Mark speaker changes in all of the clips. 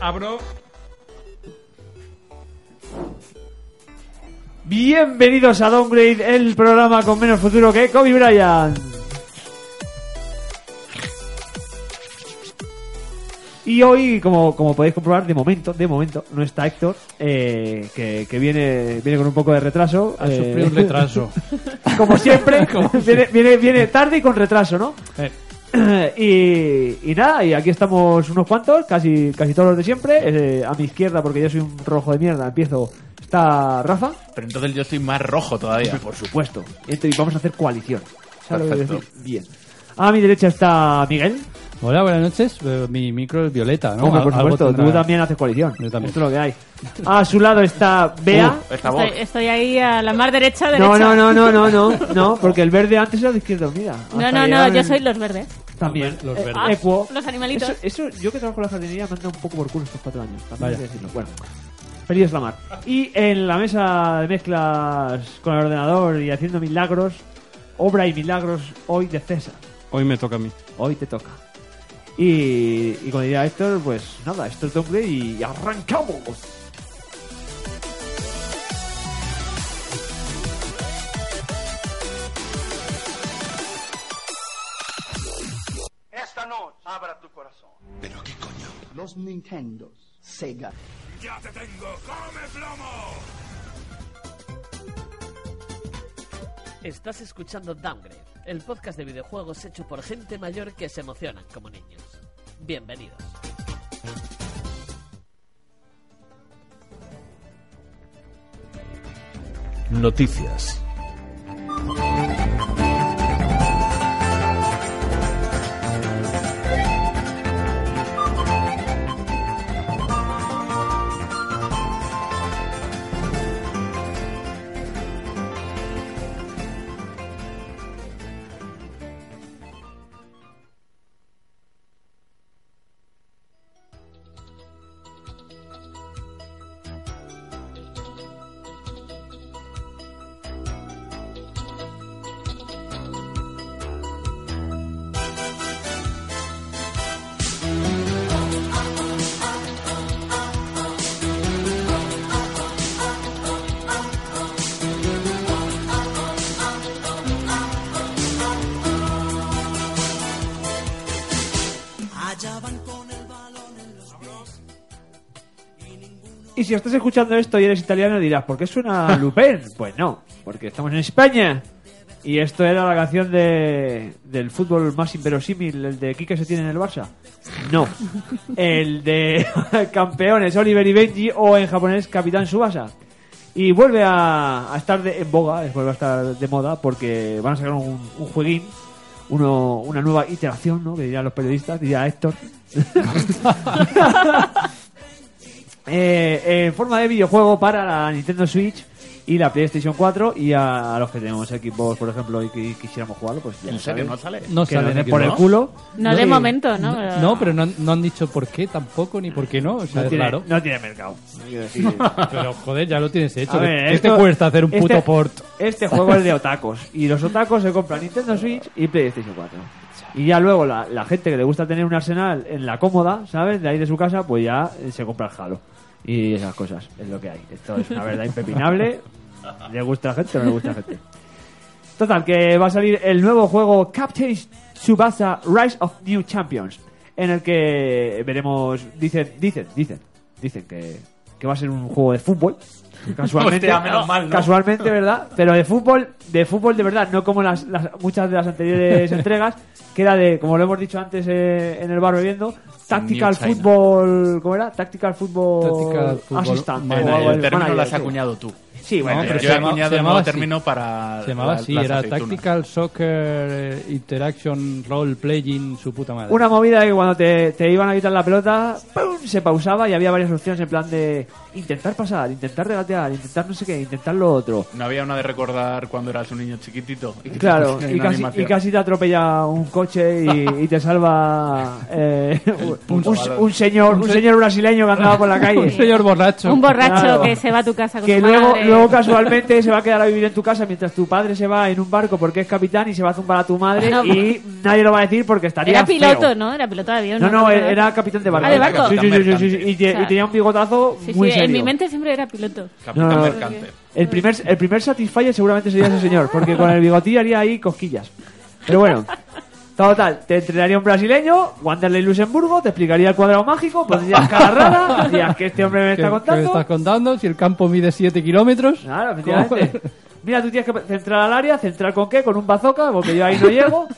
Speaker 1: abro.
Speaker 2: Bienvenidos a Downgrade, el programa con menos futuro que Kobe Bryant. Y hoy, como, como podéis comprobar, de momento, de momento, no está Héctor, eh, que, que viene, viene con un poco de retraso.
Speaker 1: Ha
Speaker 2: eh,
Speaker 1: sufrido un retraso.
Speaker 2: como siempre, viene, viene, viene tarde y con retraso, ¿no?
Speaker 1: Eh,
Speaker 2: y, y nada, y aquí estamos unos cuantos, casi, casi todos los de siempre. Eh, a mi izquierda, porque yo soy un rojo de mierda, empiezo, está Rafa,
Speaker 3: Pero entonces yo estoy más rojo todavía.
Speaker 2: por supuesto. Entonces, vamos a hacer coalición. ¿Sabes lo que quiero
Speaker 3: Perfecto.
Speaker 2: decir? Bien. A mi derecha está Miguel.
Speaker 1: Hola, buenas noches. Eh, Mi micro es violeta, ¿no?
Speaker 2: Hombre, por
Speaker 1: Al- algo
Speaker 2: supuesto,
Speaker 1: tendrá-
Speaker 2: tú también haces coalición.
Speaker 1: Yo también. Uh.
Speaker 2: Esto es lo que hay. A su lado está Bea.
Speaker 3: Esta voz.
Speaker 4: Estoy, estoy ahí a la más derecha, derecha.
Speaker 2: no, no, no, no, no, no, no, porque el verde antes era de izquierda unida.
Speaker 4: No, no, no, yo soy los verdes.
Speaker 2: También.
Speaker 1: Los
Speaker 2: Eh,
Speaker 1: verdes.
Speaker 4: Ah,
Speaker 2: equo.
Speaker 4: los animalitos.
Speaker 2: Eso, eso- yo que trabajo en la jardinería me han dado un poco por culo estos cuatro años. También
Speaker 1: Vaya.
Speaker 2: hay que decirlo. Bueno, feliz la mar. Y en la mesa de mezclas con el ordenador y haciendo milagros, obra y milagros hoy de César.
Speaker 5: Hoy me toca a mí.
Speaker 2: Hoy te toca. Y, y como diría Héctor, pues nada, esto es doble y arrancamos.
Speaker 6: Esta noche abra tu corazón. Pero qué coño. Los Nintendo, Sega.
Speaker 7: Estás escuchando Downgrade, el podcast de videojuegos hecho por gente mayor que se emocionan como niños. Bienvenidos.
Speaker 8: Noticias.
Speaker 2: Y si estás escuchando esto y eres italiano dirás, ¿por qué suena Lupin? Pues no, porque estamos en España. Y esto era la canción de, del fútbol más inverosímil, el de Quique se tiene en el Barça. No, el de campeones Oliver y Benji o en japonés Capitán Subasa. Y vuelve a, a estar de- en boga, vuelve a estar de moda porque van a sacar un, un jueguín, uno, una nueva iteración, ¿no? Que dirán los periodistas, dirá Héctor. Eh, eh, en forma de videojuego para la Nintendo Switch y la PlayStation 4 y a, a los que tenemos Xbox, por ejemplo, y que quisieramos jugarlo, pues ya
Speaker 3: ¿En
Speaker 2: lo
Speaker 3: serio
Speaker 2: sabéis.
Speaker 3: no sale?
Speaker 1: Eh, No
Speaker 2: que lo
Speaker 1: sale
Speaker 2: den
Speaker 1: aquí,
Speaker 2: por el culo.
Speaker 4: No, de momento, ¿no? Pero-
Speaker 1: No, pero no, no han dicho por qué tampoco ni por qué no. O
Speaker 2: No
Speaker 1: sea, es
Speaker 2: tiene,
Speaker 1: raro.
Speaker 2: no tiene mercado. Quiero decir,
Speaker 1: Pero joder, ya lo tienes hecho.
Speaker 2: A ver,
Speaker 1: ¿Qué
Speaker 2: esto-
Speaker 1: te cuesta hacer un puto
Speaker 2: este-
Speaker 1: port?
Speaker 2: Este juego es de otacos. Y los otacos se compran Nintendo Switch y PlayStation 4. Y ya luego la, la gente que le gusta tener un arsenal en la cómoda, ¿sabes? De ahí de su casa, pues ya eh, se compra el Halo. Y esas cosas, es lo que hay. Esto es una verdad impepinable. ¿Le gusta a la gente o no le gusta a la gente? Total, que va a salir el nuevo juego Captain Tsubasa Rise of New Champions, en el que veremos, dicen, dicen, dicen, dicen que, que va a ser un juego de fútbol. Casualmente,
Speaker 3: Hostia, menos mal, ¿no?
Speaker 2: casualmente, ¿verdad? Pero de fútbol, de fútbol de verdad, no como las, las- muchas de las anteriores entregas, que era de, como lo hemos dicho antes eh, en el bar bebiendo, Tactical
Speaker 3: China.
Speaker 2: Football, ¿cómo era? Tactical Football,
Speaker 1: Tactical Football
Speaker 2: Assistant.
Speaker 3: El,
Speaker 1: Manager.
Speaker 2: o algo
Speaker 3: el
Speaker 2: de-
Speaker 3: término lo has
Speaker 2: manager, sí.
Speaker 3: acuñado tú.
Speaker 2: Sí, bueno,
Speaker 1: No,
Speaker 2: pero
Speaker 1: pero
Speaker 3: Yo
Speaker 1: se
Speaker 3: he
Speaker 1: llama-
Speaker 3: acuñado
Speaker 1: se
Speaker 3: el
Speaker 1: llamaba
Speaker 3: nuevo
Speaker 1: así.
Speaker 3: término para.
Speaker 1: Se llamaba
Speaker 3: la-
Speaker 1: así,
Speaker 3: las
Speaker 1: era
Speaker 3: aceitunas.
Speaker 1: Tactical Soccer eh, Interaction Role Playing, su puta madre.
Speaker 2: Una movida que cuando te, te iban a quitar la pelota, ¡pum! se pausaba y había varias opciones en plan de intentar pasar, intentar regatear, intentar no sé qué, intentar lo otro.
Speaker 3: No había una de recordar cuando eras un niño chiquitito. y que te
Speaker 2: Claro,
Speaker 3: pusieron
Speaker 2: y
Speaker 3: una
Speaker 2: casi,
Speaker 3: animación.
Speaker 2: y casi te atropella un coche y, y te salva eh, un,
Speaker 3: punto,
Speaker 2: un-
Speaker 3: vale.
Speaker 2: un señor un señor brasileño que andaba por la
Speaker 1: Un
Speaker 2: calle.
Speaker 1: señor borracho.
Speaker 4: Un borracho
Speaker 2: Claro.
Speaker 4: que se va a tu casa con
Speaker 2: Que
Speaker 4: su
Speaker 2: luego,
Speaker 4: madre.
Speaker 2: luego casualmente se va a quedar a vivir en tu casa mientras tu padre se va en un barco porque es capitán y se va a zumbar a tu madre
Speaker 4: No.
Speaker 2: y nadie lo va a decir porque estaría
Speaker 4: Era
Speaker 2: feo.
Speaker 4: piloto, ¿no? Era piloto de avión.
Speaker 2: No, no,
Speaker 4: Era-
Speaker 2: era capitán de barco.
Speaker 4: Ah, de barco.
Speaker 2: Sí, sí, sí, sí, sí,
Speaker 3: mercante.
Speaker 2: sí, Y, te-
Speaker 4: O sea,
Speaker 2: y tenía un bigotazo
Speaker 4: Sí,
Speaker 2: muy
Speaker 4: sí,
Speaker 2: serio.
Speaker 4: en mi mente siempre era piloto.
Speaker 2: No,
Speaker 3: Capitán
Speaker 2: no, no.
Speaker 3: mercante.
Speaker 2: El primer, el primer Satisfyer seguramente sería ese señor, porque con el bigotillo haría ahí cosquillas. Pero bueno, total, te entrenaría un brasileño, Wanderley Luxemburgo, te explicaría el cuadrado mágico, pondrías cara rara, dirías que este hombre me
Speaker 1: ¿Qué-
Speaker 2: está
Speaker 1: qué me estás
Speaker 2: contando. Ah.
Speaker 1: contando? Si el campo mide 7 kilómetros.
Speaker 2: Claro,
Speaker 1: ¿cómo?
Speaker 2: efectivamente. Mira, tú tienes que centrar al área, centrar con qué, con un bazooka, porque yo ahí no llego.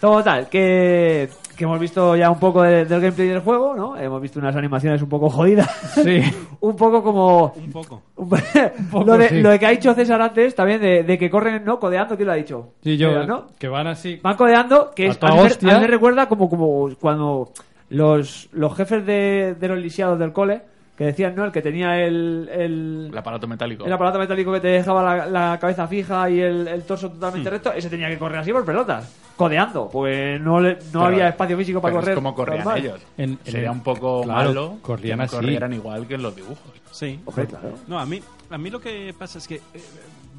Speaker 2: Total, que, que hemos visto ya un poco de- del gameplay del juego, ¿no? Hemos visto unas animaciones un poco jodidas.
Speaker 1: Sí.
Speaker 2: un poco como
Speaker 3: Un poco.
Speaker 2: Un
Speaker 1: poco,
Speaker 2: lo, de,
Speaker 1: sí.
Speaker 2: lo de que ha dicho César antes también de, de que corren no codeando quién lo ha dicho
Speaker 1: Sí, yo.
Speaker 2: Pero, ¿no?
Speaker 1: Que van así.
Speaker 2: van codeando que
Speaker 1: A
Speaker 2: es, a,
Speaker 1: toda
Speaker 2: mí me-
Speaker 1: hostia.
Speaker 2: a mí me recuerda como como cuando los, los jefes de, de los lisiados del cole que decían no el que tenía el, el,
Speaker 3: El aparato metálico.
Speaker 2: el aparato metálico que te dejaba la, la cabeza fija y el, el torso
Speaker 3: Hmm.
Speaker 2: totalmente recto ese tenía que correr así por pelotas codeando pues no le- no
Speaker 3: Pero-
Speaker 2: había espacio físico para
Speaker 3: pero
Speaker 2: correr
Speaker 3: Es como corrían
Speaker 2: normal.
Speaker 3: ellos.
Speaker 1: En- en
Speaker 3: Sería
Speaker 1: el-
Speaker 3: un poco
Speaker 1: claro,
Speaker 3: malo
Speaker 1: corrían
Speaker 3: que
Speaker 1: así.
Speaker 3: corrieran igual que en los dibujos.
Speaker 5: Sí.
Speaker 2: Hombre, claro.
Speaker 5: No, a mí, a mí lo que pasa es que eh,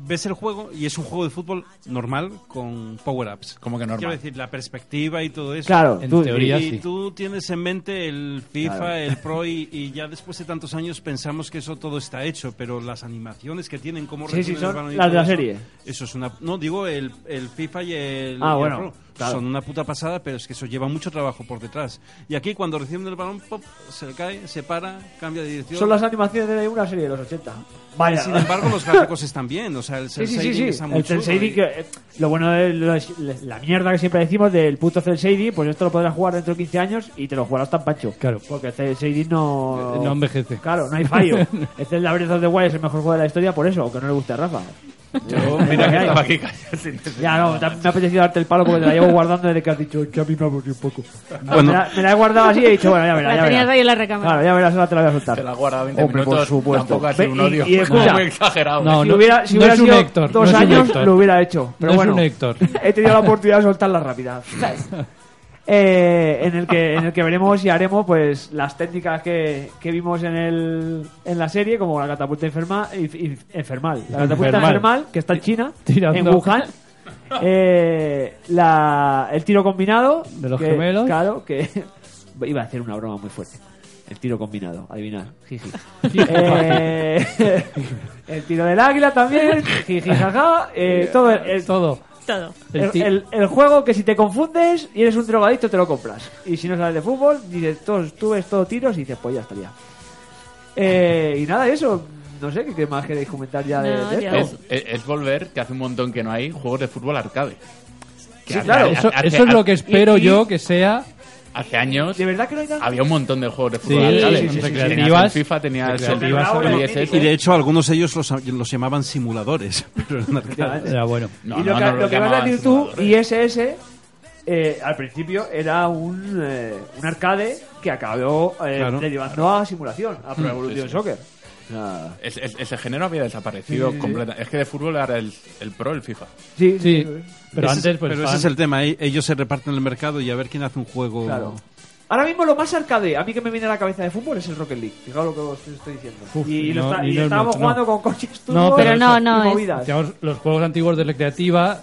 Speaker 5: ves el juego y es un juego de fútbol normal con power-ups.
Speaker 3: Como que
Speaker 5: Quiero
Speaker 3: normal.
Speaker 5: decir, la perspectiva y todo eso.
Speaker 2: claro
Speaker 1: En
Speaker 2: tú-
Speaker 1: teoría.
Speaker 5: Y
Speaker 1: sí.
Speaker 5: tú tienes en mente el FIFA,
Speaker 2: Claro.
Speaker 5: el Pro y, y ya después de tantos años pensamos que eso todo está hecho, pero las animaciones que tienen, cómo
Speaker 2: Sí, sí,
Speaker 5: recorren el
Speaker 2: son
Speaker 5: balón y
Speaker 2: las de
Speaker 5: todo
Speaker 2: la
Speaker 5: eso,
Speaker 2: serie.
Speaker 5: Eso es una... No, digo el, el FIFA y el,
Speaker 2: Ah,
Speaker 5: y el
Speaker 2: bueno,
Speaker 5: Pro.
Speaker 2: claro.
Speaker 5: Son una puta pasada, pero es que eso lleva mucho trabajo por detrás. Y aquí cuando reciben el balón, pop, se le cae, se para, cambia de dirección.
Speaker 2: son las animaciones de una serie de los 80 vaya
Speaker 5: Sin embargo, los gráficos están bien. O sea, el
Speaker 2: Sí,
Speaker 5: cel
Speaker 2: sí,
Speaker 5: shading
Speaker 2: sí, sí.
Speaker 5: está muy
Speaker 2: El cel
Speaker 5: chulo
Speaker 2: shading,
Speaker 5: y-
Speaker 2: que, eh, lo bueno de los- la mierda que siempre decimos del puto cel shading, pues esto lo podrás jugar dentro de 15 años y te lo jugarás tan pancho.
Speaker 1: Claro.
Speaker 2: Porque el cel shading no...
Speaker 1: Eh, no envejece.
Speaker 2: Claro, no hay fallo. este es la Breath of the Wild, es el mejor juego de la historia por eso, aunque no le guste a Rafa.
Speaker 3: Yo, mira que estaba aquí callado sin decir
Speaker 2: Ya, no, tam- me ha apetecido darte el palo porque te la llevo guardando desde que has dicho que a mí me aburrió un poco.
Speaker 3: Ah,
Speaker 2: No,
Speaker 5: Bueno.
Speaker 2: me, la, me la he guardado así y he dicho, bueno, ya verás,
Speaker 4: La
Speaker 2: ya
Speaker 4: tenías
Speaker 2: verás.
Speaker 4: ahí en la recámara.
Speaker 2: Claro, ya verás, ahora te la voy a soltar.
Speaker 3: Te la guarda 20
Speaker 2: Hombre,
Speaker 3: minutos.
Speaker 2: por supuesto.
Speaker 3: Tampoco ha sido un
Speaker 2: Ve- y-
Speaker 3: odio.
Speaker 2: y escucha.
Speaker 3: muy exagerado.
Speaker 1: No,
Speaker 2: si hubiera, si
Speaker 1: no
Speaker 2: hubiera
Speaker 1: es un
Speaker 2: sido
Speaker 1: Héctor,
Speaker 2: dos
Speaker 1: no es un
Speaker 2: años,
Speaker 1: Héctor.
Speaker 2: lo hubiera hecho. Pero
Speaker 1: No es
Speaker 2: bueno,
Speaker 1: un Héctor.
Speaker 2: he tenido la oportunidad de soltarla rápida. Eh, en, el que, en el que veremos y haremos pues las técnicas que, que vimos en, el, en la serie, como la catapulta enferma, inf- inf- enfermal. La catapulta
Speaker 1: Enfermal.
Speaker 2: enfermal, que está en China,
Speaker 1: Tirando.
Speaker 2: en Wuhan. Eh, la- el tiro combinado.
Speaker 1: De los
Speaker 2: que-
Speaker 1: gemelos.
Speaker 2: Claro, que iba a hacer una broma muy fuerte. El tiro combinado, adivinar. Jiji. Eh, el tiro del águila también. Jiji, jaja. Eh, todo el, el-
Speaker 1: Todo.
Speaker 4: Todo.
Speaker 2: el- el- el juego que si te confundes y eres un drogadicto te lo compras. Y si no sabes de fútbol, dices, todos, tú ves todo tiros y dices, pues ya estaría. Eh, y nada, eso. No sé qué, qué más queréis comentar ya de,
Speaker 4: No,
Speaker 2: de
Speaker 4: ya.
Speaker 3: Es,
Speaker 2: esto.
Speaker 3: es- es volver, que hace un montón que no hay juegos de fútbol arcade. Que
Speaker 2: Sí,
Speaker 3: hace-
Speaker 2: claro.
Speaker 3: hace-
Speaker 1: Eso,
Speaker 3: hace-
Speaker 1: eso es lo que espero
Speaker 3: y- y
Speaker 1: yo que sea.
Speaker 3: Hace años
Speaker 2: De verdad que no hay nada.
Speaker 3: había un montón de juegos de
Speaker 1: Sí,
Speaker 3: fútbol arcade.
Speaker 1: sí, sí, sí, sí.
Speaker 3: Tenías el
Speaker 1: Recreativas,
Speaker 3: FIFA, tenías el,
Speaker 1: recreativas,
Speaker 3: el
Speaker 1: recreativas.
Speaker 3: ISS.
Speaker 5: Y de hecho, algunos de ellos los, los llamaban simuladores. Pero eran arcades.
Speaker 1: Era bueno.
Speaker 3: No,
Speaker 2: y lo
Speaker 3: no,
Speaker 2: que,
Speaker 3: no
Speaker 2: lo
Speaker 3: los
Speaker 2: que vas a
Speaker 3: llamaban
Speaker 2: decir tú,
Speaker 3: simuladores.
Speaker 2: ISS, eh, al principio era un, eh, un arcade que acabó eh,
Speaker 5: Claro.
Speaker 2: derivando a simulación, a Pro Evolution
Speaker 3: Mm, sí.
Speaker 2: Soccer.
Speaker 3: Es- es- ese género había desaparecido completa. Es que de fútbol era el, el pro, el FIFA.
Speaker 2: Sí,
Speaker 1: Sí. Pero
Speaker 5: Ese es-
Speaker 1: antes, pues.
Speaker 5: pero ese
Speaker 1: fan-
Speaker 5: es el tema. e- Ellos se reparten el mercado y a ver quién hace un juego.
Speaker 2: claro. Ahora mismo lo más arcade, a mí que me viene a la cabeza de fútbol es el Rocket League. Fijaos lo que os estoy diciendo.
Speaker 1: Uf,
Speaker 2: y lo
Speaker 1: no,
Speaker 2: está-
Speaker 1: ni
Speaker 2: y
Speaker 1: no es
Speaker 2: estábamos
Speaker 1: mucho,
Speaker 2: jugando
Speaker 1: no.
Speaker 2: con coches turbos
Speaker 1: No, pero
Speaker 2: y
Speaker 1: no,
Speaker 4: no, es-
Speaker 2: movidas.
Speaker 1: Digamos, los juegos antiguos de recreativa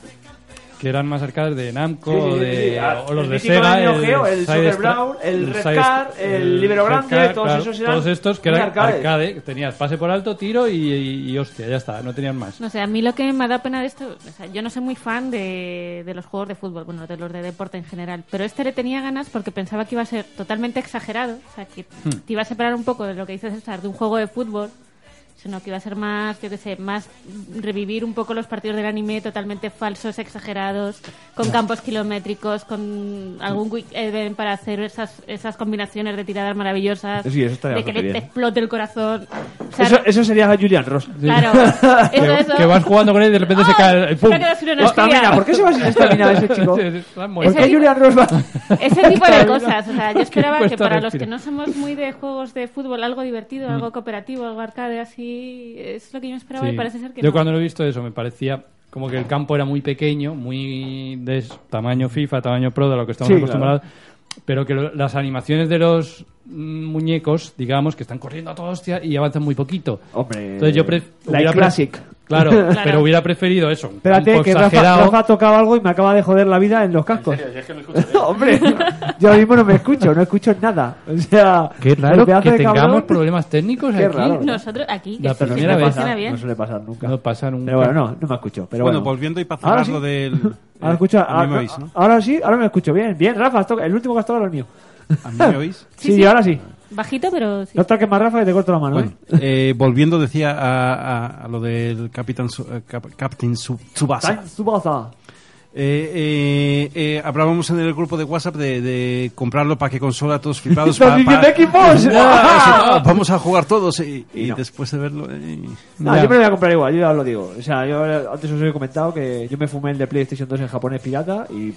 Speaker 1: que eran más arcades de Namco
Speaker 2: Sí, sí, sí,
Speaker 1: de,
Speaker 2: sí. Ah,
Speaker 1: o los
Speaker 2: el
Speaker 1: de
Speaker 2: mítico
Speaker 1: Sega
Speaker 2: de Neo Geo, el
Speaker 1: Side
Speaker 2: Super
Speaker 1: Stra-
Speaker 2: Brown, el Red
Speaker 1: Side
Speaker 2: Car,
Speaker 1: Stra-
Speaker 2: el Libero
Speaker 1: Red
Speaker 2: Grande,
Speaker 1: Car,
Speaker 2: todos
Speaker 1: claro,
Speaker 2: esos eran
Speaker 1: todos estos que eran
Speaker 2: arcades.
Speaker 1: arcade que tenías pase por alto tiro y, y- y hostia ya está no tenían más
Speaker 4: No sé, a mí lo que me da pena de esto, o sea, yo no soy muy fan de, de los juegos de fútbol, bueno, de los de deporte en general, pero este le tenía ganas porque pensaba que iba a ser totalmente exagerado, o sea, que
Speaker 2: Hmm.
Speaker 4: te iba a separar un poco de lo que dices César, de un juego de fútbol, sino que iba a ser más, yo qué sé, más revivir un poco los partidos del anime totalmente falsos, exagerados, con campos kilométricos, con algún
Speaker 2: Hmm.
Speaker 4: quick event para hacer esas, esas combinaciones de tiradas maravillosas,
Speaker 2: Sí, eso estaría
Speaker 4: de que
Speaker 2: bastante
Speaker 4: le- te
Speaker 2: bien.
Speaker 4: explote el corazón. O sea,
Speaker 2: Eso, eso sería Julian Ross.
Speaker 4: Claro,
Speaker 1: que,
Speaker 4: eso, eso. Ah,
Speaker 1: que vas jugando con él y de repente se
Speaker 4: ¡Ay!
Speaker 1: cae el
Speaker 4: Se ha quedado sin energía.
Speaker 2: Estamina, ¿por qué se va sin estamina ese chico? ¿Por
Speaker 4: Ese
Speaker 2: qué
Speaker 4: tipo-
Speaker 2: Julian Ross va?
Speaker 4: Ese tipo de cosas. O sea, yo
Speaker 1: Que
Speaker 4: esperaba que
Speaker 1: cuesta
Speaker 4: para los que
Speaker 1: respirar.
Speaker 4: no somos muy de juegos de fútbol, algo divertido, algo cooperativo, algo arcade, así. Es lo que yo esperaba y parece ser que
Speaker 1: yo
Speaker 4: no.
Speaker 1: cuando lo he visto eso me parecía como que el campo era muy pequeño muy de s- tamaño FIFA tamaño Pro de lo que estamos
Speaker 2: Sí,
Speaker 1: acostumbrados pero que lo- las animaciones de los mm, muñecos digamos que están corriendo a toda hostia y avanzan muy poquito
Speaker 2: Hombre.
Speaker 1: Entonces yo pref-
Speaker 2: Like
Speaker 1: hubiera pre-
Speaker 2: Classic.
Speaker 1: Claro,
Speaker 4: Claro.
Speaker 1: pero hubiera preferido eso. un
Speaker 2: Espérate,
Speaker 1: campo
Speaker 2: que Rafa,
Speaker 1: exagerado.
Speaker 2: Rafa ha tocado algo y me acaba de joder la vida en los cascos.
Speaker 3: serio, yo es que no escucho.
Speaker 2: No, hombre, yo ahora mismo no me escucho, no escucho nada. O sea,
Speaker 1: Qué
Speaker 2: el
Speaker 1: raro
Speaker 2: pedazo
Speaker 1: que
Speaker 2: de
Speaker 1: tengamos
Speaker 2: este cabrón-
Speaker 1: problemas técnicos
Speaker 2: Qué
Speaker 1: aquí.
Speaker 2: raro.
Speaker 4: Nosotros aquí, que
Speaker 1: La
Speaker 4: sí, que
Speaker 1: primera
Speaker 4: se
Speaker 1: vez.
Speaker 4: funciona bien.
Speaker 2: No suele pasar nunca.
Speaker 1: No pasa nunca.
Speaker 2: Pero bueno, no, no me escucho. Pero bueno,
Speaker 5: Bueno, volviendo y para
Speaker 2: Ahora
Speaker 5: cerrar
Speaker 2: sí.
Speaker 5: lo del.
Speaker 2: Ahora,
Speaker 5: eh,
Speaker 2: escucha, ah,
Speaker 5: a mí me
Speaker 2: ahora-
Speaker 5: oís, ¿no?
Speaker 2: ahora sí, ahora me escucho. Bien, bien, Rafa, has tocado- el último que has tocado era el mío.
Speaker 5: A mí me oís.
Speaker 2: Sí,
Speaker 4: sí.
Speaker 2: ahora sí.
Speaker 4: Bajito, pero sí.
Speaker 2: No toques más, Rafa, que te corto la mano. ¿eh?
Speaker 5: Bueno, eh, volviendo decía a, a- a lo del Capitán Su- eh, Cap- Captain Su- Tsubasa.
Speaker 2: Time Tsubasa.
Speaker 5: Eh, eh, eh, hablábamos en el grupo de WhatsApp de, de comprarlo para que consola todos flipados.
Speaker 2: ¡Estás
Speaker 5: pa- pa-
Speaker 2: viviendo equipos!
Speaker 5: Ah, Vamos a jugar todos y, y
Speaker 2: Y no.
Speaker 5: después de verlo. eh,
Speaker 2: No,
Speaker 1: Ya.
Speaker 2: Ah, yo me lo voy a comprar igual, yo ya os lo digo. O sea, yo antes os he comentado que yo me fumé el de PlayStation 2 en japonés pirata y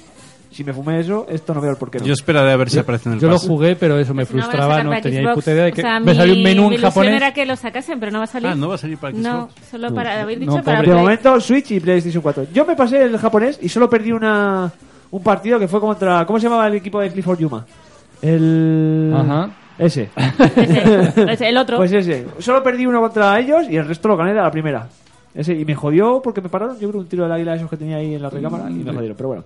Speaker 2: si me fumé eso, esto no veo el porqué. no.
Speaker 5: yo esperaré a ver si aparece en el
Speaker 1: Yo lo
Speaker 5: pase.
Speaker 1: jugué, pero eso me
Speaker 4: van a
Speaker 1: frustraba,
Speaker 4: sacar
Speaker 1: no
Speaker 4: para
Speaker 1: tenía ni
Speaker 4: Xbox.
Speaker 1: puta idea de que
Speaker 4: O sea,
Speaker 1: me salió
Speaker 4: mi-
Speaker 1: un menú
Speaker 4: mi
Speaker 1: en
Speaker 4: ilusión
Speaker 1: japonés.
Speaker 4: era que lo sacasen, pero no va a salir.
Speaker 5: Ah, no va a salir para Xbox.
Speaker 4: No, solo para, habéis dicho
Speaker 1: No,
Speaker 4: para
Speaker 1: pobre.
Speaker 2: De
Speaker 4: Play.
Speaker 2: momento, Switch y PlayStation 4. Yo me pasé el japonés y solo perdí una un partido que fue contra. ¿Cómo se llamaba el equipo de Clifford Yuma? El.
Speaker 1: Ajá.
Speaker 2: Ese.
Speaker 4: Ese, ese, el otro.
Speaker 2: pues ese. Solo perdí uno contra ellos y el resto lo gané de la primera. Ese. Y me jodió porque me pararon, yo creo, un tiro del águila de esos que tenía ahí en la recámara y me jodieron. Pero bueno.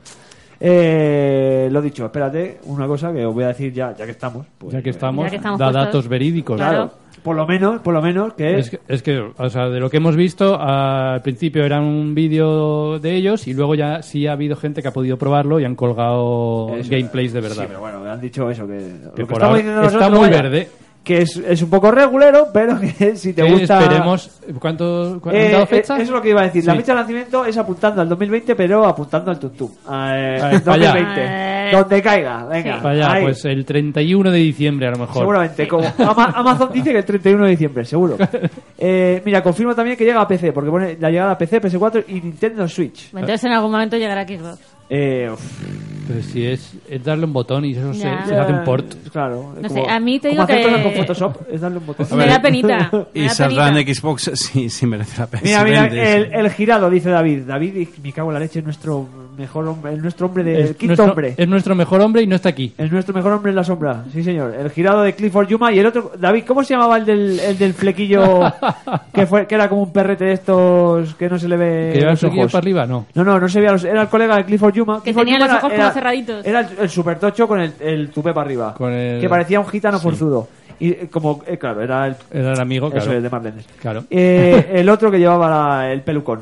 Speaker 2: Eh, lo dicho, espérate, una cosa que os voy a decir ya, ya que estamos. pues,
Speaker 1: Ya que
Speaker 2: eh,
Speaker 1: estamos,
Speaker 4: Ya que estamos
Speaker 1: da
Speaker 4: puestos.
Speaker 1: datos verídicos.
Speaker 2: Claro. Por lo menos, por lo menos, que
Speaker 1: Es que, es que, o sea, de lo que hemos visto, al principio era un vídeo de ellos y luego ya sí ha habido gente que ha podido probarlo y han colgado
Speaker 2: Eso,
Speaker 1: gameplays de
Speaker 2: Sí,
Speaker 1: verdad.
Speaker 2: pero bueno, han dicho eso, que, lo que
Speaker 1: por
Speaker 2: estamos
Speaker 1: ahora
Speaker 2: diciendo
Speaker 1: está
Speaker 2: nosotros,
Speaker 1: muy
Speaker 2: vaya,
Speaker 1: verde.
Speaker 2: Que es, es un poco regulero, pero que si te
Speaker 1: Que
Speaker 2: gusta...
Speaker 1: Eh, Esperemos. ¿Cuánto cu- han
Speaker 2: Eh,
Speaker 1: dado
Speaker 2: eh,
Speaker 1: fecha?
Speaker 2: eso es lo que iba a decir. La
Speaker 1: Sí.
Speaker 2: fecha de lanzamiento es apuntando al 2020, pero apuntando al tuntum. Eh,
Speaker 1: Ahí, para allá.
Speaker 4: Eh.
Speaker 2: 2020. Donde caiga, venga.
Speaker 1: Para allá,
Speaker 2: ahí.
Speaker 1: pues el 31 de diciembre a lo mejor.
Speaker 2: Seguramente, como Ama- Amazon dice que el 31 de diciembre, seguro. Eh, mira, confirmo también que llega a PC, porque pone la llegada a PC, PS4 y Nintendo Switch.
Speaker 4: Entonces en algún momento llegará Xbox.
Speaker 2: Eh, uf,
Speaker 1: Pero si es, es darle un botón y eso se,
Speaker 4: Ya.
Speaker 1: se hace en port.
Speaker 2: Claro. es
Speaker 4: No sé, a mí te
Speaker 2: como
Speaker 4: digo
Speaker 2: hacer
Speaker 4: que-
Speaker 2: cosas con Photoshop es darle un botón.
Speaker 4: Me da penita. me
Speaker 5: Y
Speaker 4: da
Speaker 5: saldrá
Speaker 4: penita.
Speaker 5: en Xbox si, si merece la pena.
Speaker 2: Mira,
Speaker 5: si
Speaker 2: mira,
Speaker 5: vende,
Speaker 2: el,
Speaker 5: sí.
Speaker 2: el girado, dice David. David, me cago en la leche, es nuestro mejor hombre, el nuestro hombre de, el quinto
Speaker 1: nuestro,
Speaker 2: Eh, hombre.
Speaker 1: es nuestro mejor hombre y no está aquí.
Speaker 2: Es nuestro mejor hombre en la sombra, sí señor. El girado de Clifford Yuma y el otro, David, ¿cómo se llamaba el del, el del flequillo que fue, que era como un perrete de estos que no se le ve
Speaker 1: que lleva el
Speaker 2: Eh, los
Speaker 1: flequillo
Speaker 2: ojos?
Speaker 1: para arriba, no.
Speaker 2: No, no, no se veía los, era el colega de Clifford Yuma.
Speaker 4: Que
Speaker 2: Clifford
Speaker 4: tenía
Speaker 2: Yuma
Speaker 4: los
Speaker 2: era-
Speaker 4: ojos como
Speaker 2: era-
Speaker 4: cerraditos.
Speaker 2: Era el, el supertocho con el, el tupé para arriba,
Speaker 1: Con el-
Speaker 2: que parecía un gitano forzudo. Y eh, como, eh, claro, era el,
Speaker 1: Era el amigo,
Speaker 2: eso
Speaker 1: claro.
Speaker 2: es, de Marlenes.
Speaker 1: Claro.
Speaker 2: Eh, el otro que llevaba la- el pelucón.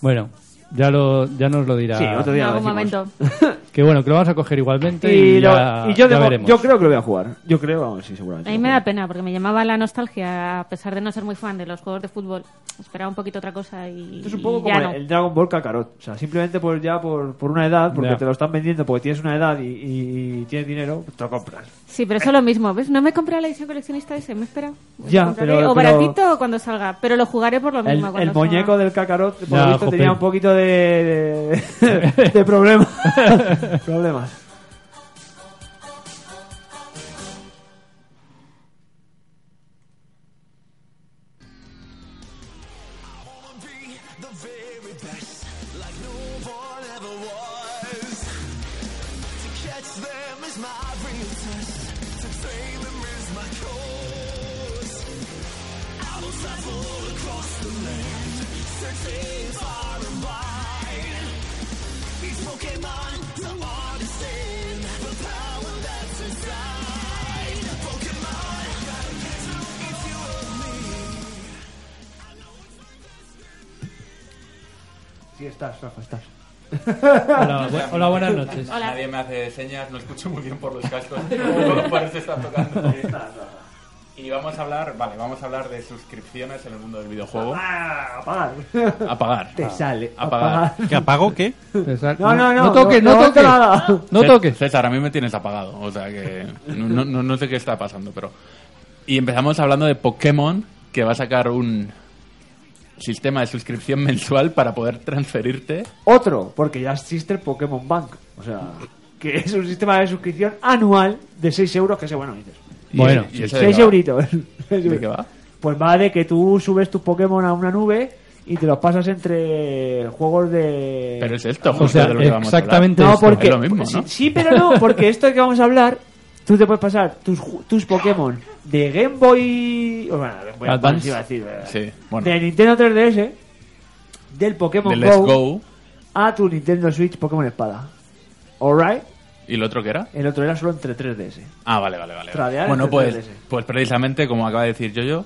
Speaker 1: Bueno, ya, lo, ya nos lo dirá.
Speaker 2: Sí, otro
Speaker 4: En
Speaker 2: día. lo
Speaker 4: algún
Speaker 2: decimos.
Speaker 4: momento.
Speaker 1: Que bueno, que lo vamos a coger igualmente y,
Speaker 2: Y, lo-
Speaker 1: ya,
Speaker 2: y yo,
Speaker 1: ya
Speaker 2: debo-
Speaker 1: veremos.
Speaker 2: yo creo que lo voy a jugar. Yo creo, vamos, sí, seguramente.
Speaker 4: A mí me da pena porque me llamaba la nostalgia, a pesar de no ser muy fan de los juegos de fútbol. Esperaba un poquito otra cosa y.
Speaker 2: Esto es un poco
Speaker 4: y ya
Speaker 2: como
Speaker 4: no.
Speaker 2: el Dragon Ball Kakarot. O sea, simplemente por ya por, por una edad, porque
Speaker 1: Ya.
Speaker 2: te lo están vendiendo, porque tienes una edad y, y tienes dinero, pues te lo compras.
Speaker 4: Sí, pero eso es lo mismo, ¿ves? No me compré la edición coleccionista ese, me espera.
Speaker 2: Ya, pero- pero-
Speaker 4: o baratito o cuando salga, pero lo jugaré por lo
Speaker 2: El,
Speaker 4: mismo. cuando
Speaker 2: el
Speaker 4: salga.
Speaker 2: muñeco del Kakarot, por
Speaker 1: Ya,
Speaker 2: lo visto,
Speaker 1: Jopé.
Speaker 2: tenía un poquito de, de, de problema- problemas. Sí, estás, Rafa, estás.
Speaker 1: Hola, bu- hola, buenas noches.
Speaker 4: Hola.
Speaker 3: Nadie me hace señas, no escucho muy bien por los cascos. Todos parece estar tocando. Y vamos a hablar, vale, vamos a hablar de suscripciones en el mundo del videojuego.
Speaker 2: Ah, apagar.
Speaker 3: A pagar. Ah.
Speaker 2: Te sale.
Speaker 3: a pagar.
Speaker 5: ¿Que apago qué?
Speaker 2: No, no, no.
Speaker 1: No toques, no,
Speaker 2: no
Speaker 1: toques.
Speaker 2: nada.
Speaker 1: No
Speaker 3: Cés-
Speaker 1: toques.
Speaker 3: César, a mí me tienes apagado. O sea que no, no- no- no sé qué está pasando, pero. Y empezamos hablando de Pokémon, que va a sacar un sistema de suscripción mensual para poder transferirte.
Speaker 2: Otro, porque ya existe el Pokémon Bank. O sea, que es un sistema de suscripción anual de 6 euros, que es bueno, dices.
Speaker 3: Y-
Speaker 1: Bueno,
Speaker 3: y eso de
Speaker 2: 6
Speaker 3: qué va.
Speaker 2: euritos.
Speaker 3: ¿De qué va?
Speaker 2: Pues va de que tú subes tus Pokémon a una nube y te los pasas entre juegos de...
Speaker 3: Pero es esto,
Speaker 1: O sea,
Speaker 3: justo de lo que vamos a hablar.
Speaker 1: exactamente
Speaker 2: no,
Speaker 1: esto.
Speaker 2: porque...
Speaker 3: Es lo mismo,
Speaker 2: sí-
Speaker 3: ¿no?
Speaker 2: Sí, pero no, porque esto que vamos a hablar, tú te puedes pasar tus, ju- tus Pokémon de Game Boy... o Bueno, Game Boy
Speaker 1: Advance.
Speaker 2: Advance iba a decir, ¿verdad?
Speaker 3: Sí, bueno.
Speaker 2: De Nintendo 3DS del Pokémon
Speaker 3: de Let's
Speaker 2: Go,
Speaker 3: Go.
Speaker 2: a tu Nintendo Switch Pokémon Espada. Alright,
Speaker 3: ¿Y el otro qué era?
Speaker 2: el otro era solo entre 3DS.
Speaker 3: Ah, vale, vale, vale.
Speaker 2: Tradear
Speaker 3: bueno,
Speaker 2: entre
Speaker 3: pues,
Speaker 2: 3DS.
Speaker 3: pues precisamente, como acaba de decir Yoyo.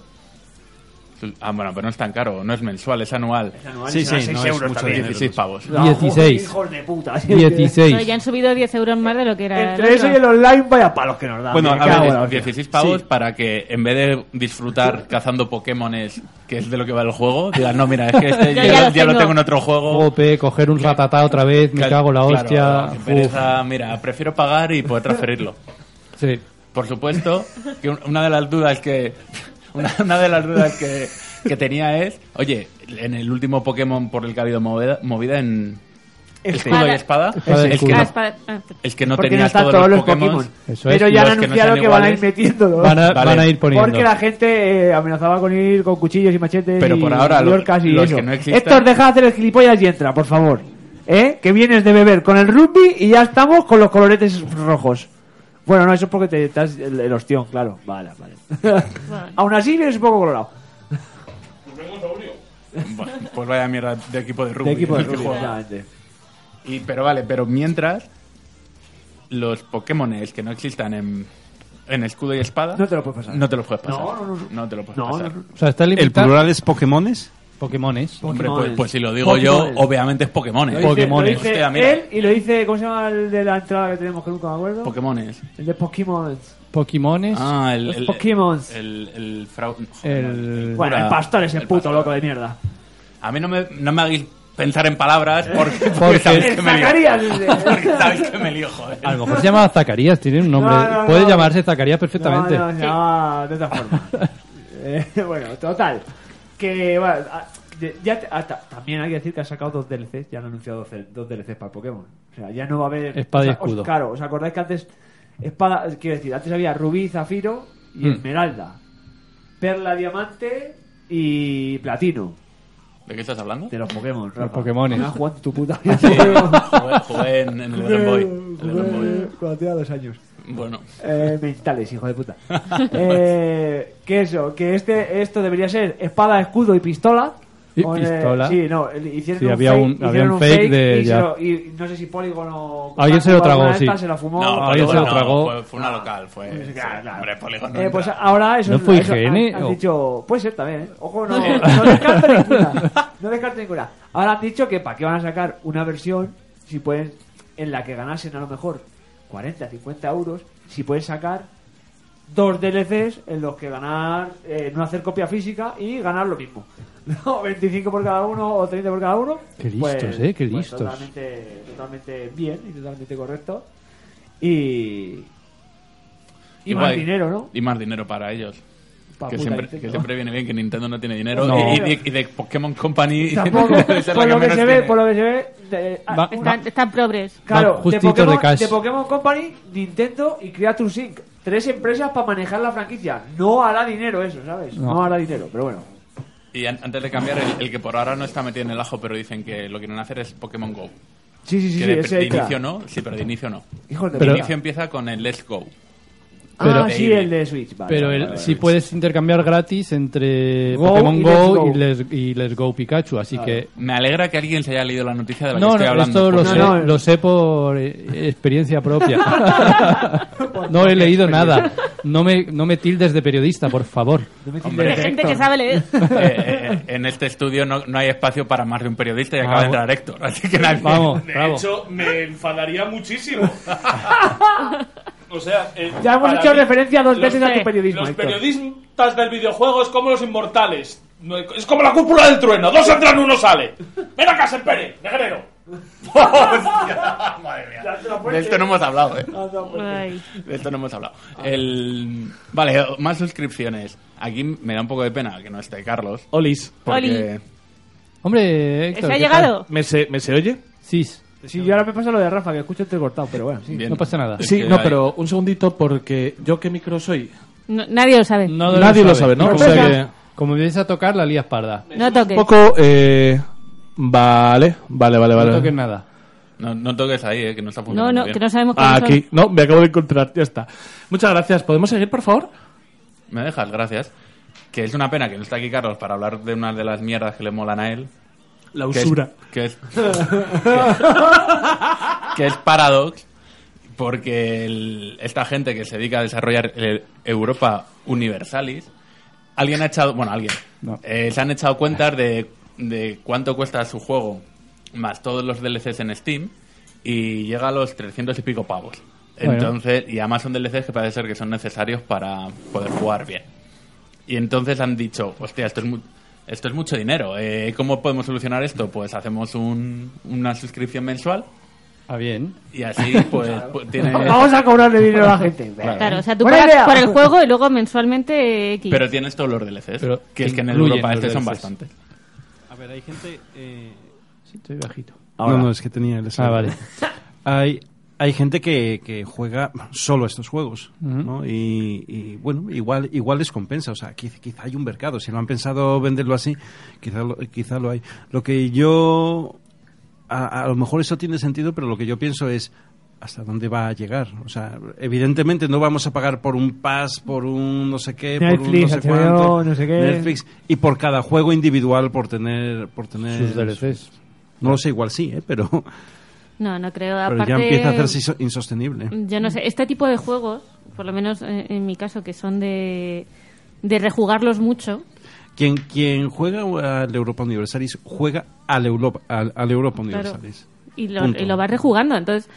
Speaker 3: Ah, bueno, pero no es tan caro, no es mensual, es anual.
Speaker 5: Sí, sí, no es mucho
Speaker 3: Son
Speaker 5: dinero.
Speaker 3: 16 pavos.
Speaker 2: No,
Speaker 1: 16.
Speaker 2: Hijos de puta.
Speaker 4: Pero
Speaker 1: 16.
Speaker 4: ya han subido 10 euros más de lo que era.
Speaker 2: Entre eso y el online, vaya palos que
Speaker 1: Ah,
Speaker 2: nos dan.
Speaker 3: Bueno,
Speaker 2: Me
Speaker 3: a
Speaker 2: cago en
Speaker 3: ver,
Speaker 2: la
Speaker 3: es
Speaker 2: hostia.
Speaker 3: 16 pavos para que en vez de disfrutar cazando Pokémones, que es de lo que va el juego, digas, no, mira, es que este
Speaker 4: Yo
Speaker 3: ya, lo-
Speaker 4: ya lo
Speaker 3: ya lo
Speaker 4: tengo.
Speaker 3: tengo en otro juego.
Speaker 1: Jope, coger un ratatá otra vez, Oh, me
Speaker 3: Cal-
Speaker 1: cago en la
Speaker 3: claro,
Speaker 1: hostia.
Speaker 3: qué
Speaker 1: Uf,
Speaker 3: pereza. mira, prefiero pagar y poder transferirlo.
Speaker 1: sí.
Speaker 3: Por supuesto, que un- una de las dudas que una, una de las dudas que, que tenía es, oye, en el último Pokémon por el que ha habido movida, movida en Escudo y Espada,
Speaker 1: Espada y
Speaker 3: es que
Speaker 1: escudo.
Speaker 4: Ah,
Speaker 3: no,
Speaker 4: es para- ah,
Speaker 3: es que no
Speaker 2: Porque
Speaker 3: tenías
Speaker 2: no están
Speaker 3: todos, los Pokémon.
Speaker 1: Eso es.
Speaker 2: Pero
Speaker 3: Y
Speaker 2: ya han
Speaker 3: los que no
Speaker 2: anunciado que,
Speaker 3: sean
Speaker 2: van a ir
Speaker 3: iguales,
Speaker 2: metiéndolo.
Speaker 1: Van a,
Speaker 3: Vale.
Speaker 1: van a ir poniendo.
Speaker 2: Porque la gente eh, amenazaba con ir con cuchillos y machetes
Speaker 3: Pero
Speaker 2: y
Speaker 3: por ahora lo-
Speaker 2: Yorkas y
Speaker 3: los
Speaker 2: eso.
Speaker 3: que no existan-
Speaker 2: Héctor, deja de hacer el gilipollas y entra, por favor. ¿Eh? Que vienes de beber con el rugby y ya estamos con los coloretes rojos. Bueno, no, eso es porque te estás el, el ostión, claro. Vale, vale.
Speaker 4: Bueno.
Speaker 2: Aún así vienes un poco colorado.
Speaker 3: Bueno, pues vaya mierda de equipo de rugby.
Speaker 2: De equipo de
Speaker 3: en el que
Speaker 2: rugby,
Speaker 3: juega.
Speaker 2: exactamente.
Speaker 3: Y, pero vale, pero mientras los Pokémones que no existan en, en escudo y espada
Speaker 2: No te lo puedes pasar.
Speaker 3: no te los puedes pasar.
Speaker 2: No, no, no.
Speaker 3: te lo puedes
Speaker 2: No,
Speaker 3: pasar.
Speaker 2: no, no.
Speaker 1: O sea, está
Speaker 5: ¿El
Speaker 1: limitado.
Speaker 5: plural es Pokémones?
Speaker 1: Pokémones.
Speaker 3: Hombre, pues,
Speaker 2: Pokémones.
Speaker 3: pues si lo digo
Speaker 2: Pokémones.
Speaker 3: yo, obviamente es Pokémones.
Speaker 1: Lo dice- Pokémones.
Speaker 2: Lo dice
Speaker 3: Hostia, mira.
Speaker 2: él y lo dice, ¿cómo se llama el de la entrada que tenemos que nunca me acuerdo?
Speaker 3: Pokémones.
Speaker 2: el de Pokémon.
Speaker 1: Pokémones.
Speaker 3: Ah, el,
Speaker 2: Los
Speaker 3: el,
Speaker 2: Pokémons.
Speaker 3: El, el frau- joder,
Speaker 1: el...
Speaker 2: Bueno, el pastor es el
Speaker 3: El
Speaker 2: puto
Speaker 3: pastor.
Speaker 2: loco de mierda.
Speaker 3: A mí no me, no me hagáis pensar en palabras porque, porque
Speaker 1: Porque-
Speaker 3: sabéis
Speaker 2: El
Speaker 3: que me lío.
Speaker 2: Zacarías. ese.
Speaker 3: Porque sabéis que me lío, joder.
Speaker 1: A lo mejor se llama Zacarías, tiene un nombre.
Speaker 2: No, no,
Speaker 1: Puede
Speaker 2: no.
Speaker 1: llamarse Zacarías perfectamente.
Speaker 2: No, no, no, de otra forma. Eh, bueno, total. Que, bueno, a- de- ya te- hasta- también hay que decir que han sacado dos DLCs, ya han anunciado dos, del- dos DLCs para el Pokémon. O sea, ya no va a haber...
Speaker 1: Espada y
Speaker 2: o sea, os-
Speaker 1: escudo.
Speaker 2: claro, ¿os acordáis que antes... Espada, quiero decir, antes había rubí, zafiro y
Speaker 1: Mm.
Speaker 2: esmeralda. Perla, diamante y platino.
Speaker 3: ¿De qué estás hablando?
Speaker 2: De los Pokémon, Rafa.
Speaker 1: Pokémones.
Speaker 2: No has jugado tu puta vida. Eh,
Speaker 3: Sí, jugué, jugué en, en el Game Boy. En el Game Boy.
Speaker 2: Cuando tenía dos años.
Speaker 3: Bueno,
Speaker 2: Eh, mentales, hijo de puta. Eh, que eso, que este, esto debería ser espada, escudo y pistola.
Speaker 1: Y
Speaker 2: O, eh,
Speaker 1: pistola.
Speaker 2: sí, no, el- hicieron
Speaker 1: Sí,
Speaker 2: un
Speaker 1: había
Speaker 2: fake,
Speaker 1: un-
Speaker 2: hicieron
Speaker 1: había un fake de-
Speaker 2: y, se
Speaker 1: ya.
Speaker 2: lo- y no sé si Polygon o...
Speaker 1: Alguien se lo
Speaker 2: alguna
Speaker 1: tragó,
Speaker 2: de estas
Speaker 1: sí.
Speaker 2: Se la fumó.
Speaker 3: no,
Speaker 1: alguien se
Speaker 3: Polygon
Speaker 1: lo
Speaker 3: no,
Speaker 1: tragó.
Speaker 3: Fue, fue una local, fue. sí,
Speaker 2: Claro, claro.
Speaker 3: Hombre, Polygon no
Speaker 2: Eh, pues
Speaker 3: entra.
Speaker 2: ahora eso
Speaker 1: ¿No fue
Speaker 2: eso han-
Speaker 1: IGN
Speaker 2: han
Speaker 1: o-
Speaker 2: dicho, puede ser también, ¿eh? ojo, no, no descarto ninguna, no descarto ninguna. Ahora han dicho que para qué van a sacar una versión si pueden en la que ganasen a lo mejor 40, 50 euros, si pueden sacar dos DLCs en los que ganar, eh, no hacer copia física y ganar lo mismo. No, 25 por cada uno o 30 por cada uno. pues,
Speaker 1: Qué listos, ¿eh? Qué listos.
Speaker 2: totalmente, totalmente bien y totalmente correcto. Y, y, más
Speaker 3: guay.
Speaker 2: dinero, ¿no?
Speaker 3: Y más dinero para ellos.
Speaker 2: Pa'
Speaker 3: Que
Speaker 2: puta
Speaker 3: siempre,
Speaker 2: Nintendo.
Speaker 3: que siempre viene bien que Nintendo no tiene dinero.
Speaker 1: No.
Speaker 3: Y, y de, y de Pokémon Company
Speaker 2: Tampoco.
Speaker 3: debe ser la
Speaker 2: por, lo que
Speaker 3: menos
Speaker 2: se ve,
Speaker 3: tiene.
Speaker 2: por lo que se ve, de- ah,
Speaker 1: Va-
Speaker 2: una-
Speaker 4: Están, están progres.
Speaker 2: claro, de
Speaker 1: justito de
Speaker 2: Pokémon,
Speaker 1: cash.
Speaker 2: de Pokémon Company, Nintendo y Creatures Inc. Tres empresas para manejar la franquicia. No hará dinero eso, ¿sabes? No,
Speaker 1: No.
Speaker 2: hará dinero, pero bueno.
Speaker 3: Y an- antes de cambiar, el, el que por ahora no está metido en el ajo, pero dicen que lo que quieren hacer es Pokémon Go.
Speaker 2: Sí, sí, sí,
Speaker 3: que
Speaker 2: sí,
Speaker 3: de,
Speaker 2: ese
Speaker 3: de
Speaker 2: extra.
Speaker 3: inicio no, sí, pero de inicio no.
Speaker 2: Hijo de
Speaker 3: De
Speaker 1: Pero-
Speaker 2: puta.
Speaker 3: inicio empieza con el Let's Go.
Speaker 2: Ah,
Speaker 1: pero-
Speaker 2: sí, el de Switch. vale,
Speaker 1: Pero
Speaker 2: vale,
Speaker 1: el-
Speaker 2: vale,
Speaker 1: si puedes intercambiar gratis entre
Speaker 2: Go y
Speaker 1: Pokémon
Speaker 2: Let's
Speaker 1: Go,
Speaker 2: Go.
Speaker 1: Y, les, y Let's Go Pikachu, así que...
Speaker 3: Me alegra que alguien se haya leído la noticia de la que
Speaker 1: No,
Speaker 3: estoy
Speaker 1: no,
Speaker 3: hablando.
Speaker 1: esto lo
Speaker 3: porque-
Speaker 1: sé,
Speaker 2: no, no.
Speaker 1: lo sé por eh, experiencia propia. no he leído nada. No me, no me tildes de periodista, por favor.
Speaker 2: No me tildes
Speaker 3: Hombre.
Speaker 2: de
Speaker 4: Hay gente que
Speaker 2: Héctor.
Speaker 4: sabe leer.
Speaker 3: Eh, eh, en este estudio no, no hay espacio para más de un periodista y acaba de entrar Héctor. Así que nadie-
Speaker 1: Vamos,
Speaker 9: De
Speaker 1: bravo.
Speaker 9: hecho, me enfadaría muchísimo. o sea, eh,
Speaker 2: Ya hemos
Speaker 9: para
Speaker 2: hecho
Speaker 9: mí,
Speaker 2: referencia dos
Speaker 9: los
Speaker 2: veces a tu
Speaker 4: pe-
Speaker 2: periodismo.
Speaker 9: Los
Speaker 2: Héctor.
Speaker 9: periodistas del videojuego es como los inmortales. No hay- Es como la cúpula del trueno. Dos entran, uno sale. Ven acá, Sempere, negrero.
Speaker 3: Hostia, madre mía. De esto no hemos hablado, eh.
Speaker 4: Ay.
Speaker 3: De esto no hemos hablado. El... Vale, más suscripciones. Aquí me da un poco de pena que no esté Carlos.
Speaker 9: Olis,
Speaker 3: Porque...
Speaker 1: Hombre,
Speaker 4: ¿Se
Speaker 1: Héctor,
Speaker 4: ha
Speaker 1: ¿qué
Speaker 4: llegado?
Speaker 9: ¿me se, ¿me se oye?
Speaker 1: tal? Sis,
Speaker 2: Sí, yo ahora me pasa lo de Rafa, que escucho entrecortado, pero bueno. Sí.
Speaker 3: Bien.
Speaker 1: no pasa nada.
Speaker 3: Es
Speaker 9: Sí,
Speaker 3: que
Speaker 9: no,
Speaker 3: hay-
Speaker 9: pero un segundito porque yo qué micro soy.
Speaker 4: No- nadie lo sabe. No,
Speaker 1: No
Speaker 9: Nadie lo sabe, ¿no? O sea que...
Speaker 1: Como vienes a tocar, la lías parda.
Speaker 4: toques.
Speaker 9: Un poco... Eh... Vale, vale, vale,
Speaker 1: No toques
Speaker 9: vale.
Speaker 1: nada.
Speaker 3: No, no toques ahí, eh, que no está
Speaker 4: No,
Speaker 3: funcionando
Speaker 4: no,
Speaker 3: bien.
Speaker 4: que no sabemos cómo
Speaker 9: Ah,
Speaker 4: son.
Speaker 9: aquí. No, me acabo de encontrar. Ya está. Muchas gracias. ¿Podemos seguir, por favor?
Speaker 3: Me dejas, gracias. Que es una pena que no está aquí Carlos para hablar de una de las mierdas que le molan a él.
Speaker 10: La
Speaker 3: que es-
Speaker 10: usura.
Speaker 3: Que es, que, que es Paradox, porque el- esta gente que se dedica a desarrollar eh, Europa Universalis, alguien ha echado, bueno, alguien, eh, se han echado cuentas de, de cuánto cuesta su juego, más todos los DLCs en Steam, y llega a los 300 y pico pavos.
Speaker 1: Bueno.
Speaker 3: Entonces, y además son DLCs que parece ser que son necesarios para poder jugar bien. Y entonces han dicho, hostia, esto es, mu- esto es mucho dinero. eh, ¿Cómo podemos solucionar esto? Pues hacemos un- una suscripción mensual.
Speaker 1: Ah, bien.
Speaker 3: Y así, pues, pu- tiene...
Speaker 2: Vamos a cobrarle dinero a la gente.
Speaker 3: Claro.
Speaker 4: Claro, o sea, tú
Speaker 2: Buena
Speaker 4: pagas
Speaker 2: idea.
Speaker 4: por el juego y luego mensualmente eh, X.
Speaker 3: Pero tienes todos los DLCs.
Speaker 1: Pero
Speaker 3: que es que en el
Speaker 1: incluyen
Speaker 3: Europa
Speaker 1: los
Speaker 3: este son
Speaker 1: DLCs.
Speaker 3: bastantes.
Speaker 5: A ver, hay gente. eh,
Speaker 1: Sí, estoy bajito.
Speaker 2: Ahora.
Speaker 5: No, no, es que tenía el
Speaker 1: Ah, vale.
Speaker 5: Hay, hay gente que, que juega solo a estos juegos,
Speaker 1: Ujú.
Speaker 5: ¿no? Y, y, bueno, igual, igual les compensa. O sea, quiz- quizá, hay un mercado. Si no han pensado venderlo así, quizá lo, quizá lo hay. Lo que yo. A, a lo mejor eso tiene sentido, pero lo que yo pienso es. ¿Hasta dónde va a llegar? O sea, evidentemente no vamos a pagar por un pass, por un no sé qué, por un no
Speaker 2: Netflix,
Speaker 5: sé
Speaker 2: HBO,
Speaker 5: cuánto,
Speaker 2: no sé qué.
Speaker 5: Netflix, y por cada juego individual por tener, por tener
Speaker 1: Sus DLCs.
Speaker 5: No lo sé, igual sí, ¿eh? pero,
Speaker 4: No, no creo.
Speaker 5: pero
Speaker 4: Aparte,
Speaker 5: ya empieza a hacerse iso- insostenible.
Speaker 4: Yo no sé, este tipo de juegos, por lo menos eh, en mi caso, que son de, de rejugarlos mucho,
Speaker 5: Quien, quien juega al Europa Universalis juega al Europa, al, al Europa
Speaker 4: claro,
Speaker 5: Universalis.
Speaker 4: y, lo,
Speaker 5: Punto.
Speaker 4: y lo vas rejugando. Entonces,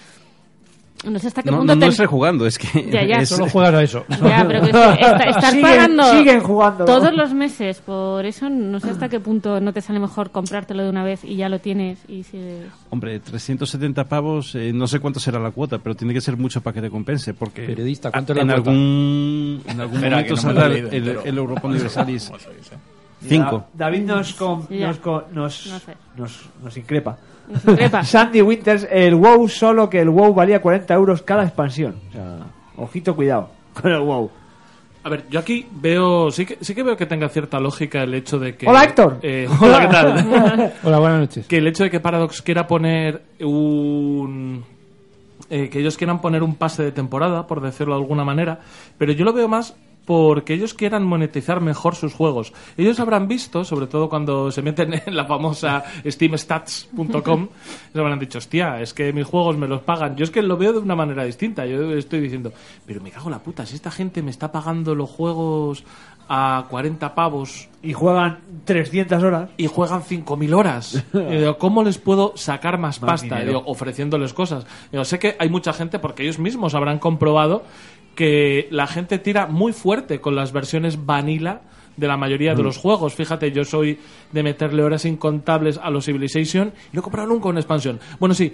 Speaker 4: no sé hasta qué
Speaker 5: No,
Speaker 4: punto
Speaker 5: no,
Speaker 4: te-
Speaker 5: no es rejugando, es que
Speaker 4: Ya, ya.
Speaker 5: es-
Speaker 1: Solo juegas a eso.
Speaker 4: Ya, pero que es que esta- estás
Speaker 2: Siguen-
Speaker 4: pagando
Speaker 2: siguen jugando.
Speaker 4: todos los meses por eso, no sé hasta qué punto no te sale mejor comprártelo de una vez y ya lo tienes y sigues.
Speaker 5: hombre, 370 pavos, eh, no sé cuánto será la cuota, pero tiene que ser mucho para que te compense, porque
Speaker 1: Periodista,
Speaker 5: a-
Speaker 1: ¿cuánto es la
Speaker 5: en,
Speaker 1: cuota?
Speaker 5: algún, en algún
Speaker 3: Espera,
Speaker 5: momento
Speaker 3: que no me lo he
Speaker 5: saldrá
Speaker 3: leído
Speaker 5: el,
Speaker 3: entero.
Speaker 5: el Europa
Speaker 3: Vamos a ver
Speaker 5: Universalis
Speaker 3: cómo se dice.
Speaker 5: 5.
Speaker 2: Da- David nos, com-
Speaker 4: Ya.
Speaker 2: nos, co- nos,
Speaker 4: No sé.
Speaker 2: nos, nos increpa.
Speaker 4: Nos increpa.
Speaker 2: Sandy Winters, el WoW solo que el WoW valía 40 euros cada expansión. O sea, ojito, cuidado con el WoW.
Speaker 10: A ver, yo aquí veo, sí que, sí que veo que tenga cierta lógica el hecho de que...
Speaker 2: Hola, Héctor.
Speaker 10: Eh, hola, ¿qué tal?
Speaker 1: Hola, buenas noches.
Speaker 10: que el hecho de que Paradox quiera poner un... eh, que ellos quieran poner un pase de temporada, por decirlo de alguna manera, pero yo lo veo más porque ellos quieran monetizar mejor sus juegos. Ellos habrán visto, sobre todo cuando se meten en la famosa steamstats.com, se habrán dicho, hostia, es que mis juegos me los pagan. Yo es que lo veo de una manera distinta. Yo estoy diciendo, pero me cago en la puta, si esta gente me está pagando los juegos a 40 pavos
Speaker 2: Y juegan 300 horas.
Speaker 10: y juegan 5.000 horas. Y digo, ¿Cómo les puedo sacar más,
Speaker 2: Más
Speaker 10: pasta?
Speaker 2: dinero.
Speaker 10: Digo, ofreciéndoles cosas. Yo sé que hay mucha gente, porque ellos mismos habrán comprobado que la gente tira muy fuerte con las versiones vanilla de la mayoría de los juegos. Fíjate, yo soy de meterle horas incontables a los Civilization y no compraron nunca una expansión. Bueno, sí,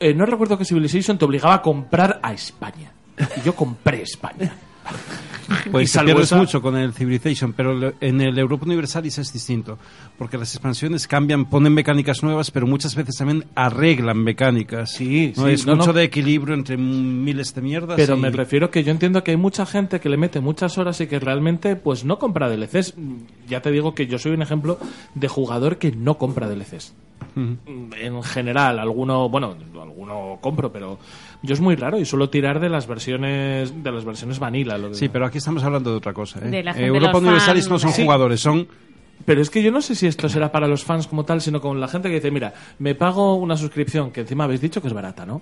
Speaker 10: eh, no recuerdo que Civilization te obligaba a comprar a España. Y yo compré España.
Speaker 5: Pues
Speaker 10: salvo
Speaker 5: pierdes
Speaker 10: esa-
Speaker 5: mucho con el Civilization, pero lo- en el Europa Universalis es distinto, porque las expansiones cambian, ponen mecánicas nuevas, pero muchas veces también arreglan mecánicas.
Speaker 10: Sí,
Speaker 5: no
Speaker 10: sí,
Speaker 5: es
Speaker 10: no,
Speaker 5: mucho
Speaker 10: no.
Speaker 5: de equilibrio entre miles de mierdas.
Speaker 10: Pero
Speaker 5: y-
Speaker 10: me refiero que yo entiendo que hay mucha gente que le mete muchas horas y que realmente pues no compra DLCs. Ya te digo que yo soy un ejemplo de jugador que no compra DLCs. En general, alguno, bueno, alguno compro, pero yo es muy raro y suelo tirar de las versiones de las versiones vanilla. lo que-
Speaker 5: Sí, pero aquí estamos hablando de otra cosa. ¿eh?
Speaker 4: De la
Speaker 5: Eh,
Speaker 4: gente,
Speaker 5: Europa
Speaker 4: los
Speaker 5: Universalis no
Speaker 4: fans.
Speaker 5: son
Speaker 4: Sí.
Speaker 5: jugadores, son
Speaker 10: Pero es que yo no sé si esto será para los fans como tal, sino con la gente que dice, mira, me pago una suscripción que encima habéis dicho que es barata, ¿no?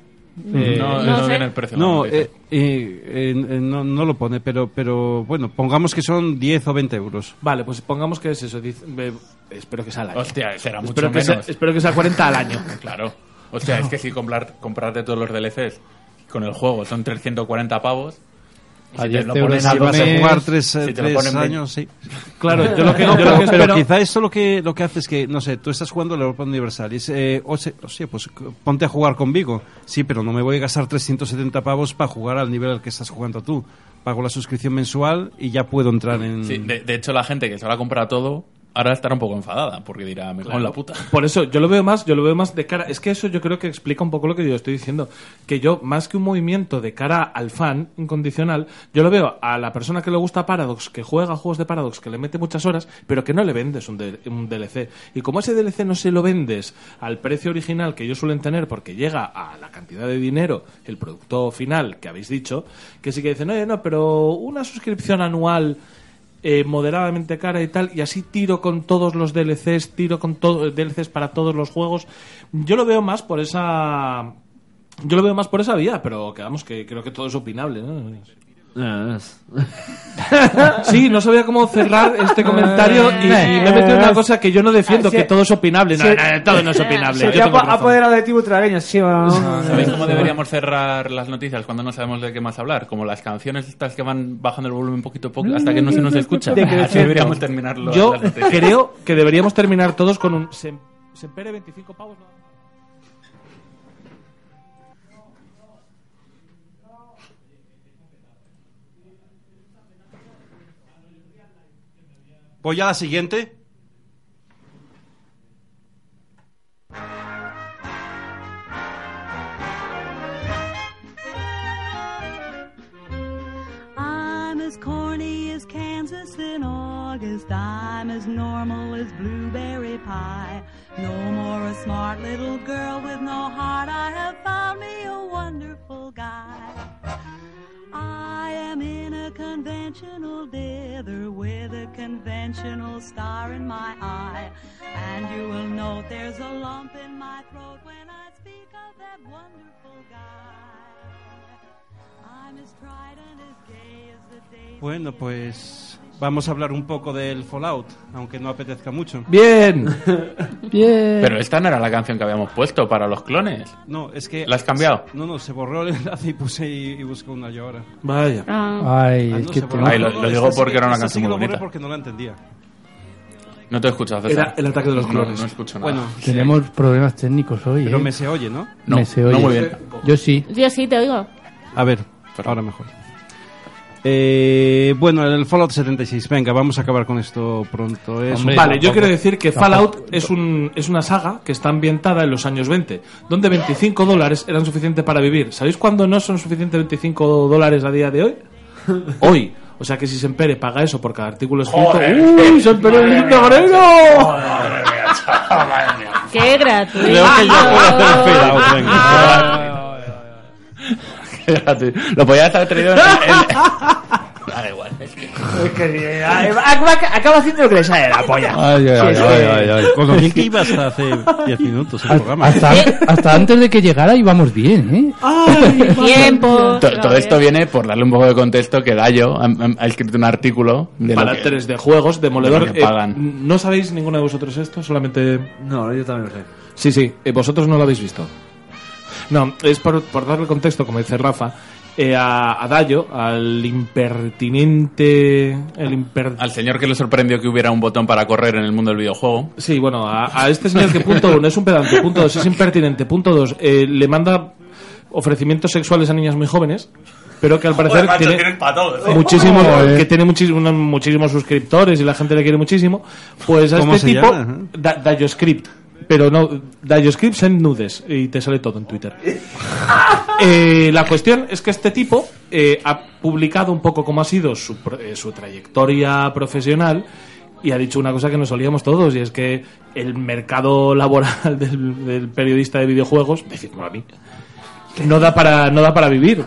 Speaker 3: Eh, no,
Speaker 4: No
Speaker 3: no
Speaker 4: sé.
Speaker 3: viene el precio.
Speaker 5: No,
Speaker 3: dice.
Speaker 5: eh, eh, eh, eh, no, no lo pone, pero, pero bueno, pongamos que son 10 o 20 euros.
Speaker 10: Vale, pues pongamos que es eso. dice- eh, espero que sea al año.
Speaker 3: Hostia, será mucho
Speaker 10: espero, que
Speaker 3: menos.
Speaker 10: sea, espero que sea 40 al año.
Speaker 3: Claro. O sea, es que si comprar, comprarte todos los DLCs con el juego son 340 pavos.
Speaker 1: A
Speaker 3: si te
Speaker 1: 10
Speaker 3: lo
Speaker 1: euros
Speaker 3: ponen
Speaker 5: Si
Speaker 1: al
Speaker 3: dos
Speaker 5: vas a
Speaker 1: mes,
Speaker 5: jugar 3
Speaker 3: si te lo ponen veinte.
Speaker 5: años, sí.
Speaker 10: Claro, yo lo que, yo lo
Speaker 5: Pero,
Speaker 10: que
Speaker 5: pero
Speaker 10: espero...
Speaker 5: quizá esto lo que, lo que hace es que, no sé, tú estás jugando al Europa Universalis. Eh, o sea, o sea, pues c- ponte a jugar conmigo. Sí, pero no me voy a gastar 370 pavos para jugar al nivel al que estás jugando tú. Pago la suscripción mensual y ya puedo entrar en.
Speaker 3: Sí, de, de hecho, la gente que se lo ha comprado todo ahora estará un poco enfadada porque dirá, me cago en la puta.
Speaker 10: Por eso, yo lo veo más, yo lo veo más de cara. Es que eso yo creo que explica un poco lo que yo estoy diciendo. Que yo, más que un movimiento de cara al fan incondicional, yo lo veo a la persona que le gusta Paradox, que juega juegos de Paradox, que le mete muchas horas, pero que no le vendes un, D- un DLC. Y como ese DLC no se lo vendes al precio original que ellos suelen tener, porque llega a la cantidad de dinero, el producto final que habéis dicho, que sí que dicen, oye, no, pero una suscripción anual eh, moderadamente cara y tal, y así tiro con todos los DLCs, tiro con todos DLCs para todos los juegos. Yo lo veo más por esa. Yo lo veo más por esa vía, pero que vamos, que creo que todo es opinable, ¿no? Sí, no sabía cómo cerrar este comentario y, y me he metido en una cosa que yo no defiendo, que todo es opinable. No,
Speaker 2: Sí.
Speaker 10: no, todo no es opinable.
Speaker 2: Se
Speaker 10: yo
Speaker 2: te ha
Speaker 10: tengo
Speaker 2: po-
Speaker 10: razón.
Speaker 2: ha apoderado de ti Butragueño, sí, vamos.
Speaker 3: ¿Sabéis cómo deberíamos cerrar las noticias cuando no sabemos de qué más hablar? Como las canciones estas que van bajando el volumen poquito a poco hasta que no se nos escucha. Así deberíamos terminarlo.
Speaker 10: Yo
Speaker 3: las noticias.
Speaker 10: creo que deberíamos terminar todos con un. Se, se empere 25 pavos. ¿no?
Speaker 5: Voy a la siguiente.
Speaker 11: I'm as corny as Kansas in August. I'm as normal as blueberry pie. No more a smart little girl with no heart. I have found me a wonderful guy. I am in a conventional dither with a conventional star in my eye. And you will note there's a lump in my throat when I speak of that wonderful guy. I'm as trident as gay as the day.
Speaker 5: Bueno, pues vamos a hablar un poco del Fallout, aunque no apetezca mucho.
Speaker 10: Bien.
Speaker 5: Bien.
Speaker 3: Pero esta no era la canción que habíamos puesto para los clones.
Speaker 5: No, es que...
Speaker 3: ¿La has cambiado?
Speaker 5: No, no, se borró el enlace y puse y, y busqué una yo ahora.
Speaker 10: Vaya.
Speaker 1: Ah. Ay, es que
Speaker 5: se
Speaker 1: te-
Speaker 5: borró.
Speaker 1: Ay, lo- lo
Speaker 5: Esta
Speaker 3: digo
Speaker 5: sí
Speaker 3: porque
Speaker 5: que-
Speaker 3: era una
Speaker 5: esta sí
Speaker 3: canción muy
Speaker 5: que lo borré
Speaker 3: bonita.
Speaker 5: porque no la entendía.
Speaker 3: No te he escuchado, César.
Speaker 5: Era el ataque de los
Speaker 3: No,
Speaker 5: clones.
Speaker 3: No, escucho nada.
Speaker 5: Bueno,
Speaker 1: Tenemos problemas técnicos hoy.
Speaker 5: Pero
Speaker 1: ¿eh?
Speaker 5: me se oye, ¿no?
Speaker 1: Me
Speaker 5: No,
Speaker 1: se
Speaker 5: no
Speaker 1: oye.
Speaker 5: muy bien.
Speaker 1: Yo sí.
Speaker 4: Yo sí, te oigo.
Speaker 5: A ver, ahora mejor. Eh, bueno, el Fallout 76. Venga, vamos a acabar con esto pronto. Es un-
Speaker 10: vale, yo quiero decir que
Speaker 5: Tampoco.
Speaker 10: Fallout es, un, es una saga que está ambientada en los años 20, donde 25 dólares eran suficientes para vivir. ¿Sabéis cuándo no son suficientes 25 dólares a día de hoy? hoy. O sea que si Sempere paga eso por cada artículo escrito.
Speaker 9: Joder.
Speaker 10: ¡Uy, Sempere es un negrero!
Speaker 4: ¡Qué gratuito!
Speaker 10: Creo que yo puedo hacer
Speaker 3: Fallout, Espérate, Lo podías haber traído en el- en- Da igual. es que-
Speaker 2: Es que, eh, acaba, acaba haciendo lo que le sale de la polla.
Speaker 1: Ay, ay,
Speaker 2: Sí,
Speaker 1: ay,
Speaker 2: sí.
Speaker 1: ay, ay, ay.
Speaker 5: Con lo bien que iba hasta hace 10 minutos el programa. ¿eh?
Speaker 1: Hasta, Ah, hasta antes de que llegara íbamos bien, ¿eh?
Speaker 4: Ah, Tiempo.
Speaker 3: To- Todo esto viene por darle un poco de contexto que Dayo ha, ha- ha escrito un artículo de lo
Speaker 10: para
Speaker 3: que-
Speaker 10: 3D juegos,
Speaker 3: de
Speaker 10: Demoledor.
Speaker 3: lo que
Speaker 10: eh,
Speaker 3: pagan.
Speaker 10: ¿No sabéis ninguno de vosotros esto? Solamente.
Speaker 2: No, yo también lo sé.
Speaker 10: Sí, sí, eh, vosotros no lo habéis visto. No, es por, por darle contexto, como dice Rafa, eh, a, a Dayo, al impertinente. El imper-
Speaker 3: Al señor que le sorprendió que hubiera un botón para correr en el mundo del videojuego.
Speaker 10: Sí, bueno, a, a este señor que punto uno es un pedante, punto dos es impertinente, punto dos eh, le manda ofrecimientos sexuales a niñas muy jóvenes, pero que al parecer tiene-
Speaker 9: para
Speaker 5: ¿eh?
Speaker 9: todos.
Speaker 10: muchísimo que tiene muchísimos muchísimos suscriptores y la gente le quiere muchísimo pues a
Speaker 5: ¿Cómo
Speaker 10: este
Speaker 5: se
Speaker 10: tipo
Speaker 5: llama?
Speaker 10: da, DayoScript pero no DayoScript send nudes y te sale todo en Twitter Eh, la cuestión es que este tipo eh, ha publicado un poco cómo ha sido su, pro- eh, su trayectoria profesional y ha dicho una cosa que nos olíamos todos y es que el mercado laboral del, del periodista de videojuegos decidme a mí no da para no da para vivir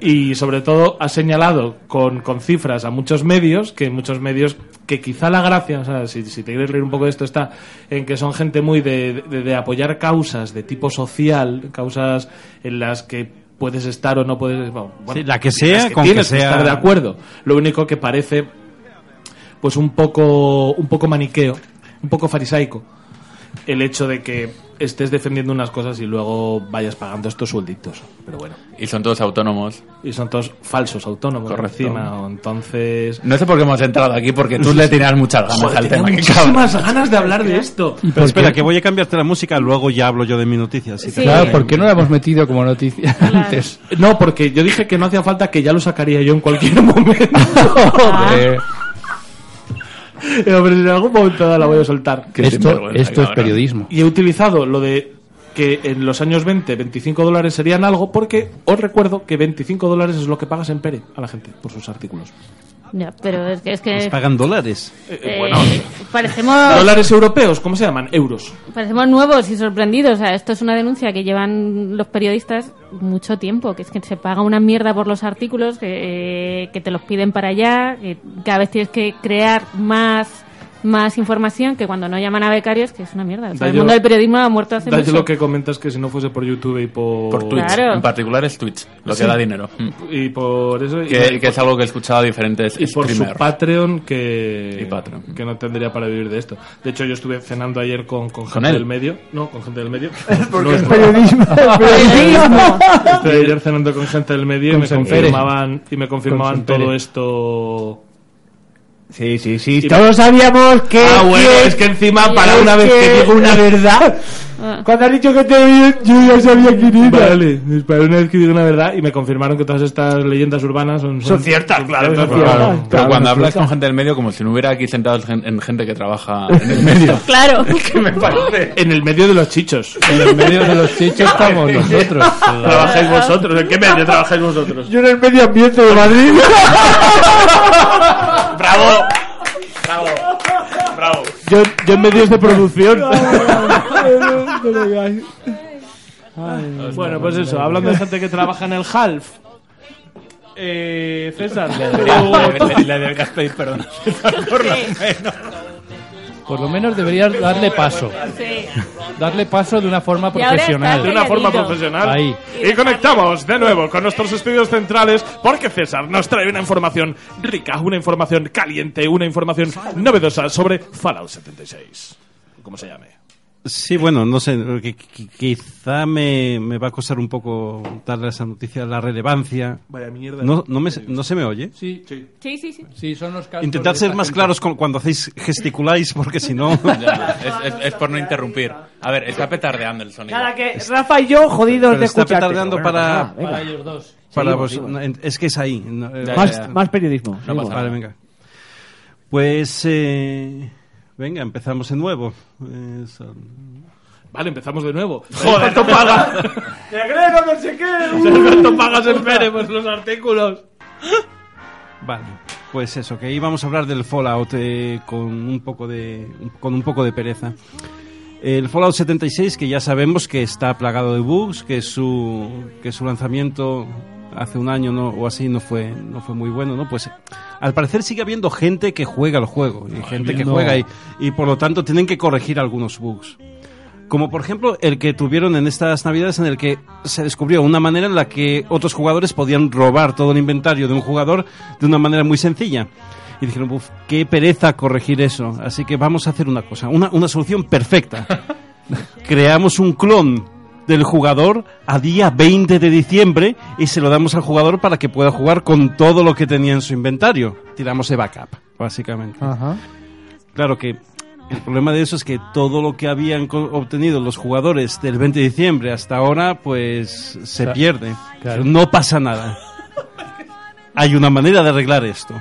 Speaker 10: y sobre todo ha señalado con, con cifras a muchos medios, que muchos medios, que quizá la gracia, o sea, si, si te quieres reír un poco de esto, está en que son gente muy de, de- de apoyar causas de tipo social, causas en las que puedes estar o no puedes... Bueno,
Speaker 5: Sí, la que
Speaker 10: en
Speaker 5: sea,
Speaker 10: las
Speaker 5: con que
Speaker 10: tienes
Speaker 5: sea.
Speaker 10: estar de acuerdo. Lo único que parece pues un poco, un poco maniqueo, un poco farisaico, el hecho de que estés defendiendo unas cosas y luego vayas pagando estos suelditos. Pero bueno.
Speaker 3: Y son todos autónomos.
Speaker 10: Y son todos falsos autónomos
Speaker 3: Correcto.
Speaker 10: encima. Entonces.
Speaker 3: No sé por qué hemos entrado aquí, porque tú le tiras muchas ganas
Speaker 10: Joder,
Speaker 3: al
Speaker 10: tenía
Speaker 3: tema. que cabrón.
Speaker 10: muchísimas ganas de hablar de esto.
Speaker 5: Pero espera, que voy a cambiarte la música, luego ya hablo yo de mi noticia. si te
Speaker 1: Claro,
Speaker 5: parece.
Speaker 1: ¿por qué no lo hemos metido como noticia antes?
Speaker 10: No, porque yo dije que no hacía falta que ya lo sacaría yo en cualquier momento.
Speaker 4: Ah.
Speaker 1: Joder.
Speaker 10: Pero si en algún momento dado la voy a soltar.
Speaker 1: Qué Esto- sinvergüenza, esto es cabrón. periodismo.
Speaker 10: Y he utilizado lo de que en los años 20, 25 dólares serían algo, porque os recuerdo que 25 dólares es lo que pagas en Pere a la gente por sus artículos.
Speaker 4: Ya, pero es que... Es que
Speaker 5: ¿Les pagan dólares?
Speaker 4: eh, parecemos...
Speaker 10: ¿Dólares europeos? ¿Cómo se llaman? Euros.
Speaker 4: Parecemos nuevos y sorprendidos. O sea, esto es una denuncia que llevan los periodistas mucho tiempo, que es que se paga una mierda por los artículos, que, eh, que te los piden para allá, que cada vez tienes que crear más más información que cuando no llaman a becarios, que es una mierda. O sea,
Speaker 10: Da
Speaker 4: el
Speaker 10: yo-
Speaker 4: mundo del periodismo ha muerto hace
Speaker 10: Da yo
Speaker 4: mucho.
Speaker 10: lo que comentas que si no fuese por YouTube y por...
Speaker 3: Por Twitch,
Speaker 4: Claro.
Speaker 3: en particular es Twitch, lo
Speaker 10: Sí. Mm.
Speaker 3: que da dinero.
Speaker 10: Y por eso... y
Speaker 3: Que,
Speaker 10: por-
Speaker 3: que es algo que he escuchado a diferentes
Speaker 10: y por su
Speaker 3: streamers.
Speaker 10: Patreon que que no tendría para vivir de esto. De hecho, yo estuve cenando ayer con, con gente
Speaker 3: él?
Speaker 10: del medio. No, con gente del medio.
Speaker 2: Porque
Speaker 10: No,
Speaker 2: es
Speaker 10: no.
Speaker 2: periodismo, es periodismo.
Speaker 10: Estuve ayer cenando con gente del medio y me
Speaker 2: Consentere.
Speaker 10: confirmaban, y me confirmaban
Speaker 2: Consentere.
Speaker 10: todo esto.
Speaker 2: Sí, sí, sí.
Speaker 10: Y-
Speaker 2: Todos sabíamos que.
Speaker 10: Ah, bueno,
Speaker 2: que-
Speaker 10: es que encima para una vez que digo
Speaker 2: una verdad. Cuando has dicho que te vi, yo ya sabía quién era.
Speaker 10: Vale, es para una vez que digo una verdad y me confirmaron que todas estas leyendas urbanas son,
Speaker 2: Son ciertas, claro,
Speaker 10: ciertas,
Speaker 2: son
Speaker 10: claro.
Speaker 2: ciertas.
Speaker 3: Pero
Speaker 10: Claro,
Speaker 3: cuando
Speaker 10: no
Speaker 3: hablas
Speaker 10: explica.
Speaker 3: con gente del medio, como si no hubiera aquí sentados gen- en gente que trabaja en el medio.
Speaker 4: Claro.
Speaker 10: En el medio de los chichos.
Speaker 1: En el medio de los chichos estamos nosotros.
Speaker 10: Trabajáis vosotros. ¿En qué medio trabajáis vosotros?
Speaker 2: Yo en el medio ambiente de Madrid.
Speaker 9: ¡Bravo! ¡Bravo! ¡Bravo!
Speaker 2: yo, yo en medios de producción.
Speaker 10: Bueno, pues eso, hablando de gente que trabaja en el Half. Eh, César,
Speaker 3: Le- le deberías pedir perdón. Por lo menos.
Speaker 1: Por lo menos deberías darle paso. Darle paso de una forma
Speaker 4: Y ahora está
Speaker 1: profesional.
Speaker 10: de una forma profesional.
Speaker 1: Ahí.
Speaker 10: Y conectamos de nuevo con nuestros estudios centrales porque César nos trae una información rica, una información caliente, una información novedosa sobre Fallout 76. ¿Cómo se llame?
Speaker 5: Sí, bueno, no sé, qui- qui- quizá me, me va a costar un poco darle a esa noticia la relevancia.
Speaker 10: Vaya mierda.
Speaker 5: No, no, me, ¿No se me oye?
Speaker 1: Sí,
Speaker 10: sí.
Speaker 4: Sí, sí, sí.
Speaker 1: Sí, son los cascos
Speaker 5: Intentad
Speaker 1: de
Speaker 5: ser
Speaker 1: esta
Speaker 5: más
Speaker 1: gente.
Speaker 5: claros con- cuando hacéis gesticuláis, porque si no...
Speaker 3: Ya, es, es- es por no interrumpir. A ver, está petardeando el sonido.
Speaker 2: Nada, que Rafa y yo jodidos
Speaker 5: Pero
Speaker 2: de
Speaker 5: está
Speaker 2: escucharte.
Speaker 5: petardeando
Speaker 2: Bueno,
Speaker 5: para-
Speaker 2: nada, venga.
Speaker 1: Para ellos dos.
Speaker 5: Para
Speaker 2: Seguimos,
Speaker 5: vos-
Speaker 2: seguimos.
Speaker 5: no, en- es que es ahí. no, eh,
Speaker 3: Ya,
Speaker 2: Más,
Speaker 3: ya, ya.
Speaker 2: más periodismo.
Speaker 3: No
Speaker 2: seguimos.
Speaker 3: pasa nada.
Speaker 5: Vale, venga. Pues, eh, venga, empezamos de nuevo. Eh, son-
Speaker 10: Vale, empezamos de nuevo. Joder, ¿cuánto paga?
Speaker 2: Negredo, no sé qué.
Speaker 10: ¿Cuánto pagas en veremos los artículos?
Speaker 5: Vale, pues eso, que ahí vamos a hablar del Fallout eh, con un poco de con un poco de pereza. El Fallout 76, que ya sabemos que está plagado de bugs, que su que su lanzamiento hace un año no, o así no fue no fue muy bueno, ¿no? Pues al parecer sigue habiendo gente que juega el juego y gente que
Speaker 1: no.
Speaker 5: juega y, y por lo tanto tienen que corregir algunos bugs. Como por ejemplo el que tuvieron en estas navidades en el que se descubrió una manera en la que otros jugadores podían robar todo el inventario de un jugador de una manera muy sencilla. Y dijeron, "Buf, qué pereza corregir eso. Así que vamos a hacer una cosa, una, una solución perfecta. Creamos un clon del jugador a día 20 de diciembre y se lo damos al jugador para que pueda jugar con todo lo que tenía en su inventario. Tiramos de backup, básicamente. Claro que el problema de eso es que todo lo que habían co- obtenido los jugadores del 20 de diciembre hasta ahora, pues se
Speaker 1: Claro.
Speaker 5: pierde.
Speaker 1: Claro.
Speaker 5: No pasa nada. Hay una manera de arreglar esto.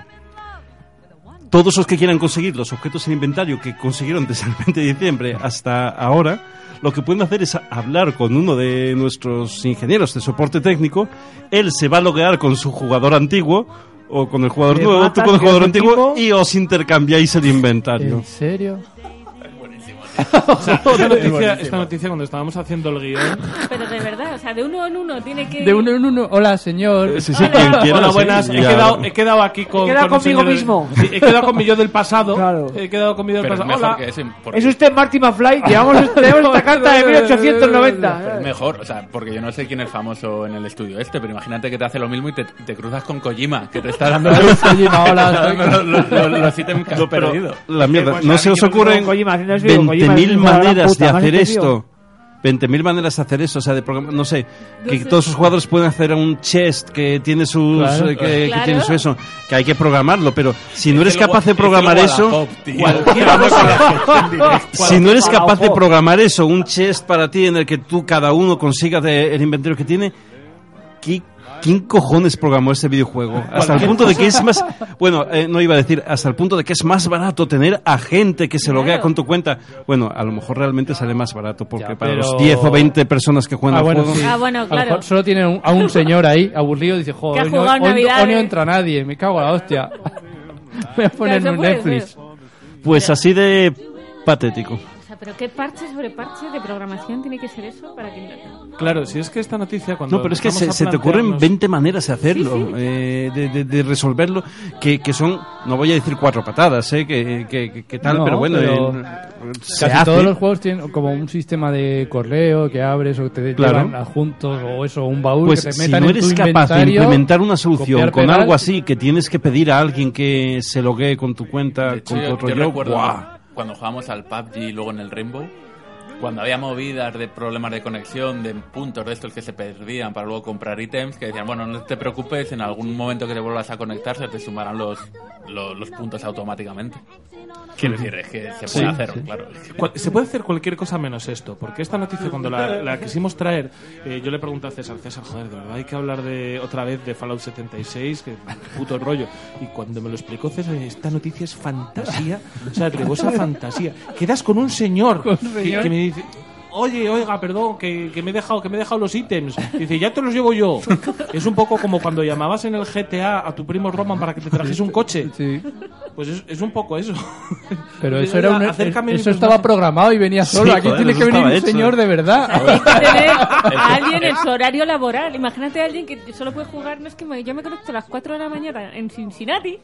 Speaker 5: Todos los que quieran conseguir los objetos en inventario que consiguieron desde el 20 de diciembre hasta ahora, lo que pueden hacer es a- hablar con uno de nuestros ingenieros de soporte técnico. Él se va a loguear con su jugador antiguo o con el jugador
Speaker 2: Te
Speaker 5: nuevo, tú
Speaker 2: matas,
Speaker 5: con el jugador
Speaker 2: creas
Speaker 5: antiguo
Speaker 2: equipo.
Speaker 5: y os intercambiáis el inventario.
Speaker 1: ¿En serio?
Speaker 10: Esta noticia, esta noticia cuando estábamos haciendo el guión.
Speaker 4: Pero de verdad, o sea, de uno en uno tiene que...
Speaker 1: De uno en uno. Hola, señor.
Speaker 5: Sí, sí, quien quiera,
Speaker 10: Hola,
Speaker 5: sí,
Speaker 10: buenas. He
Speaker 5: ya.
Speaker 10: quedado, he quedado aquí con.
Speaker 2: He quedado
Speaker 10: con un
Speaker 2: conmigo
Speaker 10: señor de-
Speaker 2: mismo.
Speaker 10: Sí, he quedado con mi yo del pasado.
Speaker 2: Claro.
Speaker 10: He quedado con mi yo del
Speaker 3: Pero es
Speaker 10: pasado.
Speaker 3: mejor
Speaker 10: Hola.
Speaker 3: que ese. porque-
Speaker 2: Es usted Marty McFly. Llevamos, tenemos esta carta de
Speaker 3: Pero es
Speaker 2: 1890.
Speaker 3: mejor, o sea, porque yo no sé quién es famoso en el estudio este, pero imagínate que te hace lo mismo y te, y te cruzas con Kojima, que te está dando
Speaker 1: Luz, Kojima,
Speaker 3: te está
Speaker 1: hola,
Speaker 3: dando
Speaker 1: soy-
Speaker 3: los, los- los ítems que has
Speaker 5: Pero
Speaker 3: perdido.
Speaker 5: la mierda,
Speaker 2: pues,
Speaker 5: no
Speaker 2: a
Speaker 5: se
Speaker 2: mí
Speaker 5: os
Speaker 2: yo me
Speaker 5: ocurren
Speaker 2: pongo Kojima, si no es vivo, Kojima es
Speaker 5: 20.000
Speaker 2: un hijo de la
Speaker 5: maneras
Speaker 2: puta,
Speaker 5: de
Speaker 2: ¿me has
Speaker 5: hacer
Speaker 2: entendido?
Speaker 5: esto. 20.000 maneras de hacer eso, o sea, de programa, no sé, que
Speaker 4: sé.
Speaker 5: todos sus jugadores pueden hacer un chest que tiene sus
Speaker 1: Claro.
Speaker 5: eh, que, que
Speaker 4: Claro.
Speaker 5: tiene su eso, que hay que programarlo, pero si no
Speaker 3: Es
Speaker 5: eres
Speaker 3: el
Speaker 5: capaz
Speaker 3: gua-
Speaker 5: de
Speaker 3: es el
Speaker 5: programar eso,
Speaker 3: Wallapop, tío.
Speaker 5: si no eres capaz de
Speaker 2: Wallapop.
Speaker 5: programar eso, un chest para ti en el que tú cada uno consiga de- el inventario que tiene, ¿qué- ¿quién cojones programó este videojuego? Hasta el punto de que es más, bueno, eh, no iba a decir, hasta el punto de que es más barato tener a gente que se loguea
Speaker 4: Claro.
Speaker 5: con tu cuenta. Bueno, a lo mejor realmente sale más barato porque
Speaker 1: Ya,
Speaker 5: para
Speaker 1: pero-
Speaker 5: los 10 o 20 personas que juegan
Speaker 1: Ah,
Speaker 5: al
Speaker 1: bueno,
Speaker 5: juego.
Speaker 1: sí.
Speaker 4: Ah, bueno,
Speaker 1: A lo
Speaker 4: claro.
Speaker 1: mejor solo tiene un- a un señor ahí, aburrido, y dice,
Speaker 4: Que ha
Speaker 1: joder, hoy no,
Speaker 4: jugado en
Speaker 1: hoy no- hoy no
Speaker 4: Navidades".
Speaker 1: entra nadie, me cago en la hostia. Voy a poner
Speaker 4: Claro,
Speaker 1: un
Speaker 4: puede
Speaker 1: Netflix.
Speaker 4: ser.
Speaker 5: Pues así de patético.
Speaker 4: O sea, pero ¿qué parche sobre parche de programación tiene que ser eso para que...
Speaker 10: Claro, si es que esta noticia cuando...
Speaker 5: No, pero es que se,
Speaker 10: empezamos a
Speaker 5: se te ocurren
Speaker 10: plantearnos-
Speaker 5: 20 maneras de hacerlo, eh, de, de- de resolverlo, que, que son, no voy a decir cuatro patadas, eh, que, que- que- que tal,
Speaker 1: No,
Speaker 5: pero bueno,
Speaker 1: pero
Speaker 5: eh, se
Speaker 1: Casi
Speaker 5: hace.
Speaker 1: todos los juegos tienen como un sistema de correo que abres o te
Speaker 5: Claro.
Speaker 1: llevan juntos o eso, un baúl
Speaker 5: pues
Speaker 1: que te
Speaker 5: si
Speaker 1: metan
Speaker 5: no
Speaker 1: en tu
Speaker 5: eres capaz de
Speaker 1: inventario,
Speaker 5: implementar una solución
Speaker 1: copiar,
Speaker 5: con
Speaker 1: pegar,
Speaker 5: algo así que tienes que pedir a alguien que se loguee con tu cuenta,
Speaker 3: De hecho,
Speaker 5: con tu
Speaker 3: yo,
Speaker 5: otro
Speaker 3: yo
Speaker 5: yo,
Speaker 3: recuerdo
Speaker 5: ¡guau!
Speaker 3: cuando jugábamos al PUBG y luego en el Rainbow, cuando había movidas de problemas de conexión, de puntos de estos que se perdían para luego comprar ítems, que decían, bueno, no te preocupes, en algún momento que te vuelvas a conectar se te sumarán los, lo- los, puntos automáticamente. Quiero decir, es que se puede
Speaker 10: Sí,
Speaker 3: hacer,
Speaker 10: sí.
Speaker 3: claro.
Speaker 10: Cual- Se puede hacer cualquier cosa menos esto, porque esta noticia cuando la, la quisimos traer, eh, yo le pregunté a César, César, joder, de verdad hay que hablar de otra vez de Fallout 76, que puto rollo. Y cuando me lo explicó César, esta noticia es fantasía, o sea, tregosa fantasía. Quedas con un señor, que-
Speaker 1: señor.
Speaker 10: que me dice... Oye, oiga, perdón, que, que me he dejado, que me he dejado los ítems. Dice, ya te los llevo yo. Es un poco como cuando llamabas en el GTA a tu primo Roman para que te trajese un coche. Pues es, es un poco eso.
Speaker 1: Pero
Speaker 10: Dice,
Speaker 1: eso era
Speaker 10: "Oiga,
Speaker 1: una-
Speaker 10: acércame mi
Speaker 1: eso estaba
Speaker 10: personaje".
Speaker 1: programado y venía solo.
Speaker 10: Sí,
Speaker 1: Aquí
Speaker 10: joder,
Speaker 1: tiene
Speaker 10: eso
Speaker 1: que venir
Speaker 10: estaba
Speaker 1: un
Speaker 10: hecho.
Speaker 1: señor de verdad.
Speaker 4: tener a alguien en su horario laboral. Imagínate a alguien que solo puede jugar, no es que me- yo me conecto a las 4 de la mañana en Cincinnati.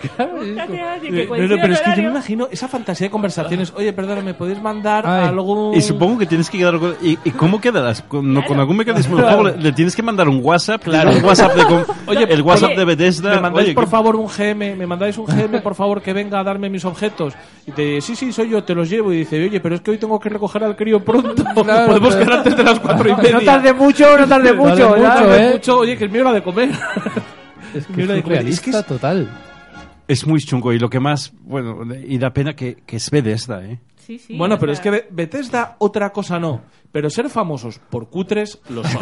Speaker 4: Búscate a alguien que
Speaker 10: Eh, no, no, pero es que yo me imagino esa fantasía de conversaciones. Oye, perdóname, ¿podéis mandar a algún.?
Speaker 5: Y supongo que tienes que quedar con... ¿Y, y cómo quedarás? Con, no, con algún mecanismo de juego le, le tienes que mandar un WhatsApp,
Speaker 10: Claro.
Speaker 5: un WhatsApp de... con-
Speaker 10: Oye,
Speaker 5: el WhatsApp
Speaker 10: oye,
Speaker 5: de Bethesda...
Speaker 10: ¿Me mandáis
Speaker 5: oye,
Speaker 10: por
Speaker 5: que-
Speaker 10: favor un GM? ¿Me mandáis un GM, por favor, que venga a darme mis objetos? Y te sí, sí, soy yo, te los llevo. Y dice, oye, pero es que hoy tengo que recoger al crío pronto. Podemos quedar antes de las cuatro y
Speaker 2: No
Speaker 10: media.
Speaker 2: tarde mucho, no tarde
Speaker 10: No tarde
Speaker 2: mucho, ¿verdad?
Speaker 10: mucho,
Speaker 2: ¿eh?
Speaker 10: mucho. Oye, que es mi hora de comer.
Speaker 1: Es
Speaker 10: Mi hora de comer. Es que es-
Speaker 1: total.
Speaker 5: Es muy chungo y lo que más... Bueno, y da pena que, que es Bethesda, ¿eh?
Speaker 4: Sí, sí.
Speaker 10: bueno, pero es que Be- Bethesda otra cosa no. Pero ser famosos por cutres lo son.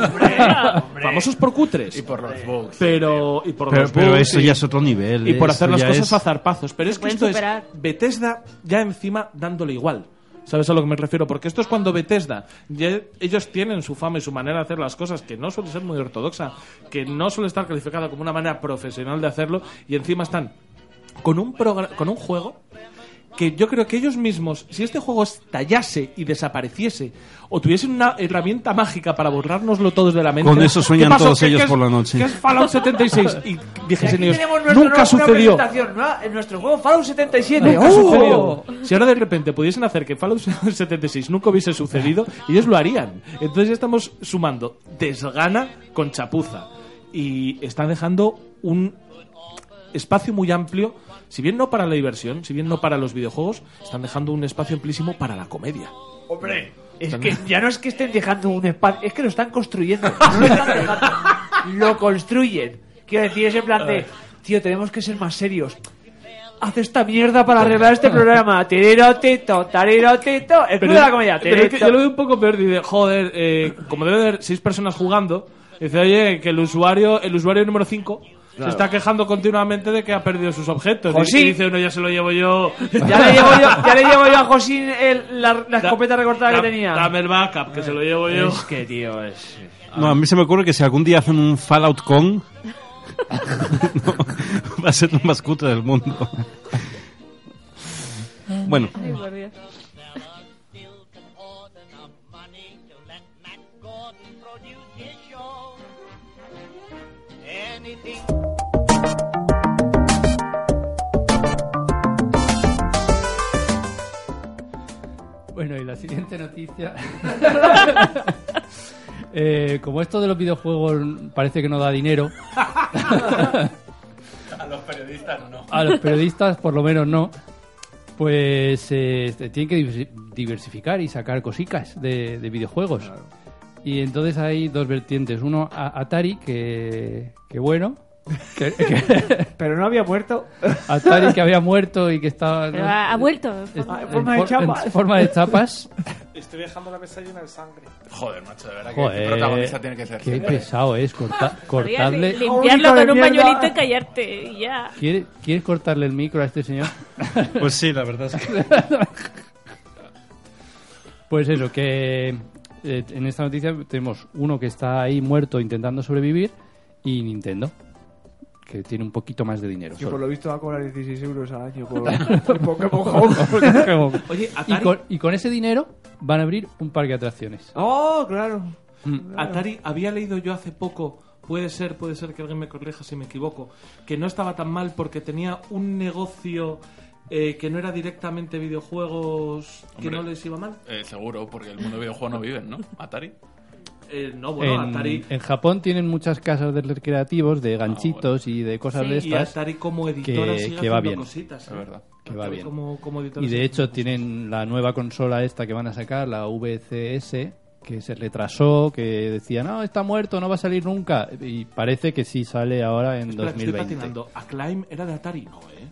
Speaker 10: famosos por cutres. Y
Speaker 3: por los bugs.
Speaker 10: Pero, y por
Speaker 5: Pero,
Speaker 10: los
Speaker 5: pero
Speaker 10: bugs,
Speaker 5: esto
Speaker 10: y-
Speaker 5: ya es otro nivel.
Speaker 10: Y por
Speaker 5: esto
Speaker 10: hacer las
Speaker 5: ya
Speaker 10: cosas
Speaker 5: es-
Speaker 10: a zarpazos. Pero es que
Speaker 4: pueden
Speaker 10: esto
Speaker 4: superar.
Speaker 10: es Bethesda ya encima dándole igual. ¿Sabes a lo que me refiero? Porque esto es cuando Bethesda, ya ellos tienen su fama y su manera de hacer las cosas, que no suele ser muy ortodoxa, que no suele estar calificada como una manera profesional de hacerlo, y encima están con un, progra- con un juego que yo creo que ellos mismos, si este juego estallase y desapareciese, o tuviesen una herramienta mágica para borrárnoslo todos de la mente...
Speaker 5: Con eso sueñan
Speaker 10: ¿qué pasó?
Speaker 5: todos
Speaker 10: ¿Qué-
Speaker 5: ellos
Speaker 10: qué es-
Speaker 5: por la noche.
Speaker 10: qué es Fallout 76? Y dijesen
Speaker 2: Aquí
Speaker 10: ellos,
Speaker 2: tenemos nuestro nuevo-
Speaker 10: nunca
Speaker 2: una
Speaker 10: sucedió.
Speaker 2: presentación, ¿no? En nuestro juego Fallout 77.
Speaker 10: Nunca
Speaker 2: ¡Oh!
Speaker 10: sucedió. Si ahora de repente pudiesen hacer que Fallout 76 nunca hubiese sucedido, ellos lo harían. Entonces ya estamos sumando desgana con chapuza. Y están dejando un espacio muy amplio, si bien no para la diversión, si bien no para los videojuegos, están dejando un espacio amplísimo para la comedia.
Speaker 2: Hombre, es que ya no es que estén dejando un espacio, es que lo están construyendo. No lo están dejando. Lo construyen. Quiero decir, ese plan de, tío, tenemos que ser más serios. Haz esta mierda para arreglar este programa. Tirerotito, tarirotito. El club de la comedia.
Speaker 10: pero es que
Speaker 2: Tirerito.
Speaker 10: yo lo veo un poco peor. Dice, joder, eh, como debe haber seis personas jugando, dice, oye, que el usuario, el usuario número 5
Speaker 2: Claro.
Speaker 10: se está quejando continuamente de que ha perdido sus objetos.
Speaker 2: Josí.
Speaker 10: Y dice, uno ya se lo llevo yo.
Speaker 2: Pues Ya le llevo yo, ya le llevo yo a Josín el- la, la escopeta recortada que
Speaker 10: Dame-
Speaker 2: tenía.
Speaker 10: Dame el backup, que se lo llevo yo.
Speaker 2: Es que, tío, es...
Speaker 5: No, a mí se me ocurre que si algún día hacen un Fallout con... no, va a ser lo más cutre del mundo. Bueno.
Speaker 4: Ay, por Dios.
Speaker 1: Bueno, y la siguiente noticia. Eh, como esto de los videojuegos parece que no da dinero,
Speaker 3: A los periodistas no.
Speaker 1: a los periodistas por lo menos no, pues eh, este, tienen que diversi- diversificar y sacar cositas de, de videojuegos. Y entonces hay dos vertientes. Uno, a- Atari, que, que bueno. que- que-
Speaker 2: Pero no había muerto.
Speaker 1: Atari que había muerto y que estaba...
Speaker 4: Pero ha, ha vuelto.
Speaker 1: en,
Speaker 4: Por-
Speaker 2: forma de
Speaker 1: for- en
Speaker 2: chapas.
Speaker 1: forma de chapas.
Speaker 9: Estoy dejando la mesa llena de sangre.
Speaker 3: Joder, macho, de verdad que
Speaker 1: Joder,
Speaker 3: el protagonista tiene que ser
Speaker 1: qué
Speaker 3: siempre.
Speaker 1: pesado es corta-
Speaker 4: Podrías
Speaker 1: cortarle.
Speaker 4: li- Limpiarlo
Speaker 2: Hijo de
Speaker 4: con un
Speaker 2: mierda.
Speaker 4: pañuelito y callarte. y Ya.
Speaker 1: ¿Quiere- ¿Quieres cortarle el micro a este señor?
Speaker 5: Pues sí, la verdad es que...
Speaker 1: Pues eso, que eh, en esta noticia tenemos uno que está ahí muerto intentando sobrevivir y Nintendo. que tiene un poquito más de dinero.
Speaker 2: Y
Speaker 1: solo.
Speaker 2: por lo visto va a cobrar 16 euros al año por por Pokémon Go.
Speaker 1: y, con, y con ese dinero van a abrir un parque de
Speaker 10: Ah,
Speaker 1: atracciones.
Speaker 2: Oh, claro.
Speaker 10: Atari había leído yo hace poco, puede ser, puede ser que alguien me corrija si me equivoco, que no estaba tan mal porque tenía un negocio eh, que no era directamente videojuegos, que
Speaker 3: Hombre.
Speaker 10: no les iba mal.
Speaker 3: Eh, seguro, porque el mundo de videojuego no vive, ¿no? Atari.
Speaker 10: Eh, no, bueno,
Speaker 1: en,
Speaker 10: Atari.
Speaker 1: en Japón tienen muchas casas de recreativos, de ganchitos y de cosas
Speaker 10: Ah, Sí,
Speaker 1: de
Speaker 10: y
Speaker 1: estas.
Speaker 10: Atari como editora
Speaker 1: que,
Speaker 10: sigue
Speaker 1: que va
Speaker 10: haciendo
Speaker 1: bien.
Speaker 10: cositas, ¿eh?
Speaker 1: Es verdad. Que va
Speaker 10: Atari
Speaker 1: bien.
Speaker 10: como- como editora
Speaker 1: y de
Speaker 10: sigue
Speaker 1: hecho tienen la nueva consola esta que van a sacar, la VCS, que se retrasó, que decían, no, está muerto, no va a salir nunca. Y parece que sí sale ahora en
Speaker 10: Espera, que estoy
Speaker 1: 2020.
Speaker 10: patinando. Acclaim era de Atari, no, ¿eh?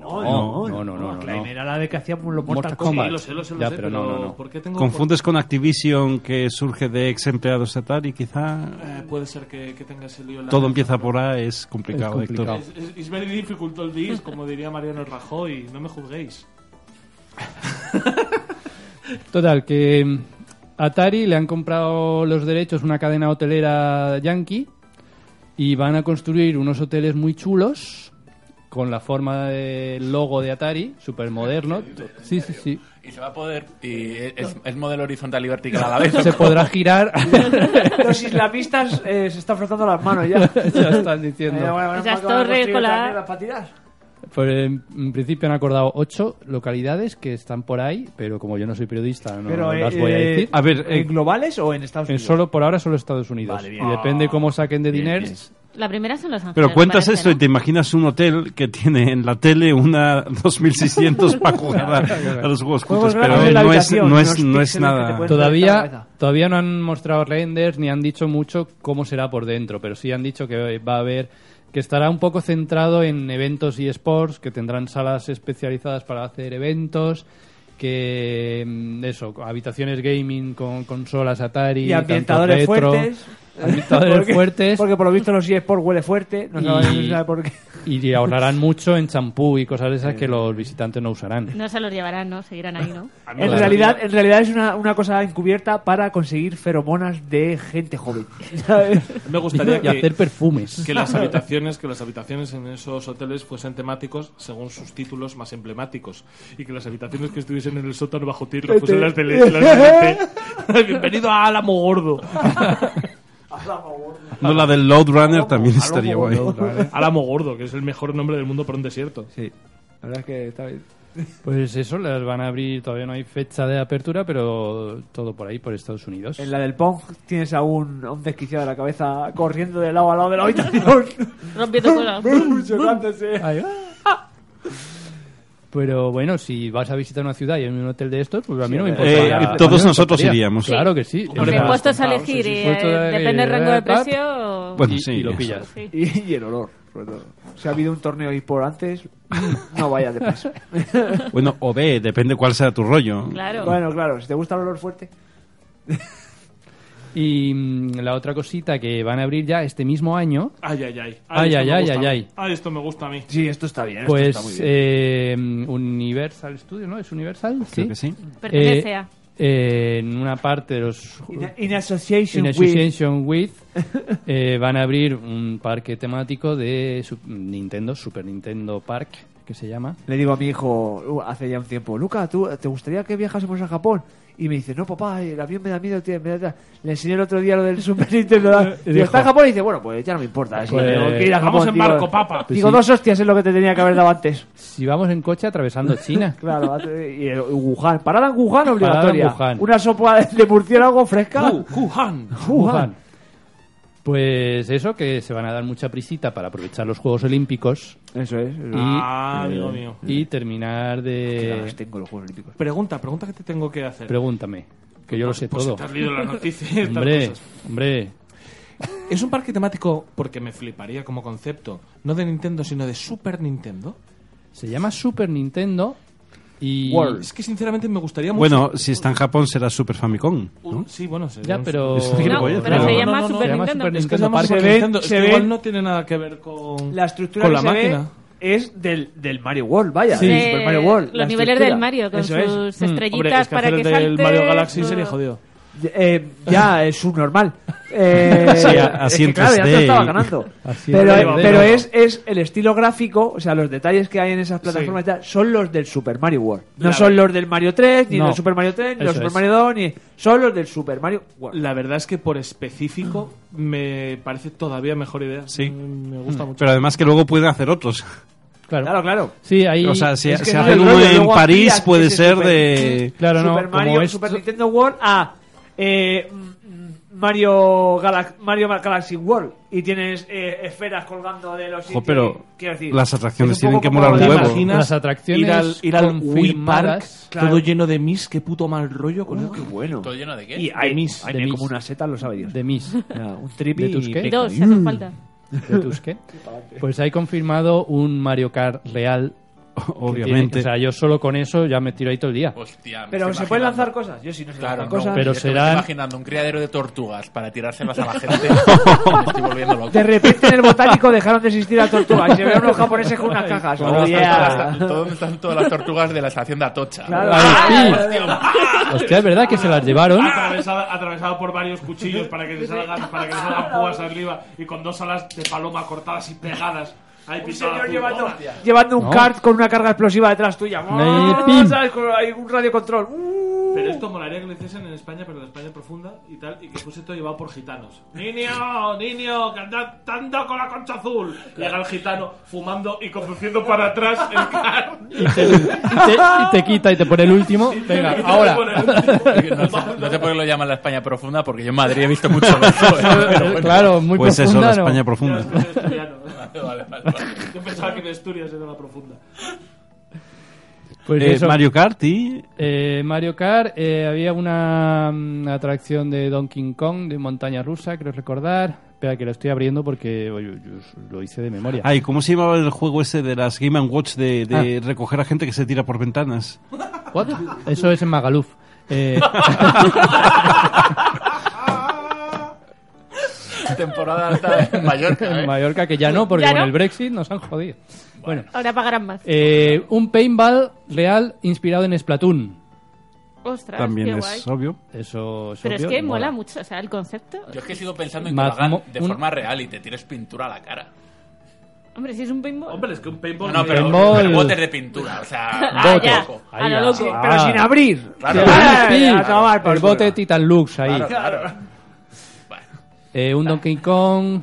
Speaker 1: no, no, no, no, no, no.
Speaker 2: Acclaim era la de que hacíamos los
Speaker 1: Mortal
Speaker 2: Mortal Kombat.
Speaker 1: Kombat.
Speaker 10: Sí, lo sé, lo sé, lo
Speaker 1: Ya,
Speaker 10: sé,
Speaker 1: pero
Speaker 10: pero
Speaker 1: no, no, no.
Speaker 10: ¿por qué tengo
Speaker 5: ¿Confundes con Activision que surge de ex empleados Atari? Quizá
Speaker 10: Eh, puede ser que, que tenga ese lío. en la
Speaker 5: todo
Speaker 10: cabeza.
Speaker 5: empieza por A, es complicado,
Speaker 1: Es complicado.
Speaker 5: Héctor.
Speaker 10: Es, es, es very difficult all this, como diría Mariano Rajoy. No me juzguéis.
Speaker 1: Total, que mm, Atari le han comprado los derechos a una cadena hotelera yankee y van a construir unos hoteles muy chulos con la forma del logo de Atari, súper moderno. Sí, sí, sí.
Speaker 3: Y se va a poder. Y es, es modelo horizontal y vertical a la vez.
Speaker 1: Se podrá girar.
Speaker 2: Los islamistas eh, se están frotando las manos ya.
Speaker 1: Ya están diciendo.
Speaker 2: Eh, bueno, bueno, ¿para
Speaker 4: Esas
Speaker 2: qué van a
Speaker 4: torres
Speaker 2: construir
Speaker 4: con la-
Speaker 2: otra mierda para tirar?
Speaker 1: Pues en, en principio han acordado ocho localidades que están por ahí, pero como yo no soy periodista, no
Speaker 2: Pero, eh,
Speaker 1: las voy a
Speaker 2: eh,
Speaker 1: decir.
Speaker 5: A ver, eh,
Speaker 2: ¿En globales o en Estados
Speaker 1: En
Speaker 2: Unidos?
Speaker 1: solo, por ahora solo Estados Unidos.
Speaker 2: Vale, bien.
Speaker 1: y depende cómo saquen de diners.
Speaker 4: La primera son Los Ángeles.
Speaker 5: Pero cuentas
Speaker 4: parece,
Speaker 5: esto
Speaker 4: ¿no?
Speaker 5: y te imaginas un hotel que tiene en la tele una 2600 para jugar a, a los juegos
Speaker 2: Juegos
Speaker 5: cultos, pero
Speaker 2: gratis en la
Speaker 5: no es,
Speaker 2: habitación,
Speaker 5: no es,
Speaker 2: unos
Speaker 5: no
Speaker 2: píxeles
Speaker 5: es
Speaker 2: que te
Speaker 5: nada.
Speaker 2: pueden-
Speaker 1: Todavía,
Speaker 2: cabeza.
Speaker 1: todavía no han mostrado renders ni han dicho mucho cómo será por dentro, pero sí han dicho que va a haber que estará un poco centrado en eventos y sports, que tendrán salas especializadas para hacer eventos, que mm, eso, habitaciones gaming con consolas Atari,
Speaker 2: Y
Speaker 1: tanto
Speaker 2: ambientadores
Speaker 1: retro,
Speaker 2: fuertes.
Speaker 1: ambientadores
Speaker 2: Porque-
Speaker 1: fuertes
Speaker 2: Porque por lo visto los eSports huele fuerte. No sabemos
Speaker 1: Y-
Speaker 2: sabe por qué.
Speaker 1: y ahorrarán mucho en champú y cosas de esas que los visitantes no usarán.
Speaker 4: No se los llevarán, ¿no? Seguirán ahí, ¿no?
Speaker 2: En realidad, en realidad es una, una cosa encubierta para conseguir feromonas de gente joven. ¿sabes?
Speaker 10: Me gustaría
Speaker 1: Y
Speaker 10: que,
Speaker 1: hacer perfumes.
Speaker 10: que las habitaciones, que las habitaciones en esos hoteles fuesen temáticos según sus títulos más emblemáticos y que las habitaciones que estuviesen en el sótano bajo tierra fuesen las de las de LT. Bienvenido a Álamo Gordo.
Speaker 5: No, la del Load Runner también estaría guay.
Speaker 10: Álamo Gordo, que es el mejor nombre del mundo para un desierto.
Speaker 2: Sí. La verdad es que está bien.
Speaker 1: Pues eso, las van a abrir, todavía no hay fecha de apertura, pero todo por ahí, por Estados Unidos.
Speaker 2: En la del Pong tienes a un, a un desquiciado de la cabeza corriendo de lado a lado de la habitación.
Speaker 4: Rompiendo cosas.
Speaker 2: Chocándose.
Speaker 1: Ahí va.
Speaker 5: Ah.
Speaker 1: Pero bueno, si vas a visitar una ciudad y hay un hotel de estos, pues a mí no me importa.
Speaker 5: Eh,
Speaker 1: A mí no me
Speaker 5: todos
Speaker 1: importaría.
Speaker 5: nosotros iríamos.
Speaker 1: Claro que sí.
Speaker 4: Hombre,
Speaker 1: Es más,
Speaker 4: puestos a elegir, eh,
Speaker 1: Puesto de-
Speaker 4: depende del rango
Speaker 1: eh,
Speaker 4: de
Speaker 1: pap.
Speaker 4: precio.
Speaker 5: Bueno,
Speaker 1: y,
Speaker 5: pues sí.
Speaker 1: y lo pillas.
Speaker 4: Sí.
Speaker 2: Y, y el olor, sobre todo. Si ha habido un torneo y por antes, no vayas de paso.
Speaker 5: Bueno, o B, depende cuál sea tu rollo.
Speaker 4: Claro.
Speaker 2: bueno, claro, si te gusta el olor fuerte.
Speaker 1: Y mm, la otra cosita que van a abrir ya este mismo año,
Speaker 10: Ay, ay, ay.
Speaker 1: Ay,
Speaker 10: esto
Speaker 1: ay, ay,
Speaker 10: me gusta
Speaker 1: ay,
Speaker 10: a mí.
Speaker 1: ay.
Speaker 10: Ay, esto me gusta a mí.
Speaker 2: Sí, esto está bien.
Speaker 1: pues
Speaker 2: esto está muy bien.
Speaker 1: eh, Universal Studios, ¿no? ¿Es Universal?
Speaker 5: Creo que sí.
Speaker 4: Pertenece
Speaker 1: Eh,
Speaker 4: a-
Speaker 1: eh, en una parte de los
Speaker 2: In, in association
Speaker 1: In
Speaker 2: with...
Speaker 1: association with, eh, van a abrir un parque temático de su- Nintendo, Super Nintendo Park, que se llama.
Speaker 2: Le digo a mi hijo uh, hace ya un tiempo, Luca, ¿tú, ¿te gustaría que viajásemos a Japón? Y me dice, no, papá, el avión me da miedo, tío, me da- Le ensené el otro día lo del Super Nintendo.
Speaker 1: Y
Speaker 2: Digo,
Speaker 1: dijo-
Speaker 2: ¿está en Japón? Y dice, bueno, pues ya no me importa. si
Speaker 1: Pues,
Speaker 2: tengo que ir a
Speaker 10: vamos
Speaker 2: Japón,
Speaker 10: en
Speaker 2: tío".
Speaker 10: barco, papa.
Speaker 2: Digo,
Speaker 1: Sí.
Speaker 2: dos hostias es lo que te tenía que haber dado antes.
Speaker 1: Si vamos en coche atravesando China.
Speaker 2: Claro, y el Wuhan. Parada en Wuhan obligatoria.
Speaker 1: en Wuhan.
Speaker 2: Una sopa de murciélago fresca.
Speaker 10: Ku- Kuhan.
Speaker 1: Wuhan. Pues eso, que se van a dar mucha prisita para aprovechar los Juegos Olímpicos
Speaker 2: Eso es. eso es.
Speaker 10: Ah, amigo mío.
Speaker 1: y terminar
Speaker 2: Qué
Speaker 1: de...
Speaker 2: ganas tengo los Juegos Olímpicos.
Speaker 10: Pregunta, pregunta que te tengo que hacer.
Speaker 1: Pregúntame, que yo lo sé
Speaker 10: Pues
Speaker 1: todo.
Speaker 10: te has leído la noticia y estas
Speaker 1: Hombre,
Speaker 10: cosas.
Speaker 1: hombre,
Speaker 10: ¿Es un parque temático, porque me fliparía como concepto, no de Nintendo, sino de Super Nintendo?
Speaker 1: se llama Super Nintendo y...
Speaker 10: Es que sinceramente me gustaría mucho...
Speaker 5: Bueno, si está en Japón será Super Famicom.
Speaker 10: un- Sí, bueno, sería
Speaker 1: Ya,
Speaker 10: un-
Speaker 1: pero...
Speaker 4: No,
Speaker 5: Oye,
Speaker 4: pero
Speaker 5: no,
Speaker 4: se
Speaker 5: no,
Speaker 4: llama
Speaker 10: no, no,
Speaker 4: Super
Speaker 10: se llama
Speaker 4: Nintendo.
Speaker 1: Super
Speaker 10: Es que
Speaker 1: Nintendo
Speaker 10: llama
Speaker 1: Park.
Speaker 10: Super
Speaker 2: Se ve-
Speaker 10: Nintendo, es
Speaker 2: se
Speaker 10: que
Speaker 2: ve-
Speaker 10: igual no tiene nada que ver con
Speaker 2: La estructura
Speaker 10: con
Speaker 2: que
Speaker 10: la
Speaker 2: se
Speaker 10: máquina.
Speaker 2: ve es del, del Mario World, vaya.
Speaker 4: Sí.
Speaker 2: del Super Mario World.
Speaker 4: Los
Speaker 2: la
Speaker 4: niveles
Speaker 2: estructura.
Speaker 4: del Mario con
Speaker 2: Eso es.
Speaker 4: sus estrellitas
Speaker 10: Hombre, es que
Speaker 4: para
Speaker 10: hacer
Speaker 4: que
Speaker 10: el del
Speaker 4: salte.
Speaker 10: Mario Galaxy sería jodido.
Speaker 2: eh, ya es subnormal. Eh,
Speaker 5: Sí, a- así
Speaker 2: es
Speaker 5: en
Speaker 2: que, claro, ya te
Speaker 5: 3D.
Speaker 2: estaba ganando.
Speaker 5: Así en
Speaker 2: Pero, eh,
Speaker 5: 3D,
Speaker 2: pero
Speaker 5: ¿no?
Speaker 2: es, es el estilo gráfico, o sea, los detalles que hay en esas plataformas y tal, son los del Super Mario World. No
Speaker 10: La
Speaker 2: son
Speaker 10: ver-
Speaker 2: los del Mario 3, ni
Speaker 10: No.
Speaker 2: los Super Mario 3, ni los
Speaker 10: Eso
Speaker 2: Super
Speaker 10: es.
Speaker 2: Mario 2, ni... Son los del Super Mario World.
Speaker 10: La verdad es que por específico me parece todavía mejor idea. Sí. Me gusta mucho.
Speaker 5: Pero además que luego puede hacer otros.
Speaker 1: Claro,
Speaker 2: claro.
Speaker 1: Sí, ahí.
Speaker 5: O sea, si,
Speaker 2: Es que
Speaker 5: si
Speaker 2: no,
Speaker 5: hacen
Speaker 2: el
Speaker 5: uno
Speaker 2: rollo,
Speaker 5: en
Speaker 2: luego
Speaker 5: París
Speaker 2: amplías
Speaker 5: puede
Speaker 2: ese
Speaker 5: ser
Speaker 2: Super-
Speaker 5: de...
Speaker 2: Super Mario, Super Nintendo World a eh, mm, mm, Mario, Galax- Mario Galaxy World y tienes eh, esferas colgando de los
Speaker 5: Jo,
Speaker 2: sitios.
Speaker 5: pero
Speaker 2: Quiero decir,
Speaker 5: las atracciones
Speaker 2: es un
Speaker 5: tienen
Speaker 2: poco
Speaker 5: que
Speaker 2: como
Speaker 5: molar un
Speaker 2: la-
Speaker 5: huevo.
Speaker 10: imaginas
Speaker 1: Las atracciones
Speaker 10: ir al, ir al Wii Park
Speaker 1: confirmadas,
Speaker 2: claro.
Speaker 10: todo lleno de mis, qué puto mal rollo. colega.
Speaker 2: qué bueno.
Speaker 3: ¿Todo lleno de qué?
Speaker 2: Y hay,
Speaker 10: mis,
Speaker 2: hay
Speaker 10: de mis.
Speaker 2: como una seta, lo sabe Dios.
Speaker 1: De mis.
Speaker 2: Ya, un tripi
Speaker 1: ¿De tus
Speaker 2: y
Speaker 1: qué?
Speaker 2: pica.
Speaker 4: Dos, hace falta.
Speaker 1: ¿De tus qué? Pues hay confirmado un Mario Kart real. que
Speaker 5: Obviamente.
Speaker 1: tiene- o sea, yo solo con eso ya me tiro ahí todo el día.
Speaker 3: Hostia, me
Speaker 2: Pero
Speaker 3: estoy
Speaker 2: se pueden
Speaker 3: imaginando.
Speaker 2: lanzar cosas. Yo sí no sé
Speaker 3: Claro,
Speaker 2: lanzar
Speaker 3: no,
Speaker 2: cosas.
Speaker 1: pero
Speaker 3: yo te me estoy
Speaker 1: serán-
Speaker 3: imaginando un criadero de tortugas para tirárselas a la gente. me estoy volviendo loco.
Speaker 2: De repente en el botánico dejaron de existir las tortugas y se vieron unos japoneses con unas cajas.
Speaker 3: ¿Dónde
Speaker 2: Oh,
Speaker 3: están
Speaker 2: yeah.
Speaker 3: todas las- ¿Dónde están todas las tortugas de la estación de Atocha?
Speaker 2: Claro.
Speaker 1: Ay, sí.
Speaker 3: Hostia,
Speaker 1: Hostia, es verdad que se las llevaron.
Speaker 10: Atravesada, atravesado por varios cuchillos para que le salgan, para que le salgan púas arriba y con dos alas de paloma cortadas y pegadas. Ahí
Speaker 2: Un
Speaker 10: pisada
Speaker 2: señor
Speaker 10: azul.
Speaker 2: llevando,
Speaker 10: Hostia.
Speaker 2: llevando un
Speaker 1: No.
Speaker 2: kart con una carga explosiva detrás tuya.
Speaker 1: Me- pim.
Speaker 2: ¿Sabes? Con- Hay un radio control. Uh.
Speaker 10: Pero esto molaría que lo hiciesen en España, pero en España profunda y tal, y que fuese todo llevado por gitanos. Niño, niño, que anda tanda con la concha azul. Llega el gitano fumando y conduciendo para atrás el car.
Speaker 1: Y te, y te quita y te pone el último. Venga, ahora.
Speaker 3: tío. No sé, no sé por qué lo llaman la España profunda, porque yo en Madrid he visto mucho de eso, ¿eh? Pero bueno.
Speaker 1: Claro, muy
Speaker 5: Pues eso,
Speaker 1: profunda,
Speaker 5: la
Speaker 1: ¿no?
Speaker 5: España profunda.
Speaker 3: Vale, vale, vale.
Speaker 10: Yo pensaba que en Asturias era la profunda.
Speaker 1: Pues
Speaker 5: Eh,
Speaker 1: eso.
Speaker 5: Mario Kart y...
Speaker 1: Eh, Mario Kart, eh, había una mm, atracción de Donkey Kong, de montaña rusa, creo recordar. Espera, que la estoy abriendo porque oye, yo lo hice de memoria.
Speaker 5: Ay, ¿cómo se llamaba el juego ese de las Game and Watch de,
Speaker 1: Ah.
Speaker 5: de recoger a gente que se tira por ventanas?
Speaker 1: What? Eso es en Magaluf. Eh,
Speaker 3: Temporada alta en Mallorca.
Speaker 1: en
Speaker 3: ¿eh?
Speaker 1: Mallorca, que ya no, porque
Speaker 4: Ya
Speaker 1: con
Speaker 4: no.
Speaker 1: el Brexit nos han jodido. Bueno,
Speaker 4: Ahora pagarán más.
Speaker 1: eh, un paintball real inspirado en Splatoon.
Speaker 4: Ostras,
Speaker 5: También
Speaker 4: qué
Speaker 5: es
Speaker 4: guay.
Speaker 5: obvio.
Speaker 1: Eso
Speaker 4: Pero es
Speaker 1: obvio,
Speaker 4: que mola mucho, o sea, el concepto.
Speaker 3: Yo es que sigo pensando en que lo
Speaker 1: Más
Speaker 3: hagan
Speaker 1: mo-
Speaker 3: de
Speaker 1: un-
Speaker 3: forma real y te tires pintura a la cara.
Speaker 4: Hombre, si es un paintball.
Speaker 10: Hombre, es que un paintball.
Speaker 3: No, no, pero,
Speaker 1: Pinball.
Speaker 3: pero botes de pintura, o sea...
Speaker 4: Ah,
Speaker 1: bote.
Speaker 4: ya, a lo
Speaker 1: Ahí,
Speaker 4: loco.
Speaker 1: ah.
Speaker 2: Pero sin abrir.
Speaker 3: Claro.
Speaker 2: Ah,
Speaker 1: Sí,
Speaker 2: a tomar por
Speaker 1: el bote
Speaker 2: culo.
Speaker 1: Titan Lux ahí.
Speaker 3: Claro, claro.
Speaker 1: Eh, un Donkey Kong,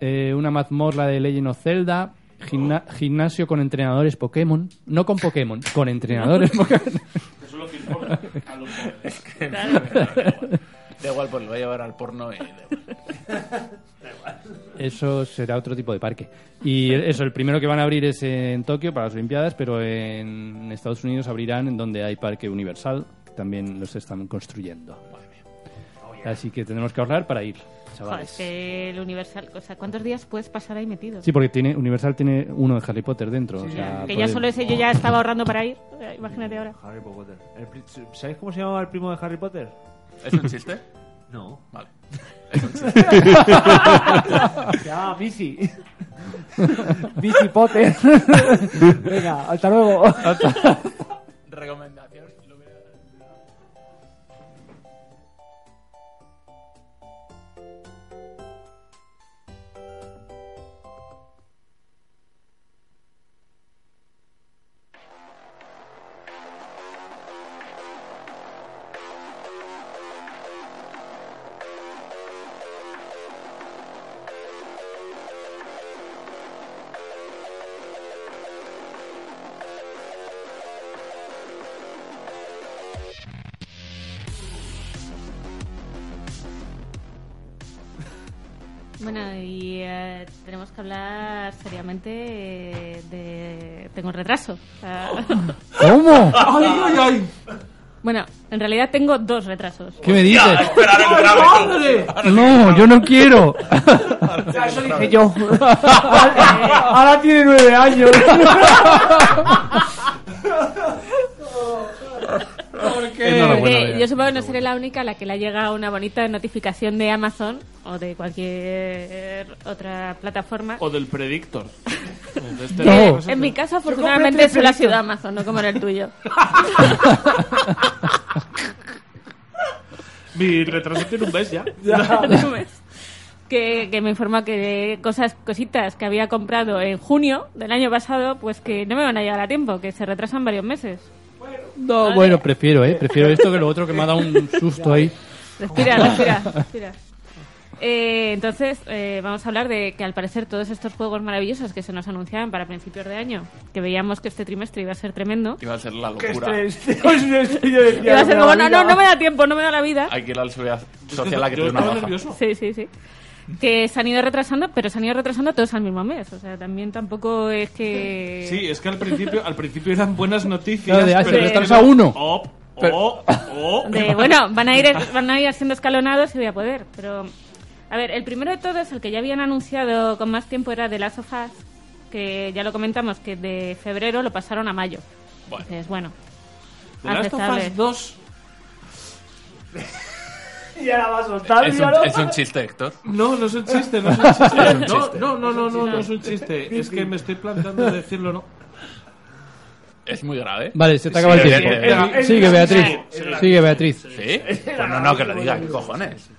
Speaker 1: eh, una mazmorra de Legend of Zelda, gimna- gimnasio con entrenadores Pokémon. No con Pokémon, con entrenadores Pokémon.
Speaker 10: Eso es lo que importa. A los jóvenes.
Speaker 3: Da igual, pues lo voy a llevar al porno y... da igual.
Speaker 1: Eso será otro tipo de parque. Y eso, el primero que van a abrir es en Tokio para las Olimpiadas, pero en Estados Unidos abrirán en donde hay parque universal, que también los están construyendo. Así que tendremos que ahorrar para ir,
Speaker 4: Joder,
Speaker 1: chavales.
Speaker 4: es que el Universal, o sea, ¿cuántos días puedes pasar ahí metido?
Speaker 1: Sí, porque tiene Universal tiene uno de Harry Potter dentro. o sea, pues,
Speaker 4: que ya
Speaker 1: puede-
Speaker 4: solo ese yo ya estaba ahorrando para ir. Eh, Imagínate ahora.
Speaker 2: Harry Potter. El pri- ¿Sabéis cómo se llamaba el primo de Harry Potter?
Speaker 3: ¿Es un chiste?
Speaker 2: No.
Speaker 3: Vale.
Speaker 2: Se llamaba Missy. Missy Potter. Venga, hasta luego.
Speaker 3: Recomendación.
Speaker 4: Bueno, y eh, tenemos que hablar seriamente eh, de... Tengo retraso. Ah. o sea,
Speaker 1: ¿Cómo?
Speaker 10: ¡Ay, ay, ay!
Speaker 4: bueno, en realidad tengo dos retrasos.
Speaker 1: ¿Qué me dices?
Speaker 3: Espera, ahora que grabes tú.
Speaker 1: No, yo no quiero.
Speaker 2: Eso dije yo. ahora, ahora tiene nueve años.
Speaker 5: Enhorabuena,
Speaker 4: Porque
Speaker 5: Bea.
Speaker 4: Eh, yo supongo que no seré la única a la que le ha llegado una bonita notificación de Amazon o de cualquier otra plataforma.
Speaker 10: O del Predictor. Entonces te-
Speaker 1: No.
Speaker 4: En mi caso, afortunadamente, solo ha sido Amazon, no como en el tuyo.
Speaker 10: Mi retraso tiene un mes ya.
Speaker 4: Un mes. que, que me informa que cosas, cositas que había comprado en junio del año pasado, pues que no me van a llegar a tiempo, que se retrasan varios meses.
Speaker 1: No, bueno, prefiero, ¿eh? Prefiero esto que lo otro que me ha dado un susto ahí.
Speaker 4: Respira, respira, respira. Eh, entonces, eh, vamos a hablar de que al parecer todos estos juegos maravillosos que se nos anunciaban para principios de año, que veíamos que este trimestre iba a ser tremendo.
Speaker 3: Iba a ser la
Speaker 4: Que
Speaker 3: locura.
Speaker 4: iba a ser como, no, no, no me da tiempo, no me da la vida.
Speaker 3: Hay que ir a la seguridad social a que te
Speaker 10: Yo
Speaker 3: dé una
Speaker 10: estaba
Speaker 3: baja.
Speaker 4: Sí, sí, sí. Que se han ido retrasando, pero se han ido retrasando todos al mismo mes. O sea, también tampoco es que.
Speaker 10: Sí, es que al principio, al principio eran buenas noticias.
Speaker 1: Claro, de hace-
Speaker 10: pero
Speaker 1: retrasa
Speaker 10: eran-
Speaker 1: uno.
Speaker 10: Oh,
Speaker 1: Pero-
Speaker 10: oh, oh.
Speaker 4: De, bueno, van a ir van a ir haciendo escalonados y voy a poder, pero a ver, el primero de todos, el que ya habían anunciado con más tiempo era de Last of Us, que ya lo comentamos que de febrero lo pasaron a mayo.
Speaker 10: Bueno.
Speaker 4: Entonces, bueno.
Speaker 10: The Last of
Speaker 4: aceptable.
Speaker 10: Us 2.
Speaker 2: Y ahora va a soltar,
Speaker 3: Es
Speaker 2: míralo.
Speaker 3: un, es un chiste, Héctor.
Speaker 10: No, no es un chiste, no es un
Speaker 3: Es un
Speaker 10: chiste. No,
Speaker 3: chiste.
Speaker 10: no, no, no, no, no es un chiste. Es que me estoy planteando decirlo, no.
Speaker 3: Es muy grave.
Speaker 1: Vale, se te acaba el
Speaker 3: Sí,
Speaker 1: tiempo.
Speaker 3: es grave.
Speaker 1: Sí, Sigue, Beatriz. Sigue, Beatriz.
Speaker 3: ¿Sí? Pues no, no, que lo diga, ¿qué cojones?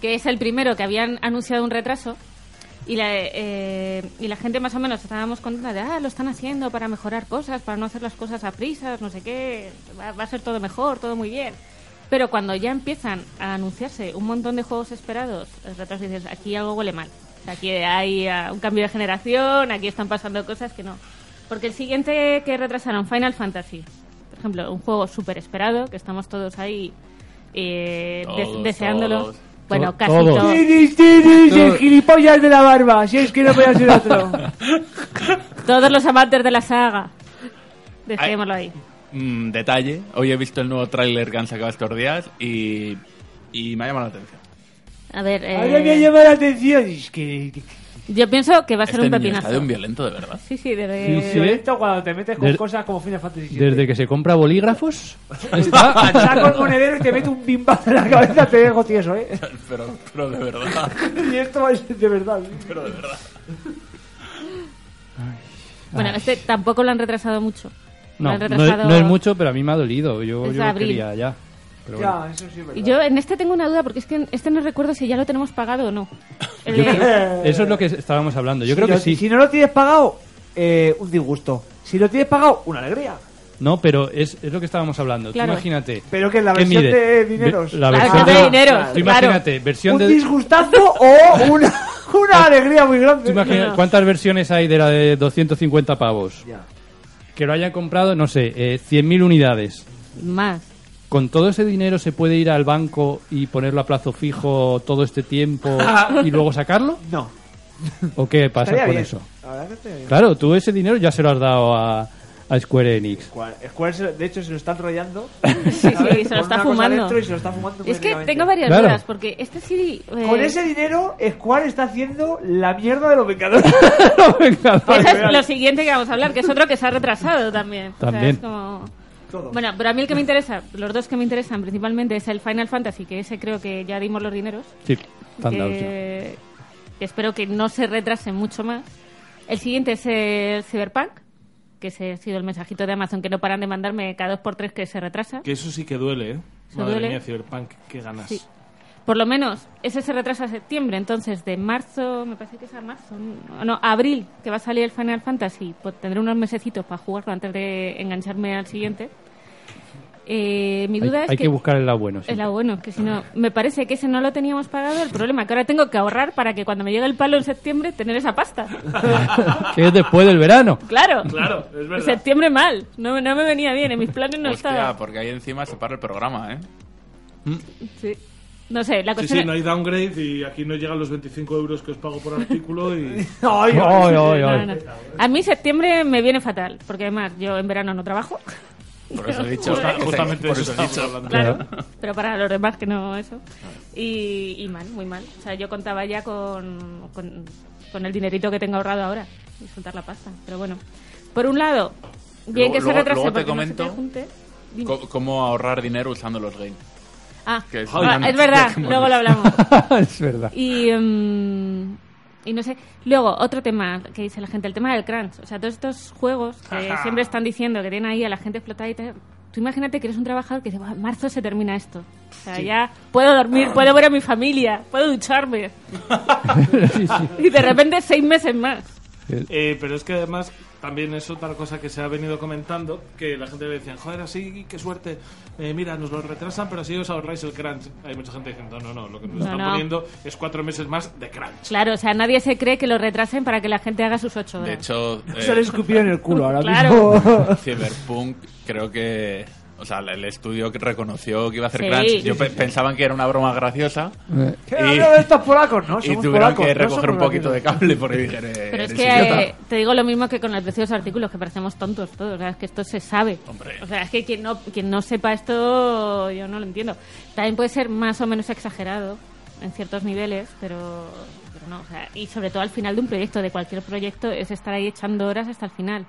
Speaker 4: que es el primero que habían anunciado un retraso y la, eh, y la gente más o menos estábamos contenta de, ah, lo están haciendo para mejorar cosas, para no hacer las cosas a prisas, no sé qué, va, va a ser todo mejor, todo muy bien. Pero cuando ya empiezan a anunciarse un montón de juegos esperados, el retraso dices, aquí algo huele mal. O sea, Aquí hay ah, un cambio de generación, aquí están pasando cosas que no. Porque el siguiente que retrasaron, Final Fantasy, por ejemplo, un juego súper esperado, que estamos todos ahí eh, des-
Speaker 3: Todos,
Speaker 4: deseándolo.
Speaker 3: todos.
Speaker 4: Bueno,
Speaker 3: To-
Speaker 4: casi
Speaker 3: todos.
Speaker 4: todos.
Speaker 2: Tiris, tiris, el
Speaker 4: Todo.
Speaker 2: gilipollas de la barba. Si es que no voy a ser otro.
Speaker 4: Todos los amantes de la saga. Dejémoslo ahí.
Speaker 3: Mm, detalle, hoy he visto el nuevo tráiler que han sacado estos días y, y me ha llamado la atención.
Speaker 4: A ver, eh,
Speaker 2: Ahora me ha llamado la atención. Es que...
Speaker 4: yo pienso que va a ser
Speaker 3: Este
Speaker 4: un
Speaker 3: niño
Speaker 4: pepinazo.
Speaker 3: está de un violento, de verdad.
Speaker 4: Sí, sí, de...
Speaker 1: Sí,
Speaker 3: ¿Eh?
Speaker 1: sí.
Speaker 2: Violento cuando te metes con
Speaker 1: Desde-
Speaker 2: cosas como Final Fantasy VII.
Speaker 1: Desde que se compra bolígrafos,
Speaker 2: Saco un heredero y te mete un bimbazo en la cabeza, te dejo tieso, ¿eh?
Speaker 3: Pero, pero de verdad,
Speaker 2: Y esto va a ser de verdad. ¿eh?
Speaker 3: pero de verdad.
Speaker 4: Bueno, este tampoco lo han retrasado mucho.
Speaker 1: Ah. no,
Speaker 4: Lo han
Speaker 1: no es-
Speaker 4: retrasado-
Speaker 1: no es mucho, pero a mí me ha dolido. Yo,
Speaker 4: Desde
Speaker 1: yo lo
Speaker 4: abril.
Speaker 1: quería ya. Pero bueno.
Speaker 2: Ya, eso sí es verdad.
Speaker 4: Y yo en este tengo una duda porque es que en este no recuerdo si ya lo tenemos pagado o no. El
Speaker 1: Yo
Speaker 4: de-
Speaker 1: creo- eso es lo que estábamos hablando. Yo
Speaker 2: Si
Speaker 1: creo que
Speaker 2: no-
Speaker 1: sí.
Speaker 2: Si no lo tienes pagado, eh, un disgusto. Si lo tienes pagado, una alegría.
Speaker 1: No, pero es, es lo que estábamos hablando. Tú
Speaker 4: Claro.
Speaker 1: imagínate.
Speaker 2: Pero que es la
Speaker 1: ¿qué
Speaker 2: versión
Speaker 1: mide?
Speaker 2: de dineros.
Speaker 1: Ve- La
Speaker 4: Claro,
Speaker 1: versión
Speaker 4: que
Speaker 1: de
Speaker 4: de dineros,
Speaker 1: Tú
Speaker 4: claro.
Speaker 1: imagínate, versión
Speaker 2: un
Speaker 1: de. Ah,
Speaker 2: disgustazo o una, una alegría muy
Speaker 1: tú
Speaker 2: grande.
Speaker 1: imagina-
Speaker 4: No.
Speaker 1: ¿Cuántas versiones hay de la de 250 pavos?
Speaker 2: Ya.
Speaker 1: Que lo hayan comprado, no sé, eh, 100.000 unidades.
Speaker 4: Más.
Speaker 1: ¿Con todo ese dinero se puede ir al banco y ponerlo a plazo fijo todo este tiempo y luego sacarlo?
Speaker 2: No.
Speaker 1: ¿O qué pasa
Speaker 2: Estaría
Speaker 1: con
Speaker 2: bien.
Speaker 1: eso?
Speaker 2: La verdad que estaría bien.
Speaker 1: Claro, tú ese dinero ya se lo has dado a, a Square Enix.
Speaker 2: Square- Square, se lo- de hecho, se lo está enrollando.
Speaker 4: Sí, sí, se
Speaker 2: Con
Speaker 4: lo
Speaker 2: una cosa
Speaker 4: está fumando.
Speaker 2: dentro y se lo está fumando
Speaker 4: Es que
Speaker 2: completamente.
Speaker 4: tengo varias
Speaker 1: Claro.
Speaker 4: dudas porque este sí... eh,
Speaker 2: Con ese dinero, Square está haciendo la mierda de los Vengadores.
Speaker 1: Venga, va.
Speaker 4: Eso es lo siguiente que vamos a hablar, que es otro que se ha retrasado también. O sea,
Speaker 1: También.
Speaker 4: es como-
Speaker 2: Todo.
Speaker 4: Bueno, pero a mí el que me interesa, los dos que me interesan principalmente es el Final Fantasy, que ese creo que ya dimos los dineros.
Speaker 1: Sí, tan dado ya.
Speaker 4: que, que espero que no se retrasen mucho más. El siguiente es el Cyberpunk, que ese ha sido el mensajito de Amazon que no paran de mandarme cada dos por tres que se retrasa.
Speaker 10: Que eso sí que duele, ¿eh?
Speaker 4: Eso
Speaker 10: Madre
Speaker 4: duele.
Speaker 10: mía, Cyberpunk, qué ganas.
Speaker 4: Sí. Por lo menos, ese se retrasa a septiembre, entonces de marzo, me parece que es a marzo, no, no, a abril, que va a salir el Final Fantasy, pues tendré unos mesecitos para jugarlo antes de engancharme al siguiente. Eh, mi
Speaker 1: Hay,
Speaker 4: duda es
Speaker 1: hay que, buscar el lado bueno. sí.
Speaker 4: Es la bueno, que si no, me parece que ese no lo teníamos pagado. El problema que ahora tengo que ahorrar para que cuando me llegue el palo en septiembre tener esa pasta.
Speaker 1: que es después del verano.
Speaker 4: Claro.
Speaker 10: Claro, es
Speaker 4: En
Speaker 10: verdad.
Speaker 4: septiembre mal. No, no me venía bien. En mis planes no
Speaker 3: Hostia,
Speaker 4: estaba.
Speaker 3: porque ahí encima se para el programa, ¿eh?
Speaker 4: Sí. No sé, la
Speaker 10: Sí,
Speaker 4: cuestión
Speaker 10: sí, no hay downgrade y aquí no llegan los 25 euros que os pago por artículo y...
Speaker 2: Ay,
Speaker 1: Ay,
Speaker 2: ay,
Speaker 1: ay,
Speaker 4: No,
Speaker 1: ay.
Speaker 4: no. A mí septiembre me viene fatal, porque además yo en verano no trabajo.
Speaker 3: Por eso he dicho.
Speaker 10: Justa-
Speaker 3: que se-
Speaker 10: justamente
Speaker 3: por
Speaker 10: eso
Speaker 3: eso he
Speaker 10: estamos
Speaker 3: dicho.
Speaker 10: hablando.
Speaker 4: Claro. Pero para los demás que no eso. Y, y mal, muy mal. O sea, yo contaba ya con, con, con el dinerito que tengo ahorrado ahora y soltar la pasta. Pero bueno, por un lado, bien
Speaker 3: Luego-
Speaker 4: que se
Speaker 3: luego-
Speaker 4: retrase
Speaker 3: luego te
Speaker 4: porque no se
Speaker 3: comento
Speaker 4: junte. Dime.
Speaker 3: Co- ¿Cómo ahorrar dinero usando los games?
Speaker 4: Ah,
Speaker 3: Que es
Speaker 4: ah,
Speaker 3: Holland.
Speaker 4: es verdad,
Speaker 3: Pokémon.
Speaker 4: luego lo hablamos.
Speaker 1: es verdad.
Speaker 4: Y, mm, y no sé. Luego, otro tema que dice la gente, el tema del crunch. O sea, todos estos juegos que
Speaker 12: Ajá.
Speaker 4: siempre están diciendo que tienen ahí a la gente explotada y tal. Tú imagínate que eres un trabajador que dice, "Buah, en marzo se termina esto. O sea,
Speaker 12: Sí.
Speaker 4: ya puedo dormir, puedo ver a mi familia, puedo ducharme. Y de repente seis meses más.
Speaker 10: Eh, pero es que además también es otra cosa que se ha venido comentando, que la gente le decían, joder, así, qué suerte, Eh, mira, nos lo retrasan, pero así os ahorráis el crunch. Hay mucha gente diciendo, no, no, lo que nos
Speaker 4: No,
Speaker 10: están
Speaker 4: no.
Speaker 10: poniendo es cuatro meses más de crunch.
Speaker 4: Claro, o sea, nadie se cree que lo retrasen para que la gente haga sus ocho horas.
Speaker 3: De hecho, eh,
Speaker 2: Se le escupió en el culo ahora
Speaker 4: Claro.
Speaker 2: mismo.
Speaker 3: Cyberpunk, creo que. O sea, el estudio que reconoció que iba a hacer
Speaker 2: Sí.
Speaker 3: crunch. Yo
Speaker 2: Sí, sí,
Speaker 3: pe- pensaban que era una broma graciosa.
Speaker 2: ¿Qué hablan Eh. de estos polacos? No,
Speaker 3: y
Speaker 2: somos
Speaker 3: tuvieron
Speaker 2: polacos,
Speaker 3: que
Speaker 2: no
Speaker 3: recoger un
Speaker 2: somos
Speaker 3: poquito de
Speaker 2: latinos.
Speaker 3: cable porque dijeron.
Speaker 4: Pero es
Speaker 3: "Eres
Speaker 4: que
Speaker 3: idiota".
Speaker 4: eh, te digo lo mismo que con el precio de los artículos, que parecemos tontos todos. o sea, Es que esto se sabe. O sea, es que quien no, quien no sepa esto, yo no lo entiendo. También puede ser más o menos exagerado en ciertos niveles, pero, pero no. o sea, y sobre todo al final de un proyecto, de cualquier proyecto, es estar ahí echando horas hasta el final.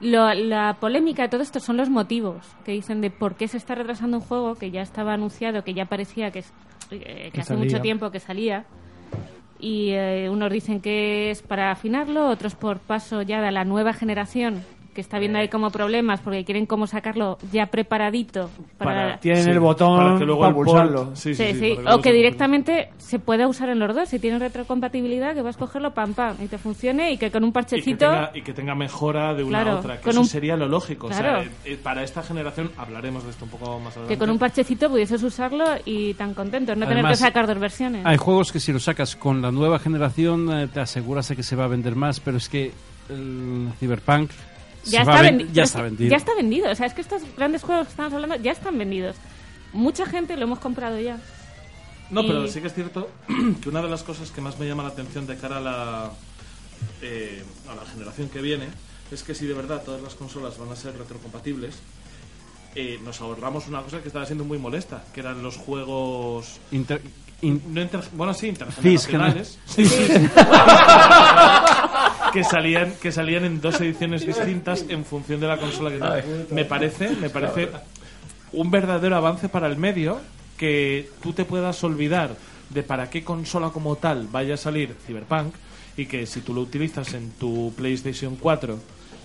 Speaker 4: Lo- la polémica de todo esto son los motivos que dicen de por qué se está retrasando un juego que ya estaba anunciado, que ya parecía que, es- eh, que
Speaker 12: Que
Speaker 4: hace
Speaker 12: salía.
Speaker 4: mucho tiempo que salía. Y eh, unos dicen que es para afinarlo, otros por paso ya de la nueva generación que está viendo ahí como problemas porque quieren como sacarlo ya preparadito para,
Speaker 2: Tienen
Speaker 10: Sí,
Speaker 2: el botón
Speaker 10: para que luego
Speaker 2: pa'
Speaker 10: el port-
Speaker 2: pulsarlo.
Speaker 10: sí,
Speaker 4: Sí, sí.
Speaker 10: para
Speaker 4: O
Speaker 10: luego
Speaker 4: que
Speaker 10: se-
Speaker 4: directamente se pueda usar en los dos. Si tiene retrocompatibilidad, que vas a cogerlo pam pam y te funcione y que con un
Speaker 10: Y que,
Speaker 4: parchecito.
Speaker 10: tenga, y que tenga mejora de una
Speaker 4: Claro,
Speaker 10: a otra, que
Speaker 4: con
Speaker 10: eso
Speaker 4: un-
Speaker 10: sería lo lógico. O
Speaker 4: Claro.
Speaker 10: sea, eh, eh, para esta generación hablaremos de esto un poco más adelante.
Speaker 4: Que con un parchecito pudieses usarlo y tan contento, no tener que
Speaker 5: Además,
Speaker 4: sacar dos versiones.
Speaker 5: Hay juegos que si los sacas con la nueva generación eh, te aseguras de que se va a vender más, pero es que el Cyberpunk se
Speaker 4: ya,
Speaker 5: va a
Speaker 4: está
Speaker 5: ven-
Speaker 4: vendi-
Speaker 5: ya
Speaker 4: es
Speaker 5: está
Speaker 4: que-
Speaker 5: vendido.
Speaker 4: Ya está vendido. O sea, es que estos grandes juegos que estamos hablando ya están vendidos. Mucha gente lo hemos comprado ya.
Speaker 10: No,
Speaker 4: Y-
Speaker 10: pero sí que es cierto que una de las cosas que más me llama la atención de cara a la, eh, a la generación que viene es que si de verdad todas las consolas van a ser retrocompatibles, eh, nos ahorramos una cosa que estaba siendo muy molesta, que eran los juegos...
Speaker 5: Inter- in-
Speaker 10: no inter- bueno, sí,
Speaker 5: Fis, que no-
Speaker 10: intergeneracionales.
Speaker 5: Sí.
Speaker 10: que salían que salían en dos ediciones distintas en función de la consola que tenías. Me parece, me parece un verdadero avance para el medio que tú te puedas olvidar de para qué consola como tal vaya a salir Cyberpunk y que si tú lo utilizas en tu PlayStation 4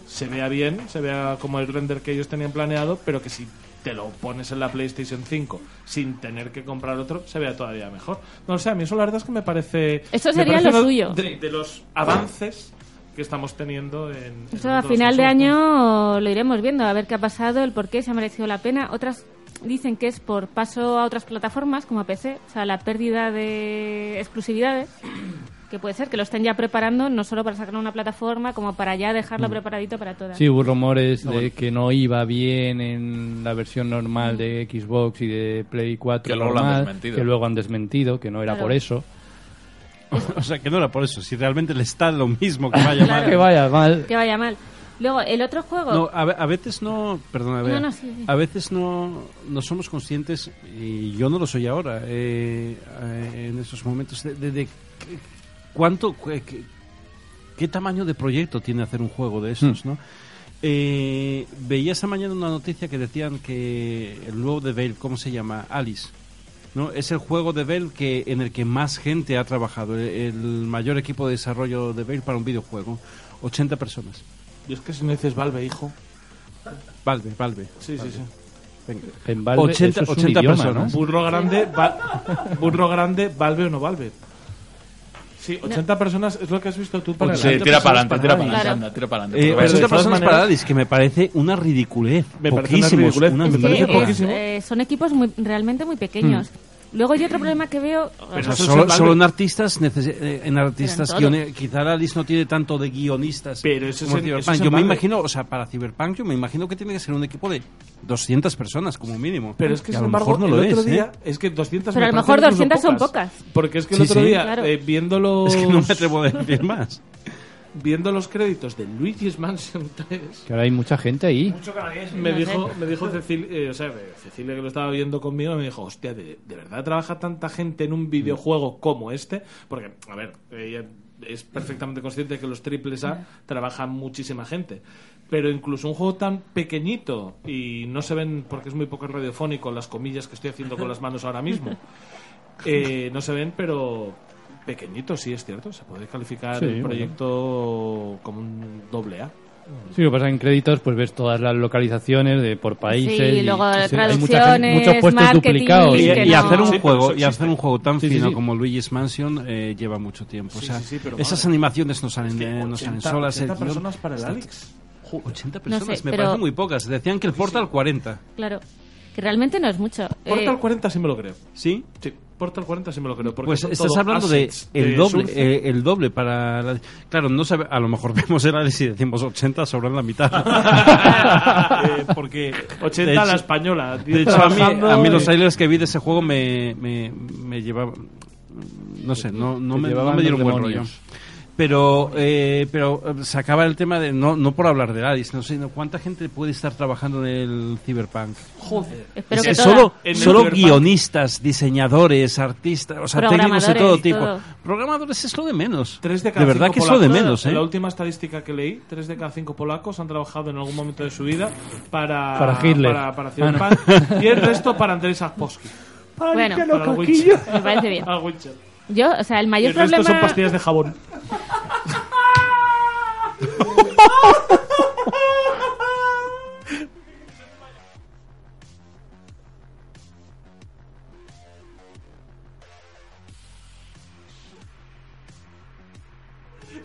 Speaker 10: se vea bien, se vea como el render que ellos tenían planeado, pero que si te lo pones en la PlayStation 5 sin tener que comprar otro, se vea todavía mejor. No sé, a mí eso la verdad es que me parece...
Speaker 4: Eso
Speaker 10: me
Speaker 4: sería
Speaker 10: parece
Speaker 4: lo
Speaker 10: uno
Speaker 4: suyo.
Speaker 10: De, de los avances que estamos teniendo en... en
Speaker 4: Eso a
Speaker 10: todas las
Speaker 4: final de
Speaker 10: consolas.
Speaker 4: año lo iremos viendo, a ver qué ha pasado, el por qué se ha merecido la pena. Otras dicen que es por paso a otras plataformas como a PC, o sea, la pérdida de exclusividades, que puede ser que lo estén ya preparando, no solo para sacarlo a una plataforma, como para ya dejarlo
Speaker 5: Mm.
Speaker 4: preparadito para todas.
Speaker 1: Sí, hubo rumores
Speaker 5: Ah,
Speaker 1: de que no iba bien en la versión normal de Xbox y de Play 4.
Speaker 3: Que luego lo han
Speaker 1: normal,
Speaker 3: desmentido.
Speaker 1: Que luego han desmentido, que no era
Speaker 4: Claro.
Speaker 1: por eso.
Speaker 5: o sea, que no era por eso, si realmente le está lo mismo que vaya mal.
Speaker 1: Que vaya mal.
Speaker 4: Que vaya mal. Luego, el otro juego...
Speaker 5: No, a, ve- a veces no, perdona, Bea,
Speaker 4: No, no, sí, sí.
Speaker 5: a veces no, no somos conscientes, y yo no lo soy ahora, eh, eh, en esos momentos, de, de- de qué- cuánto, qué, qué- qué tamaño de proyecto tiene hacer un juego de esos, ¿no? Eh, veía esta mañana una noticia que decían que el nuevo de Bale, ¿cómo se llama? Alice. ¿no? Es el juego de Bale que, en el que más gente ha trabajado, el, el mayor equipo de desarrollo de Bale para un videojuego, 80 personas.
Speaker 10: Y es que si no dices Valve, hijo...
Speaker 5: Valve, Valve.
Speaker 10: Sí, sí, sí.
Speaker 5: Venga.
Speaker 1: En Valve
Speaker 5: 80,
Speaker 1: eso es un
Speaker 5: 80
Speaker 1: idioma,
Speaker 5: personas.
Speaker 1: ¿no?
Speaker 10: Burro grande, va- burro grande, Valve o no Valve. Sí, 80 personas es lo que has visto tú para
Speaker 5: Pues
Speaker 3: Sí,
Speaker 10: adelante,
Speaker 3: tira
Speaker 10: personas
Speaker 3: para adelante, tira para adelante,
Speaker 10: Claro.
Speaker 3: anda, tira para adelante.
Speaker 5: Eh,
Speaker 3: Pero bueno,
Speaker 5: 80
Speaker 3: de todas
Speaker 5: personas
Speaker 3: maneras-
Speaker 5: para Alice, que me parece una ridiculez.
Speaker 10: Me parece una
Speaker 5: Poquísimos,
Speaker 10: ridiculez,
Speaker 5: una
Speaker 10: me
Speaker 4: Sí,
Speaker 5: ridiculez.
Speaker 4: es, eh, son equipos muy, realmente muy pequeños. Luego hay otro problema que veo...
Speaker 5: Mm.
Speaker 4: oh,
Speaker 5: Pero solo, solo en artistas, necesi- eh, en artistas
Speaker 4: Pero en
Speaker 5: guione- quizá la Alice no tiene tanto de guionistas. Pero
Speaker 10: eso es en-
Speaker 5: Cyberpunk.
Speaker 10: eso es en
Speaker 5: yo me
Speaker 10: Valve.
Speaker 5: imagino, o sea, para Cyberpunk yo me imagino que tiene que ser un equipo de 200 personas como mínimo.
Speaker 10: Pero es que,
Speaker 5: Y a
Speaker 10: sin
Speaker 5: lo
Speaker 10: embargo,
Speaker 5: mejor no lo
Speaker 10: el otro
Speaker 5: es,
Speaker 10: día
Speaker 5: ¿eh?
Speaker 10: es que 200
Speaker 4: Pero
Speaker 10: me
Speaker 4: a lo mejor
Speaker 10: parecen
Speaker 4: 200
Speaker 10: incluso
Speaker 4: son pocas.
Speaker 10: Porque es que el
Speaker 5: Sí,
Speaker 10: otro
Speaker 5: sí.
Speaker 10: día,
Speaker 5: Claro.
Speaker 10: eh, viendo los...
Speaker 5: Es que no me atrevo a decir más.
Speaker 10: Viendo los créditos de Luigi's Mansion 3,
Speaker 1: Que ahora hay mucha gente ahí.
Speaker 10: me
Speaker 1: No
Speaker 10: dijo,
Speaker 1: sé.
Speaker 10: me dijo Cecilia, o sea, eh, Cecilia que lo estaba viendo conmigo, me dijo, hostia, ¿de, de verdad trabaja tanta gente en
Speaker 1: Mm.
Speaker 10: un videojuego como este? Porque, a ver, ella es perfectamente consciente de que los triples A trabajan muchísima gente. Pero incluso un juego tan pequeñito, y no se ven, porque es muy poco radiofónico, las comillas que estoy haciendo con las manos ahora mismo, eh, no se ven, pero pequeñito sí es cierto. Se puede calificar
Speaker 1: Sí,
Speaker 10: el
Speaker 1: bueno.
Speaker 10: proyecto como un doble A.
Speaker 1: Sí, lo que pasa en créditos, pues ves todas las localizaciones de por países.
Speaker 4: Sí, y luego
Speaker 1: hay mucha gente-
Speaker 4: traducciones,
Speaker 1: muchos puestos
Speaker 4: marketing,
Speaker 1: duplicados.
Speaker 5: Y,
Speaker 4: que
Speaker 5: y
Speaker 4: no-
Speaker 5: hacer un
Speaker 4: Sí, pero
Speaker 5: juego
Speaker 4: eso
Speaker 5: y hacer un juego tan
Speaker 1: Sí, sí,
Speaker 5: fino
Speaker 1: sí.
Speaker 5: como Luigi's Mansion eh, lleva mucho tiempo. O sea,
Speaker 1: Sí, sí, sí, pero
Speaker 5: esas
Speaker 1: madre.
Speaker 5: animaciones no salen, eh, no salen
Speaker 1: 80,
Speaker 5: solas. el
Speaker 1: 80
Speaker 5: guión
Speaker 1: personas para el
Speaker 5: está-
Speaker 1: Alex.
Speaker 5: Jo, 80
Speaker 4: No sé,
Speaker 5: personas me
Speaker 4: pero-
Speaker 5: parecen muy pocas. Decían que el Portal 40.
Speaker 4: Claro. Que realmente no es mucho.
Speaker 10: Portal
Speaker 4: Eh,
Speaker 10: 40 sí me lo creo.
Speaker 5: ¿Sí?
Speaker 10: Sí, Portal 40 sí me lo creo. porque
Speaker 5: Pues
Speaker 10: son
Speaker 5: estás
Speaker 10: todo
Speaker 5: hablando de
Speaker 10: assets
Speaker 5: el
Speaker 10: de
Speaker 5: doble,
Speaker 10: Surf.
Speaker 5: eh, el doble para la- claro, no sabe, a lo mejor vemos el Alex y decimos 80 sobran la mitad. Eh, porque
Speaker 10: 80 a la española, tío,
Speaker 5: De hecho a mí,
Speaker 10: trabajando
Speaker 5: a mí
Speaker 10: y-
Speaker 5: los trailers que vi de ese juego me me, me llevaba no sé, no, no
Speaker 1: Te
Speaker 5: me,
Speaker 1: llevaban
Speaker 5: no me dieron
Speaker 1: los
Speaker 5: buen rollo.
Speaker 1: demonios.
Speaker 5: Pero, eh, pero eh, sacaba el tema de, no, no por hablar de Alice, no sé, no, ¿cuánta gente puede estar trabajando en el Cyberpunk?
Speaker 10: Joder.
Speaker 4: Espero
Speaker 5: Es
Speaker 4: que
Speaker 5: que
Speaker 4: toda.
Speaker 5: solo
Speaker 4: En el
Speaker 5: solo
Speaker 4: Cyberpunk.
Speaker 5: guionistas, diseñadores, artistas, o sea, técnicos de todo
Speaker 4: Programadores,
Speaker 5: tipo.
Speaker 4: todo.
Speaker 5: Programadores es lo de menos.
Speaker 10: Tres de,
Speaker 5: de
Speaker 10: cada
Speaker 5: verdad
Speaker 10: cinco
Speaker 5: que es lo de
Speaker 10: polacos,
Speaker 5: menos, ¿eh?
Speaker 10: La última estadística que leí, tres de cada cinco polacos han trabajado en algún momento de su vida para
Speaker 1: Para Hitler.
Speaker 10: para, para
Speaker 1: Ah,
Speaker 10: Cyberpunk,
Speaker 1: no.
Speaker 10: y el resto para Andrés Sapkowski.
Speaker 4: Bueno,
Speaker 10: para el Witcher.
Speaker 4: me parece
Speaker 5: Ah,
Speaker 4: bien.
Speaker 10: Al Witcher.
Speaker 4: Yo, o sea, el
Speaker 10: Y
Speaker 4: mayor
Speaker 10: el resto son
Speaker 4: problema.
Speaker 10: pastillas de jabón.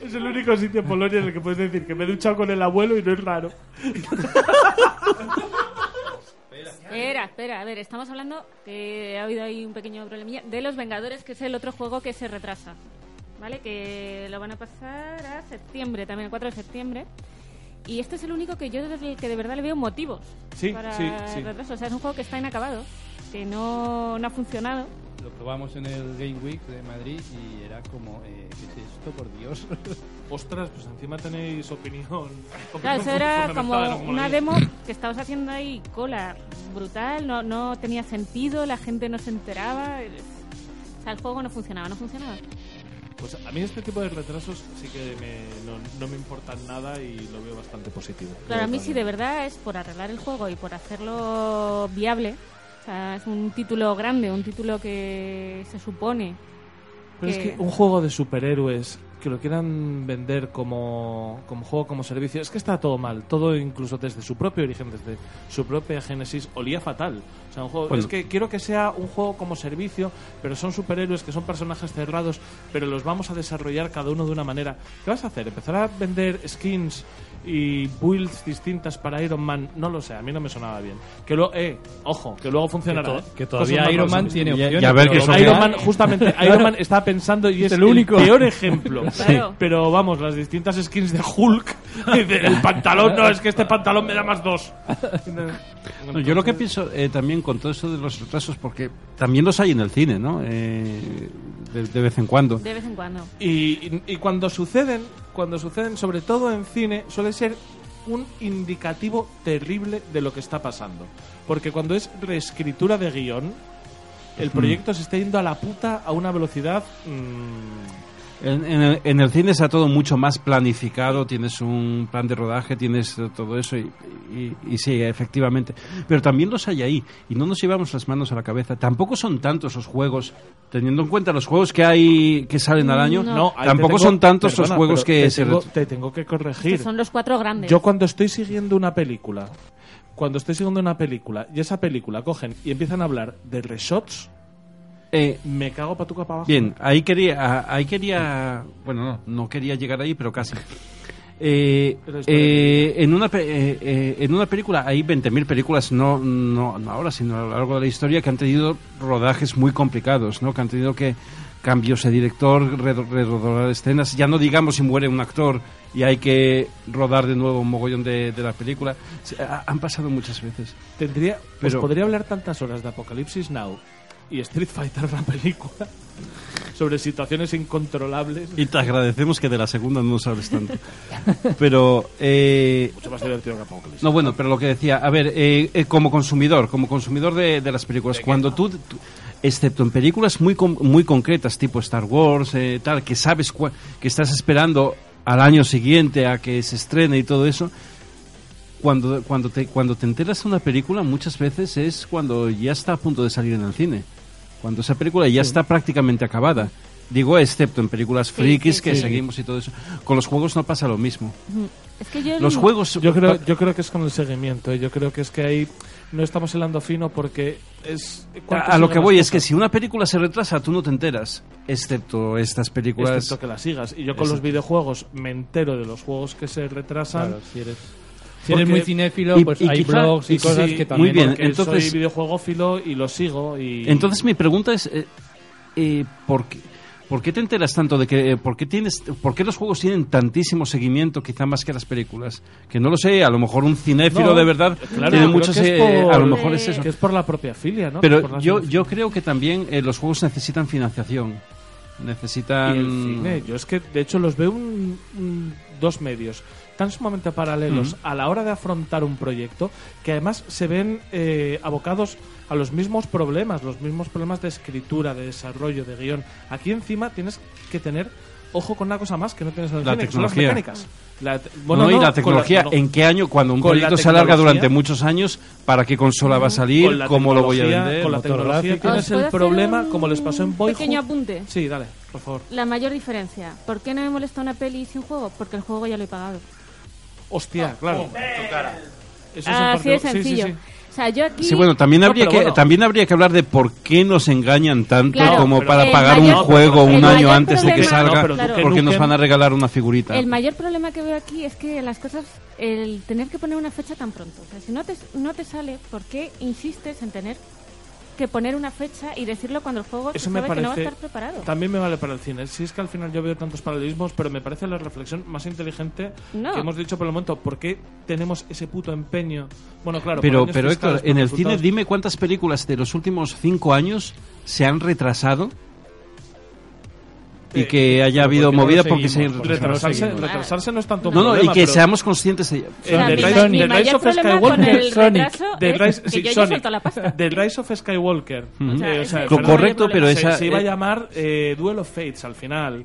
Speaker 10: Es el único sitio en Polonia en el que puedes decir que me he duchado con el abuelo y no es raro.
Speaker 4: Espera, espera, a ver, estamos hablando que ha habido ahí un pequeño problemilla de Los Vengadores, que es el otro juego que se retrasa. ¿Vale? Que lo van a pasar a septiembre, también el 4 de septiembre. Y este es el único que yo desde el que de verdad le veo motivos
Speaker 10: Sí,
Speaker 4: para
Speaker 10: sí, sí.
Speaker 4: el retraso. O sea, es un juego que está inacabado, que no, no ha funcionado.
Speaker 1: Lo probamos en el Game Week de Madrid y era como, eh, ¿qué es esto, por Dios?
Speaker 10: Ostras, pues encima tenéis opinión. opinión
Speaker 4: Claro, eso era
Speaker 10: fundamentada,
Speaker 4: como
Speaker 10: ¿no?
Speaker 4: una
Speaker 10: la-
Speaker 4: demo que estabas haciendo ahí cola brutal, no, no tenía sentido, la gente no se enteraba. O sea, el juego no funcionaba, no funcionaba.
Speaker 10: Pues a mí este tipo de retrasos sí que me- no, no me importan nada y lo veo bastante positivo.
Speaker 4: Claro, a mí
Speaker 10: Creo
Speaker 4: sí de verdad es por arreglar el juego y por hacerlo viable. O sea, es un título grande, un título que se supone.
Speaker 10: Pero es que un juego de superhéroes que lo quieran vender como, como juego, como servicio, es que está todo mal. Todo incluso desde su propio origen, desde su propia génesis, olía fatal. O sea, un juego,
Speaker 5: Bueno.
Speaker 10: Es que quiero que sea un juego como servicio, pero son superhéroes que son personajes cerrados, pero los vamos a desarrollar cada uno de una manera. ¿Qué vas a hacer? ¿Empezar a vender skins y builds distintas para Iron Man? No lo sé, a mí no me sonaba bien. Que luego, eh, ojo, que luego funcionará.
Speaker 1: Que
Speaker 10: ¿eh?
Speaker 1: to- que todavía
Speaker 10: Cosas más
Speaker 1: Iron
Speaker 10: raras
Speaker 1: Man
Speaker 10: han visto.
Speaker 1: tiene Y- opciones, y a ver pero- qué son-
Speaker 10: Iron Man, justamente, Iron Man estaba pensando y es, el, único. peor ejemplo.
Speaker 1: Claro.
Speaker 10: Pero vamos, las distintas skins de Hulk, el pantalón, no, es que este pantalón me da más dos.
Speaker 5: No, yo lo que pienso eh, también con todo eso de los retrasos, porque también los hay en el cine, ¿no? Eh, de, de vez en cuando.
Speaker 4: De vez en cuando.
Speaker 10: Y, y- y cuando suceden, cuando suceden, sobre todo en cine, suele ser un indicativo terrible de lo que está pasando. Porque cuando es reescritura de guión, el proyecto se está yendo a la puta a una velocidad. mm,
Speaker 5: En, en el, en el cine está todo mucho más planificado, tienes un plan de rodaje, tienes todo eso y, y- y sí, efectivamente. Pero también los hay ahí y no nos llevamos las manos a la cabeza. Tampoco son tantos los juegos, teniendo en cuenta los juegos que hay que salen al año,
Speaker 10: ahí te
Speaker 5: tampoco
Speaker 10: tengo-
Speaker 5: son tantos
Speaker 10: perdona,
Speaker 5: los juegos
Speaker 10: pero
Speaker 5: que
Speaker 10: te
Speaker 5: se
Speaker 10: tengo- te tengo que corregir.
Speaker 4: Estos son los cuatro grandes.
Speaker 10: Yo cuando estoy siguiendo una película, cuando estoy siguiendo una película y esa película cogen y empiezan a hablar de reshots,
Speaker 5: eh,
Speaker 10: me cago pa' tu capa abajo.
Speaker 5: Bien, ahí quería, ah, ahí quería, bueno, no, no quería llegar ahí, pero casi. Eh,
Speaker 10: Pero es
Speaker 5: eh, en, una, pe- eh, eh, en una película hay 20.000 películas, no, no, no ahora, sino a lo largo de la historia, que han tenido rodajes muy complicados, ¿no? que han tenido que cambios de director, redo- redoblar escenas, ya no digamos si muere un actor y hay que rodar de nuevo un mogollón de, de la película. Se- ha- Han pasado muchas veces.
Speaker 10: Tendría, pues
Speaker 5: Pero-
Speaker 10: podría hablar tantas horas de Apocalipsis Now y Street Fighter la película sobre situaciones incontrolables.
Speaker 5: Y te agradecemos que de la segunda no sabes tanto. Pero... eh,
Speaker 10: Mucho más divertido que Apocalipsis.
Speaker 5: No, bueno, pero lo que decía, a ver, eh, eh, como consumidor, como consumidor de, de las películas, cuando tú, tú- excepto en películas muy con- muy concretas, tipo Star Wars, eh, tal, que sabes cua- que estás esperando al año siguiente a que se estrene y todo eso, cuando, cuando, te, cuando te enteras de una película, muchas veces es cuando ya está a punto de salir en el cine. Cuando esa película ya está prácticamente acabada. Digo, excepto en películas frikis
Speaker 1: sí,
Speaker 5: que
Speaker 1: sí.
Speaker 5: seguimos y todo eso. Con los juegos no pasa lo mismo.
Speaker 4: Es que yo
Speaker 5: Los juegos-
Speaker 10: Yo creo, yo creo que es con el seguimiento. ¿eh? Yo creo que es que ahí no estamos hilando fino porque es. ¿cuánto
Speaker 5: A, a lo
Speaker 10: sigue
Speaker 5: que
Speaker 10: más
Speaker 5: voy
Speaker 10: cosas?
Speaker 5: es que si una película se retrasa, tú no te enteras. Excepto estas películas.
Speaker 10: Excepto que las sigas. Y yo con los
Speaker 5: Exacto.
Speaker 10: videojuegos me entero de los juegos que se retrasan.
Speaker 1: Claro, si eres- si eres muy cinéfilo, pues hay blogs y cosas que
Speaker 5: también- Muy bien,
Speaker 10: porque
Speaker 5: entonces-
Speaker 10: soy videojuegófilo y lo sigo. Y...
Speaker 5: Entonces mi pregunta es, eh, eh, ¿por, qué, por qué te enteras tanto de que, eh, por qué tienes, por qué los juegos tienen tantísimo seguimiento, quizá más que las películas? Que no lo sé, a lo mejor un cinéfilo
Speaker 10: No,
Speaker 5: de verdad
Speaker 10: claro,
Speaker 5: tiene
Speaker 10: yo creo
Speaker 5: muchos,
Speaker 10: que es
Speaker 5: eh,
Speaker 10: por-
Speaker 5: a lo mejor es eso.
Speaker 10: que es por la propia filia, ¿no? Que es por
Speaker 5: Pero
Speaker 10: la
Speaker 5: yo,
Speaker 10: filia.
Speaker 5: yo creo que también eh, los juegos necesitan financiación, necesitan.
Speaker 10: Y el cine, Yo es que, de hecho, los veo un- un- dos medios tan sumamente paralelos
Speaker 5: Ujú.
Speaker 10: a la hora de afrontar un proyecto que además se ven eh, abocados a los mismos problemas, los mismos problemas de escritura, de desarrollo, de guión. Aquí encima tienes que tener ojo con una cosa más que no tienes en el
Speaker 5: La
Speaker 10: cine, que son las
Speaker 5: tecnología.
Speaker 10: mecánicas. La te-
Speaker 5: No, y
Speaker 10: con
Speaker 5: la tecnología,
Speaker 10: no.
Speaker 5: ¿en qué año? Cuando un
Speaker 10: Con la
Speaker 5: proyecto se alarga
Speaker 10: tecnología-
Speaker 5: durante muchos años, ¿para qué consola va a
Speaker 10: con
Speaker 5: salir?
Speaker 10: la
Speaker 5: ¿Cómo lo voy a
Speaker 10: tecnología-
Speaker 5: vender?
Speaker 10: Con la
Speaker 5: ¿Motor
Speaker 10: tecnología
Speaker 5: gráfico?
Speaker 10: tienes
Speaker 4: ¿Os puedo
Speaker 10: el
Speaker 4: Ah, hacer
Speaker 10: problema,
Speaker 4: un
Speaker 10: como les pasó en Boyhood.
Speaker 4: pequeño apunte?
Speaker 10: Sí, dale, por favor.
Speaker 4: La mayor diferencia. ¿Por qué no me molesta una peli sin juego? Porque el juego ya lo he pagado.
Speaker 10: Hostia,
Speaker 4: Ah,
Speaker 10: claro. Eso es
Speaker 4: Así de
Speaker 10: importante. Sí, sí,
Speaker 4: sencillo.
Speaker 10: sí.
Speaker 4: O sea, yo aquí...
Speaker 5: Sí, bueno, también
Speaker 4: No,
Speaker 5: habría,
Speaker 4: pero
Speaker 5: que,
Speaker 4: bueno.
Speaker 5: también habría que hablar de por qué nos engañan tanto
Speaker 4: Claro,
Speaker 5: como
Speaker 4: pero-
Speaker 5: para
Speaker 4: el
Speaker 5: pagar
Speaker 4: mayor-
Speaker 5: un juego
Speaker 4: el
Speaker 5: un
Speaker 4: mayor
Speaker 5: año antes de que
Speaker 4: problema- No,
Speaker 5: salga
Speaker 4: pero Duke
Speaker 5: porque nos
Speaker 4: Nukem-
Speaker 5: van a regalar una figurita.
Speaker 10: pues
Speaker 4: El mayor problema que veo aquí es que las cosas, el tener que poner una fecha tan pronto. O sea, si no te, no te sale, ¿por qué insistes en tener que poner una fecha y decirlo cuando el juego
Speaker 10: Eso
Speaker 4: se
Speaker 10: me
Speaker 4: sabe que no va a
Speaker 10: parece.
Speaker 4: estar preparado?
Speaker 10: También me vale para el cine. Si es que al final yo veo tantos paralelismos, pero me parece la reflexión más inteligente
Speaker 4: No.
Speaker 10: que hemos dicho por el momento. ¿Por qué tenemos ese puto empeño? Bueno, claro. por
Speaker 5: pero
Speaker 10: años
Speaker 5: pero Héctor,
Speaker 10: fiscales, por
Speaker 5: en el
Speaker 10: resultados.
Speaker 5: cine dime cuántas películas de los últimos cinco años se han retrasado y que haya habido
Speaker 10: porque no lo
Speaker 5: movida porque se
Speaker 10: seguimos,
Speaker 5: han
Speaker 10: porque
Speaker 5: retrasado.
Speaker 10: retrasarse- retrasarse no es tanto un
Speaker 5: No, no, y
Speaker 10: problema,
Speaker 5: que
Speaker 10: pero-
Speaker 5: seamos conscientes de ello.
Speaker 10: O sea,
Speaker 4: mi
Speaker 10: The
Speaker 4: ma-
Speaker 10: Rise-
Speaker 4: mi
Speaker 10: The
Speaker 4: mayor
Speaker 10: Rise of
Speaker 4: problema con
Speaker 10: Skywalker.
Speaker 4: el retraso
Speaker 10: The
Speaker 4: es
Speaker 10: Rise-
Speaker 4: que
Speaker 10: sí,
Speaker 4: yo ya
Speaker 10: Sonic.
Speaker 4: suelto la pasta.
Speaker 10: The Rise of Skywalker.
Speaker 5: Ujú.
Speaker 10: O sea,
Speaker 5: Ujú.
Speaker 10: o sea,
Speaker 5: Co-
Speaker 10: perdón,
Speaker 5: correcto, pero
Speaker 10: se-
Speaker 5: esa-
Speaker 10: Se iba a
Speaker 5: eh,
Speaker 10: llamar eh, Duel of Fates al final.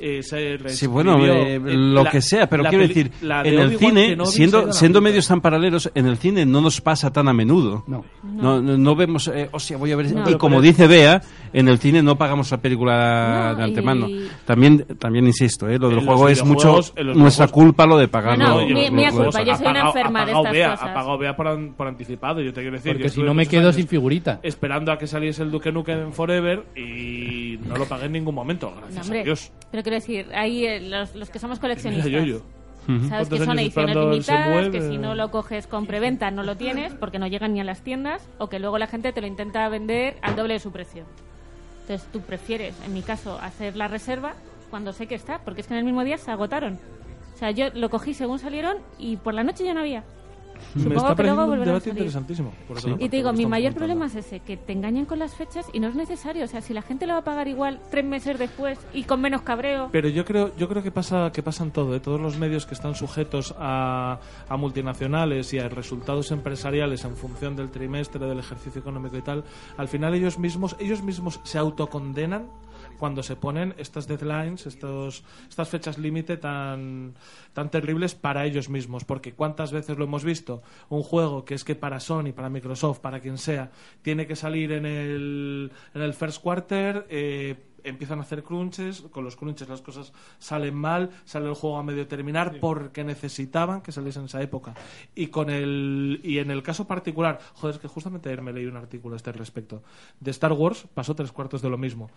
Speaker 10: Eh, se
Speaker 5: Sí, bueno,
Speaker 10: reescribió,
Speaker 5: eh,
Speaker 10: eh,
Speaker 5: lo
Speaker 10: la-
Speaker 5: que sea, pero
Speaker 10: la
Speaker 5: quiero
Speaker 10: peli-
Speaker 5: decir,
Speaker 10: la de
Speaker 5: en el
Speaker 10: Obi-Wan
Speaker 5: cine,
Speaker 10: Kenobi se ha ido
Speaker 5: siendo,
Speaker 10: a la
Speaker 5: siendo medios tan paralelos, en el cine no nos pasa tan a menudo.
Speaker 1: No.
Speaker 5: No, no, vemos, eh, hostia, voy a ver.
Speaker 1: No,
Speaker 5: y
Speaker 1: pero
Speaker 5: como
Speaker 1: por-
Speaker 5: dice Bea, en el cine no pagamos la película de antemano. También, también insisto, eh, lo del
Speaker 10: En
Speaker 5: juego
Speaker 10: los
Speaker 5: es mucho
Speaker 10: videojuegos- en los
Speaker 5: nuestra
Speaker 10: videojuegos-
Speaker 5: culpa lo de pagarlo.
Speaker 10: yo-
Speaker 4: mea
Speaker 10: los juegos
Speaker 4: culpa, yo soy
Speaker 10: ha
Speaker 4: una
Speaker 10: pagado-
Speaker 4: enferma
Speaker 10: ha
Speaker 4: de
Speaker 10: pagado
Speaker 4: estas
Speaker 10: Bea,
Speaker 4: cosas.
Speaker 10: Ha pagado Bea por, an- por anticipado, yo te quiero decir.
Speaker 1: Porque
Speaker 10: yo
Speaker 1: si
Speaker 10: estuve
Speaker 1: no me
Speaker 10: muchos
Speaker 1: quedo
Speaker 10: años
Speaker 1: sin figurita.
Speaker 10: Esperando a que saliese el Duke Nukem Forever y no lo pagué en ningún momento, gracias
Speaker 4: No, hombre,
Speaker 10: a Dios.
Speaker 4: pero quiero decir, ahí eh, los, los que somos
Speaker 10: Mira,
Speaker 4: coleccionistas.
Speaker 10: yo, yo.
Speaker 4: Sabes que
Speaker 10: ¿Cuántos
Speaker 4: son
Speaker 10: años
Speaker 4: ediciones
Speaker 10: esperando el
Speaker 4: limitadas,
Speaker 10: Samuel,
Speaker 4: que si
Speaker 10: eh?
Speaker 4: no lo coges con preventa no lo tienes porque no llegan ni a las tiendas o que luego la gente te lo intenta vender al doble de su precio. Entonces tú prefieres, en mi caso, hacer la reserva cuando sé que está, porque es que en el mismo día se agotaron. O sea, yo lo cogí según salieron y por la noche ya no había.
Speaker 10: Me
Speaker 4: Supongo
Speaker 10: está
Speaker 4: que luego
Speaker 10: pareciendo un
Speaker 4: volverán a
Speaker 10: debate
Speaker 4: salir.
Speaker 10: interesantísimo. por otra
Speaker 4: Y
Speaker 10: parte,
Speaker 4: te digo,
Speaker 10: que
Speaker 4: mi
Speaker 10: estamos
Speaker 4: mayor
Speaker 10: contando.
Speaker 4: problema es ese, que te engañan con las fechas y no es necesario. O sea, si la gente lo va a pagar igual tres meses después y con menos cabreo,
Speaker 10: Pero yo creo, yo creo que pasa, que pasa en todo, ¿eh? todos los medios que están sujetos a, a multinacionales y a resultados empresariales en función del trimestre, del ejercicio económico y tal, al final ellos mismos, ellos mismos se autocondenan cuando se ponen estas deadlines, estos, estas fechas límite tan, tan terribles para ellos mismos. Porque cuántas veces lo hemos visto, un juego que es que para Sony, para Microsoft, para quien sea, tiene que salir en el, en el first quarter, eh, empiezan a hacer crunches, con los crunches las cosas salen mal, sale el juego a medio terminar porque necesitaban que saliese en esa época. Y con el y en el caso particular, joder, es que justamente ayer me leí un artículo a este respecto. De Star Wars pasó tres cuartos de lo mismo.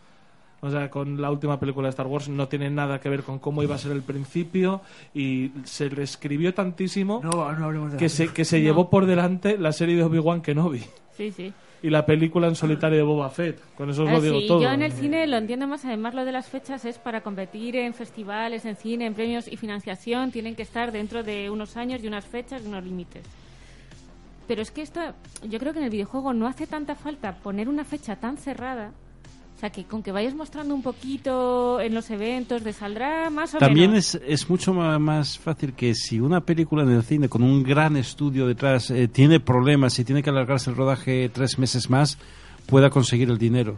Speaker 10: O sea, con la última película de Star Wars no tiene nada que ver con cómo iba a ser el principio y se reescribió tantísimo que se, que se llevó por delante la serie de Obi-Wan Kenobi
Speaker 4: sí, sí.
Speaker 10: y la película en solitario de Boba Fett. Con eso os
Speaker 4: Ah,
Speaker 10: lo digo
Speaker 4: sí,
Speaker 10: todo.
Speaker 4: Yo en el cine lo entiendo más, además lo de las fechas es para competir en festivales, en cine, en premios y financiación, tienen que estar dentro de unos años y unas fechas y unos límites. Pero es que esto, yo creo que en el videojuego no hace tanta falta poner una fecha tan cerrada. O sea, que con que vayas mostrando un poquito en los eventos de saldrá más o
Speaker 5: También
Speaker 4: menos.
Speaker 5: es, es mucho ma- más fácil que si una película en el cine con un gran estudio detrás eh, tiene problemas y tiene que alargarse el rodaje tres meses más, pueda conseguir el dinero.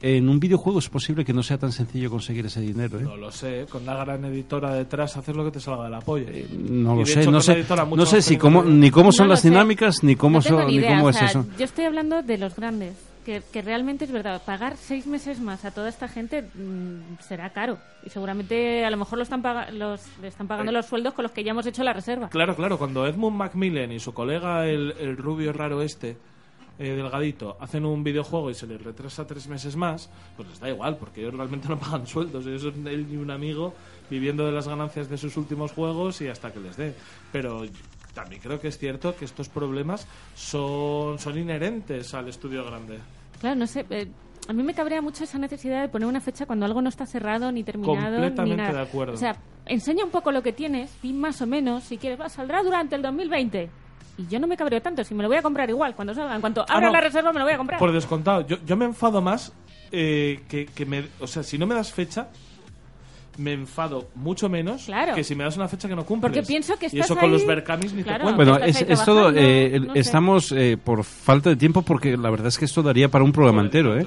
Speaker 5: en un videojuego es posible que no sea tan sencillo conseguir ese dinero. ¿eh?
Speaker 10: No lo sé, con la gran editora detrás, hacer lo que te salga de la polla.
Speaker 5: No
Speaker 10: Y
Speaker 5: lo
Speaker 10: de
Speaker 5: sé,
Speaker 10: hecho,
Speaker 5: no
Speaker 10: con una
Speaker 5: sé,
Speaker 10: editora mucho
Speaker 5: no sé
Speaker 10: más
Speaker 5: si
Speaker 10: pequeña
Speaker 5: cómo,
Speaker 10: que-
Speaker 5: ni cómo
Speaker 4: No
Speaker 5: son
Speaker 4: lo
Speaker 5: las
Speaker 4: sé.
Speaker 5: dinámicas, ni cómo,
Speaker 4: No tengo
Speaker 5: son,
Speaker 4: ni
Speaker 5: ni
Speaker 4: idea,
Speaker 5: cómo
Speaker 4: o
Speaker 5: es
Speaker 4: sea,
Speaker 5: eso.
Speaker 4: Yo estoy hablando de los grandes, que, que realmente es verdad. Pagar seis meses más a toda esta gente mm, será caro. Y seguramente a lo mejor lo están paga- los, le están pagando los sueldos con los que ya hemos hecho la reserva.
Speaker 10: Claro, claro, cuando Edmund Macmillan y su colega, el, el rubio raro este, eh, delgadito, hacen un videojuego y se les retrasa tres meses más, pues les da igual, porque ellos realmente no pagan sueldos. Ellos son él y un amigo viviendo de las ganancias de sus últimos juegos y hasta que les dé. Pero también creo que es cierto que estos problemas son, son inherentes al estudio grande.
Speaker 4: Claro, no sé. eh, a mí me cabrea mucho esa necesidad de poner una fecha cuando algo no está cerrado ni terminado. ni
Speaker 10: Completamente
Speaker 4: nada.
Speaker 10: de acuerdo.
Speaker 4: O sea, enseña un poco lo que tienes, y más o menos, si quieres, va, saldrá durante el 2020. Y yo no me cabreo tanto, si me lo voy a comprar igual, cuando salga. En cuanto
Speaker 10: Ah,
Speaker 4: abra
Speaker 10: no.
Speaker 4: la reserva, me lo voy a comprar.
Speaker 10: Por descontado, yo, yo me enfado más eh, que, que me. O sea, si no me das fecha, me enfado mucho menos
Speaker 4: Claro.
Speaker 10: que si me das una fecha que no cumples.
Speaker 4: Porque pienso que
Speaker 10: Y
Speaker 4: estás
Speaker 10: eso con los
Speaker 4: ahí-
Speaker 10: Berkamis ni
Speaker 4: Claro.
Speaker 10: te cuento.
Speaker 5: Bueno,
Speaker 4: estás
Speaker 5: es,
Speaker 4: ahí
Speaker 5: es todo.
Speaker 4: trabajando,
Speaker 5: eh, el-
Speaker 4: no sé.
Speaker 5: estamos eh, por falta de tiempo, porque la verdad es que esto daría para un programa entero. ¿eh?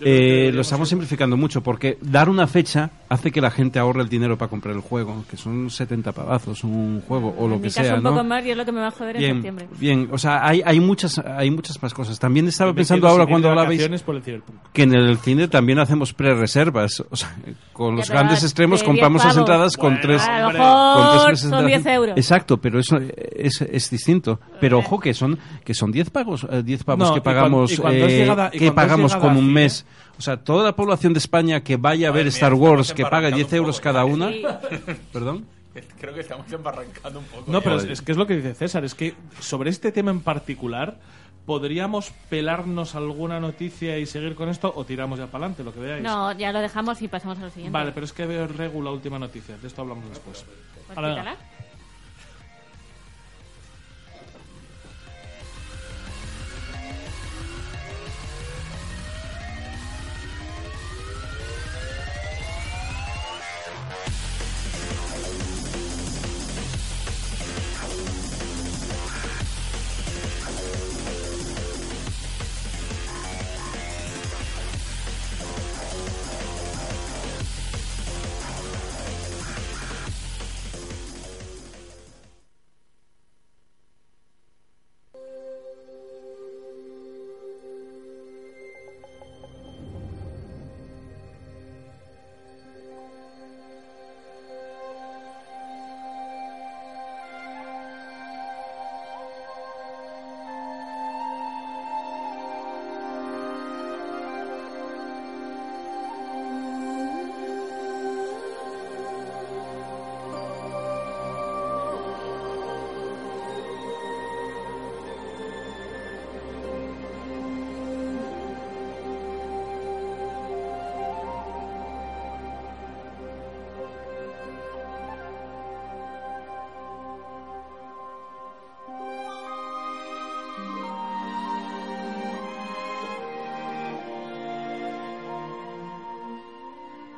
Speaker 5: Eh, lo estamos simplificando mucho, porque dar una fecha hace que la gente ahorre el dinero para comprar el juego, que son 70 pavazos un juego o lo
Speaker 4: en
Speaker 5: que
Speaker 4: mi caso,
Speaker 5: sea.
Speaker 4: un
Speaker 5: ¿no?
Speaker 4: poco más y es lo que me va a joder en
Speaker 5: Bien,
Speaker 4: septiembre.
Speaker 5: bien, o sea, hay, hay muchas hay muchas más cosas. También estaba
Speaker 10: Me
Speaker 5: pensando
Speaker 10: quiero
Speaker 5: ahora
Speaker 10: salir
Speaker 5: cuando
Speaker 10: de
Speaker 5: hablabais
Speaker 10: vacaciones por el ciberpunk.
Speaker 5: que en el cine también hacemos pre-reservas. O sea, con
Speaker 4: Ya,
Speaker 5: los
Speaker 4: pero
Speaker 5: grandes
Speaker 4: de
Speaker 5: extremos
Speaker 4: 10
Speaker 5: compramos las
Speaker 4: pavos.
Speaker 5: entradas con
Speaker 4: Bueno,
Speaker 5: tres,
Speaker 4: a lo
Speaker 5: con
Speaker 4: mejor
Speaker 5: meses de
Speaker 4: son 10
Speaker 5: antelación.
Speaker 4: euros.
Speaker 5: Exacto, pero eso eh, es, es distinto. Pero ojo que son que son 10 pagos, eh, 10 pavos
Speaker 10: No,
Speaker 5: que
Speaker 10: y cuan-
Speaker 5: pagamos
Speaker 10: y cuando es
Speaker 5: eh,
Speaker 10: llegada- y
Speaker 5: que
Speaker 10: cuando es
Speaker 5: pagamos
Speaker 10: llegada
Speaker 5: con
Speaker 10: al
Speaker 5: un
Speaker 10: cine.
Speaker 5: mes. O sea, toda la población de España que vaya a ver Star Wars, que paga 10 euros cada una. Perdón.
Speaker 3: Creo que estamos embarrancando un poco.
Speaker 10: No,
Speaker 3: ya.
Speaker 10: pero es, es que es lo que dice César, es que sobre este tema en particular podríamos pelarnos alguna noticia y seguir con esto o tiramos ya para adelante, lo que veáis.
Speaker 4: No, ya lo dejamos y pasamos a lo siguiente.
Speaker 10: Vale, pero es que veo regula última noticia, de esto hablamos después.
Speaker 4: Pues
Speaker 10: Ahora,
Speaker 4: quítala.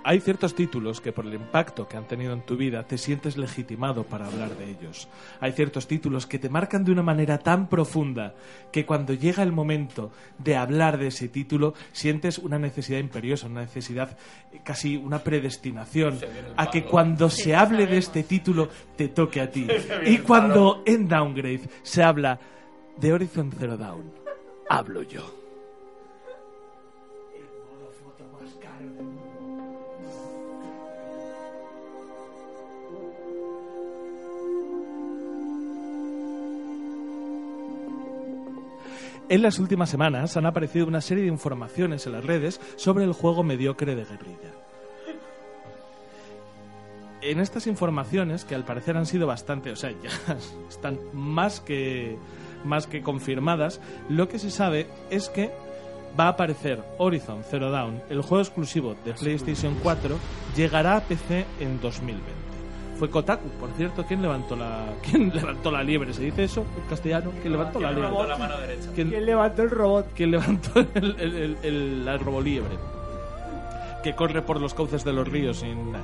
Speaker 10: Hay ciertos títulos que por el impacto que han tenido en tu vida te sientes legitimado para hablar de ellos. Hay ciertos títulos que te marcan de una manera tan profunda que cuando llega el momento de hablar de ese título sientes una necesidad imperiosa, una necesidad eh, casi una predestinación a que cuando se hable de este título te toque a ti.
Speaker 7: Se viene
Speaker 10: Y
Speaker 7: el
Speaker 10: cuando en Downgrade se habla de Horizon Zero Dawn, hablo yo. En las últimas semanas han aparecido una serie de informaciones en las redes sobre el juego mediocre de guerrilla. En estas informaciones, que al parecer han sido bastante, o sea, ya están más que, más que confirmadas, lo que se sabe es que va a aparecer Horizon Zero Dawn, el juego exclusivo de PlayStation 4, llegará a PC en 2020. Fue Kotaku, por cierto, quien levantó la, quien levantó la liebre, ¿se dice eso en castellano? ¿Quién levantó la liebre? ¿Quién, levantó el robot? ¿Quién levantó el, el, el, el- la roboliebre? Que corre por los cauces de los ríos sin... nah,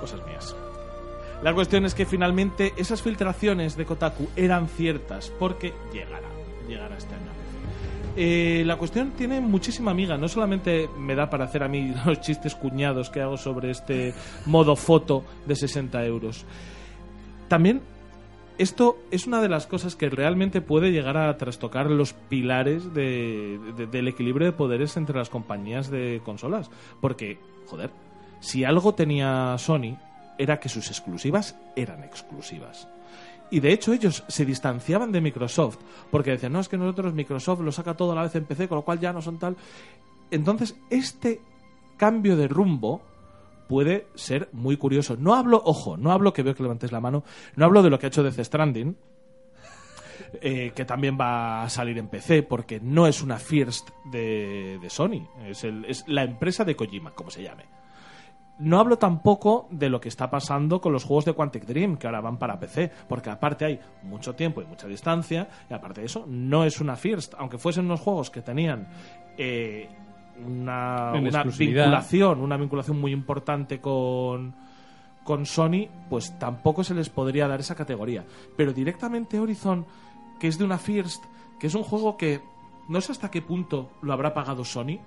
Speaker 10: Cosas mías. La cuestión es que finalmente esas filtraciones de Kotaku eran ciertas porque llegará, llegará este año. Eh, la cuestión tiene muchísima amiga. No solamente me da para hacer a mí los chistes cuñados que hago sobre este modo foto de 60 euros. También esto es una de las cosas que realmente puede llegar a trastocar los pilares de- de- del equilibrio de poderes entre las compañías de consolas. Porque, joder, si algo tenía Sony era que sus exclusivas eran exclusivas. Y de hecho ellos se distanciaban de Microsoft porque decían, no, es que nosotros Microsoft lo saca todo a la vez en PC, con lo cual ya no son tal. Entonces, este cambio de rumbo puede ser muy curioso. No hablo, ojo, no hablo que veo que levantes la mano, no hablo de lo que ha hecho Death Stranding, eh, que también va a salir en PC, porque no es una First de, de Sony, es, el- es la empresa de Kojima, como se llame. No hablo tampoco de lo que está pasando con los juegos de Quantic Dream, que ahora van para PC, porque aparte hay mucho tiempo y mucha distancia, y aparte de eso, no es una First, aunque fuesen unos juegos que tenían eh, una,
Speaker 1: En
Speaker 10: una
Speaker 1: exclusividad.
Speaker 10: vinculación, una vinculación muy importante con, con Sony, pues tampoco se les podría dar esa categoría. Pero directamente Horizon, que es de una First, que es un juego que no sé hasta qué punto lo habrá pagado Sony.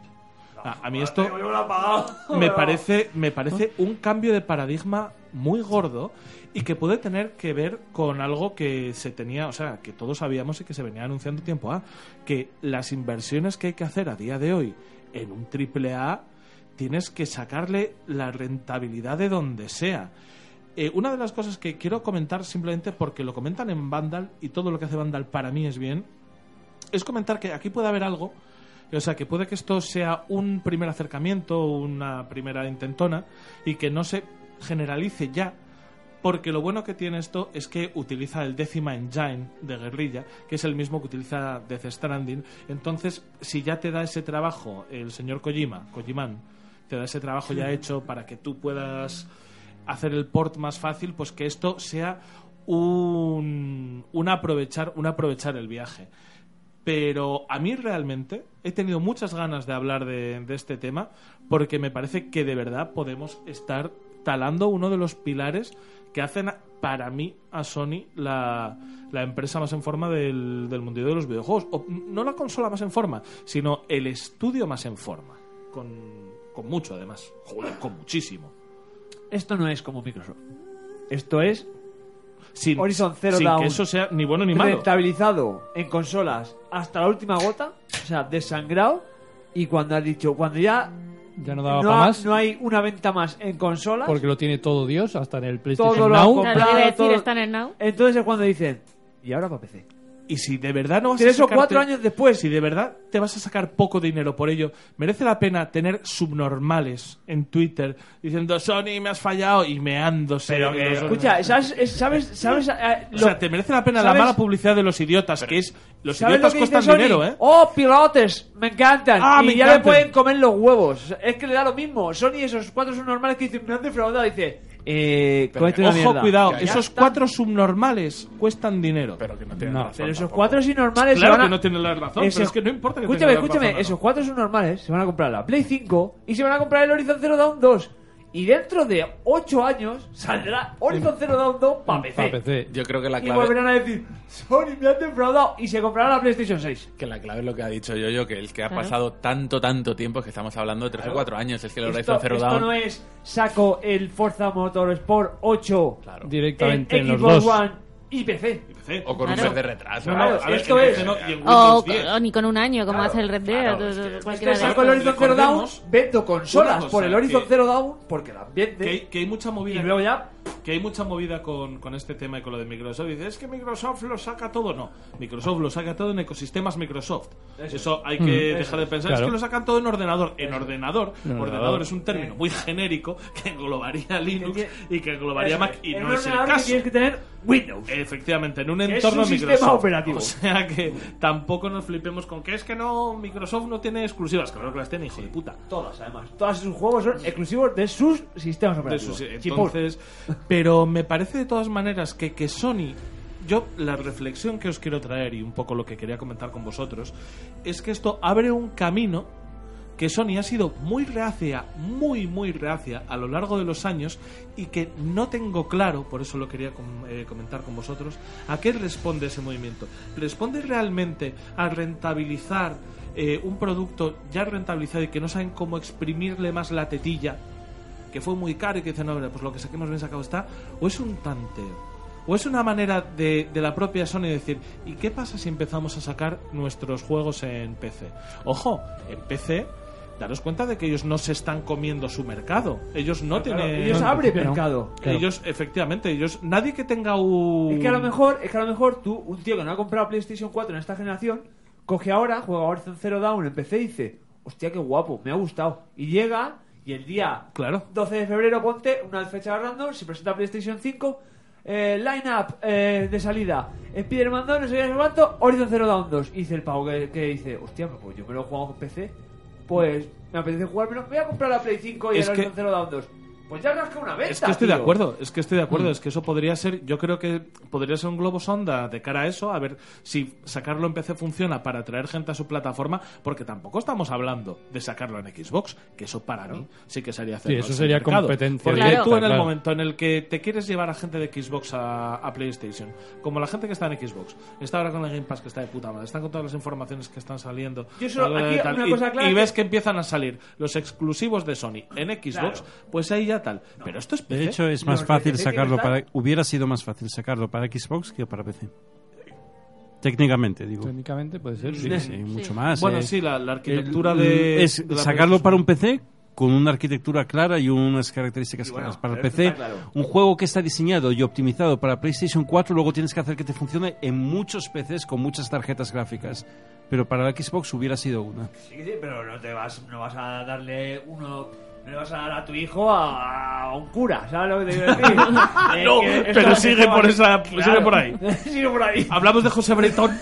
Speaker 10: A, a mí esto
Speaker 2: no lo ha pagado.
Speaker 10: me
Speaker 2: No.
Speaker 10: parece me parece un cambio de paradigma muy gordo y que puede tener que ver con algo que se tenía, o sea, que todos sabíamos y que se venía anunciando tiempo a que las inversiones que hay que hacer a día de hoy en un triple A tienes que sacarle la rentabilidad de donde sea. Eh, una de las cosas que quiero comentar simplemente porque lo comentan en Vandal y todo lo que hace Vandal para mí es bien, es comentar que aquí puede haber algo, o sea, que puede que esto sea un primer acercamiento, una primera intentona y que no se generalice ya. Porque lo bueno que tiene esto es que utiliza el décima engine de guerrilla, que es el mismo que utiliza Death Stranding. Entonces, si ya te da ese trabajo el señor Kojima, Kojiman, te da ese trabajo ya hecho para que tú puedas hacer el port más fácil, pues que esto sea un, un aprovechar, un aprovechar el viaje. Pero a mí realmente he tenido muchas ganas de hablar de, de este tema porque me parece que de verdad podemos estar talando uno de los pilares que hacen para mí a Sony la, la empresa más en forma del, del mundillo de los videojuegos. O, no la consola más en forma, sino el estudio más en forma. Con, con mucho además. Joder, con muchísimo.
Speaker 2: Esto no es como Microsoft. Esto es
Speaker 10: Sin,
Speaker 2: Horizon Zero
Speaker 10: sin
Speaker 2: Dawn.
Speaker 10: que eso sea ni bueno ni malo.
Speaker 2: Rentabilizado en consolas hasta la última gota, o sea, desangrado. Y cuando has dicho, cuando ya
Speaker 1: Ya no daba
Speaker 2: no,
Speaker 1: para
Speaker 2: ha-
Speaker 1: más.
Speaker 2: no hay una venta más en consolas,
Speaker 1: Porque lo tiene todo Dios, hasta en el PlayStation
Speaker 2: todo lo han
Speaker 1: Now.
Speaker 2: comprado,
Speaker 4: Claro, iba a decir,
Speaker 2: todo-
Speaker 4: está en el Now.
Speaker 2: Entonces es cuando dicen, y ahora para PC.
Speaker 10: Y si de verdad no vas
Speaker 2: Tres
Speaker 10: a
Speaker 2: o
Speaker 10: sacarte-
Speaker 2: cuatro años después.
Speaker 10: Si de verdad te vas a sacar poco dinero por ello, merece la pena tener subnormales en Twitter diciendo Sony me has fallado y meándose.
Speaker 2: Pero que-
Speaker 10: Los-
Speaker 2: escucha, ¿sabes? es- ¿Sabes? ¿Sabes? eh,
Speaker 10: o
Speaker 2: lo-
Speaker 10: sea, te merece la pena la
Speaker 2: ¿sabes?
Speaker 10: mala publicidad de los idiotas, que es los
Speaker 2: ¿Sabes lo
Speaker 10: idiotas
Speaker 2: que dice
Speaker 10: costan
Speaker 2: Sony?
Speaker 10: dinero, ¿eh?
Speaker 2: ¡Oh, pilotes! ¡Me encantan!
Speaker 10: Ah,
Speaker 2: y
Speaker 10: me
Speaker 2: ya le
Speaker 10: encantan.
Speaker 2: pueden comer los huevos. O sea, Es que le da lo mismo. Sony, esos cuatro subnormales que dicen, me han defraudado. Dice, eh, cógete una
Speaker 10: Ojo,
Speaker 2: mierda.
Speaker 10: cuidado,
Speaker 2: Ya
Speaker 10: esos
Speaker 2: está.
Speaker 10: cuatro subnormales cuestan dinero.
Speaker 3: Pero que no tiene
Speaker 1: No,
Speaker 3: razón
Speaker 2: Pero esos
Speaker 3: tampoco.
Speaker 2: cuatro subnormales se
Speaker 10: claro
Speaker 2: van a...
Speaker 10: que no tienen la razón,
Speaker 2: Ese-
Speaker 10: pero es que no importa que
Speaker 2: Escúchame,
Speaker 10: tengan la
Speaker 2: escúchame.
Speaker 10: razón o no.
Speaker 2: Esos cuatro subnormales se van a comprar la Play 5 y se van a comprar el Horizon Zero Dawn 2. Y dentro de ocho años saldrá Horizon Zero Dawn 2 para PC.
Speaker 1: Para PC.
Speaker 3: Yo creo que la
Speaker 2: Y
Speaker 3: clave...
Speaker 2: volverán a decir, Sony me han defraudado. Y se comprará la PlayStation 6.
Speaker 3: Que la clave es lo que ha dicho yo, yo que el que ha
Speaker 4: Claro.
Speaker 3: pasado tanto, tanto tiempo, es que estamos hablando de tres o cuatro años, es que el Horizon
Speaker 2: Esto,
Speaker 3: Zero
Speaker 2: esto
Speaker 3: Dawn...
Speaker 2: no es saco el Forza Motorsport 8
Speaker 3: Claro.
Speaker 1: Directamente en, los
Speaker 2: Xbox
Speaker 1: dos.
Speaker 2: One y PC.
Speaker 10: PC.
Speaker 3: O con un
Speaker 4: Claro.
Speaker 3: mes de retraso.
Speaker 10: No, no,
Speaker 2: Claro,
Speaker 10: a ver,
Speaker 2: esto
Speaker 10: en
Speaker 2: es-
Speaker 10: PC no, y en
Speaker 4: O,
Speaker 10: Windows 10.
Speaker 4: o ni con un año, como hace el Red Dead.
Speaker 3: claro,
Speaker 4: o-
Speaker 3: es que-
Speaker 4: o-
Speaker 3: es
Speaker 2: Es que
Speaker 4: cualquiera de
Speaker 2: Este saco el
Speaker 4: estos.
Speaker 2: Horizon Zero Dawn,
Speaker 10: Recordemos-
Speaker 2: vendo consolas
Speaker 10: cosa,
Speaker 2: por el Horizon
Speaker 10: que-
Speaker 2: Zero Dawn porque las vende.
Speaker 10: Que hay, que hay mucha
Speaker 2: y
Speaker 10: movida
Speaker 2: luego ya
Speaker 10: que hay mucha movida con, con este tema y con lo de Microsoft. Dice, es que Microsoft lo saca todo. No, Microsoft lo saca todo en ecosistemas Microsoft. Eso, hay que
Speaker 2: Mm.
Speaker 10: dejar de pensar.
Speaker 1: Claro.
Speaker 10: Es que lo sacan todo en ordenador. En ordenador,
Speaker 1: En
Speaker 10: ordenador,
Speaker 1: ordenador.
Speaker 10: es un término muy genérico que englobaría Linux
Speaker 2: que-
Speaker 10: y que englobaría
Speaker 2: Eso
Speaker 10: Mac
Speaker 2: es.
Speaker 10: y
Speaker 2: En
Speaker 10: no
Speaker 2: un
Speaker 10: es el
Speaker 2: ordenador que
Speaker 10: caso.
Speaker 2: Tienes que tener Windows.
Speaker 10: Efectivamente, en un
Speaker 2: es
Speaker 10: entorno
Speaker 2: un sistema
Speaker 10: Microsoft.
Speaker 2: operativo.
Speaker 10: O sea que tampoco nos flipemos con que es que no, Microsoft no tiene exclusivas. Claro que las tiene, hijo de puta.
Speaker 2: Todas, además. Todos sus juegos son exclusivos de sus sistemas
Speaker 10: de
Speaker 2: operativos.
Speaker 10: sus- eh,
Speaker 2: Chipón.
Speaker 10: entonces, pero me parece de todas maneras que, que Sony, yo la reflexión que os quiero traer y un poco lo que quería comentar con vosotros, es que esto abre un camino que Sony ha sido muy reacia, muy, muy reacia a lo largo de los años y que no tengo claro, por eso lo quería com- eh, comentar con vosotros, a qué responde ese movimiento. ¿Responde realmente a rentabilizar eh, un producto ya rentabilizado y que no saben cómo exprimirle más la tetilla, que fue muy caro y que dicen, no, mira, pues lo que saquemos bien sacado está, o es un tanteo. O es una manera de, de la propia Sony decir, ¿y qué pasa si empezamos a sacar nuestros juegos en PC? Ojo, en PC, daros cuenta de que ellos no se están comiendo su mercado. Ellos no
Speaker 2: Ah, Claro,
Speaker 10: tienen.
Speaker 2: ellos abren Claro, mercado. claro.
Speaker 10: Ellos, efectivamente, ellos. Nadie que tenga un.
Speaker 2: Es que a lo mejor, es que a lo mejor tú, un tío que no ha comprado PlayStation 4 en esta generación, coge ahora, juega Horizon Zero Down en PC y dice, hostia, qué guapo, me ha gustado. Y llega y el día
Speaker 10: Claro.
Speaker 2: 12 de febrero, ponte, una fecha random, se presenta PlayStation 5, eh, line-up eh, de salida, Spider-Man 2, no sé qué, no sé cuánto, Horizon Zero Down 2. Y dice el pavo que, que dice, hostia, pues yo me lo he jugado en PC, pues me apetece jugármelo, voy a comprar la Play 5 y
Speaker 10: Es
Speaker 2: el
Speaker 10: que-
Speaker 2: Horizon Zero Down 2. Pues ya rasca una venta,
Speaker 10: Es que estoy de
Speaker 2: tío.
Speaker 10: acuerdo, es que estoy de acuerdo,
Speaker 2: Mm.
Speaker 10: es que eso podría ser, yo creo que podría ser un globo sonda de cara a eso, a ver si sacarlo en PC funciona para atraer gente a su plataforma, porque tampoco estamos hablando de sacarlo en Xbox, que eso para mí sí que sería hacerlo.
Speaker 1: Sí, eso
Speaker 10: en
Speaker 1: sería
Speaker 10: mercado.
Speaker 1: competencia
Speaker 10: Porque
Speaker 1: directa,
Speaker 10: tú en el
Speaker 1: claro.
Speaker 10: momento en el que te quieres llevar a gente de Xbox a, a PlayStation, como la gente que está en Xbox, está ahora con el Game Pass que está de puta madre, están con todas las informaciones que están saliendo,
Speaker 2: Yo solo-
Speaker 10: tal, tal,
Speaker 2: aquí
Speaker 10: tal,
Speaker 2: una
Speaker 10: y,
Speaker 2: cosa clara
Speaker 10: y
Speaker 2: que-
Speaker 10: ves que empiezan a salir los exclusivos de Sony en Xbox, pues ahí ya tal. Pero esto es
Speaker 5: De
Speaker 10: PC.
Speaker 5: hecho, es más
Speaker 10: Los de
Speaker 5: fácil
Speaker 10: PC tienen
Speaker 5: sacarlo
Speaker 10: que
Speaker 5: para. Hubiera sido más fácil sacarlo para Xbox que para PC. Técnicamente, digo.
Speaker 1: Técnicamente puede ser.
Speaker 5: Sí, sí, mucho más.
Speaker 10: Bueno,
Speaker 5: eh.
Speaker 10: sí, la, la arquitectura
Speaker 5: El-
Speaker 10: de.
Speaker 5: Es
Speaker 10: de la
Speaker 5: sacarlo para un PC con una arquitectura clara y unas características
Speaker 10: Y bueno,
Speaker 5: claras para el
Speaker 10: pero eso
Speaker 5: PC.
Speaker 10: está claro.
Speaker 5: Un juego que está diseñado y optimizado para PlayStation 4, luego tienes que hacer que te funcione en muchos PCs con muchas tarjetas gráficas. Pero para la Xbox hubiera sido una.
Speaker 2: Sí, sí, pero no te vas, no vas a darle uno, no le vas a dar a tu hijo a, a un cura, ¿sabes lo que te quiero decir? Eh,
Speaker 10: No,
Speaker 2: que esto
Speaker 10: pero
Speaker 2: lo hace
Speaker 10: sigue por
Speaker 2: joven.
Speaker 10: esa- sigue por ahí.
Speaker 2: sigue por ahí.
Speaker 10: Hablamos de José Bretón.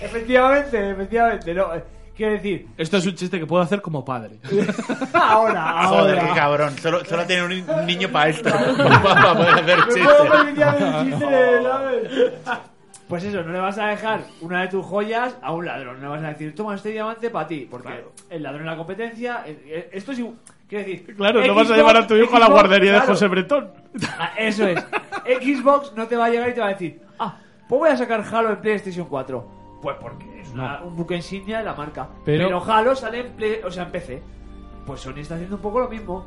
Speaker 2: Efectivamente, efectivamente, no. eh, Quiero decir,
Speaker 10: Esto es un chiste que puedo hacer como padre.
Speaker 2: ahora, ahora.
Speaker 3: Joder, qué cabrón. Solo, solo tiene un, ni- un niño para esto. para poder hacer
Speaker 2: Me puedo permitir hacer un chiste,
Speaker 3: chistes.
Speaker 2: ¿sabes? Pues eso, no le vas a dejar una de tus joyas a un ladrón. No le vas a decir, toma este diamante para ti. Porque el ladrón en la competencia. eh, eh, Esto es. igu- Quiero decir.
Speaker 10: Claro, no vas a
Speaker 2: Xbox,
Speaker 10: llevar a tu hijo a la
Speaker 2: Xbox,
Speaker 10: guardería de
Speaker 2: claro.
Speaker 10: José Bretón.
Speaker 2: Ah, Eso es. Xbox no te va a llegar y te va a decir, ah, pues voy a sacar Halo en PlayStation 4. Pues porque es una- un buque insignia de la marca. Pero,
Speaker 1: Pero-
Speaker 2: Halo sale en, Play- o sea, en PC. Pues Sony está haciendo un poco lo mismo.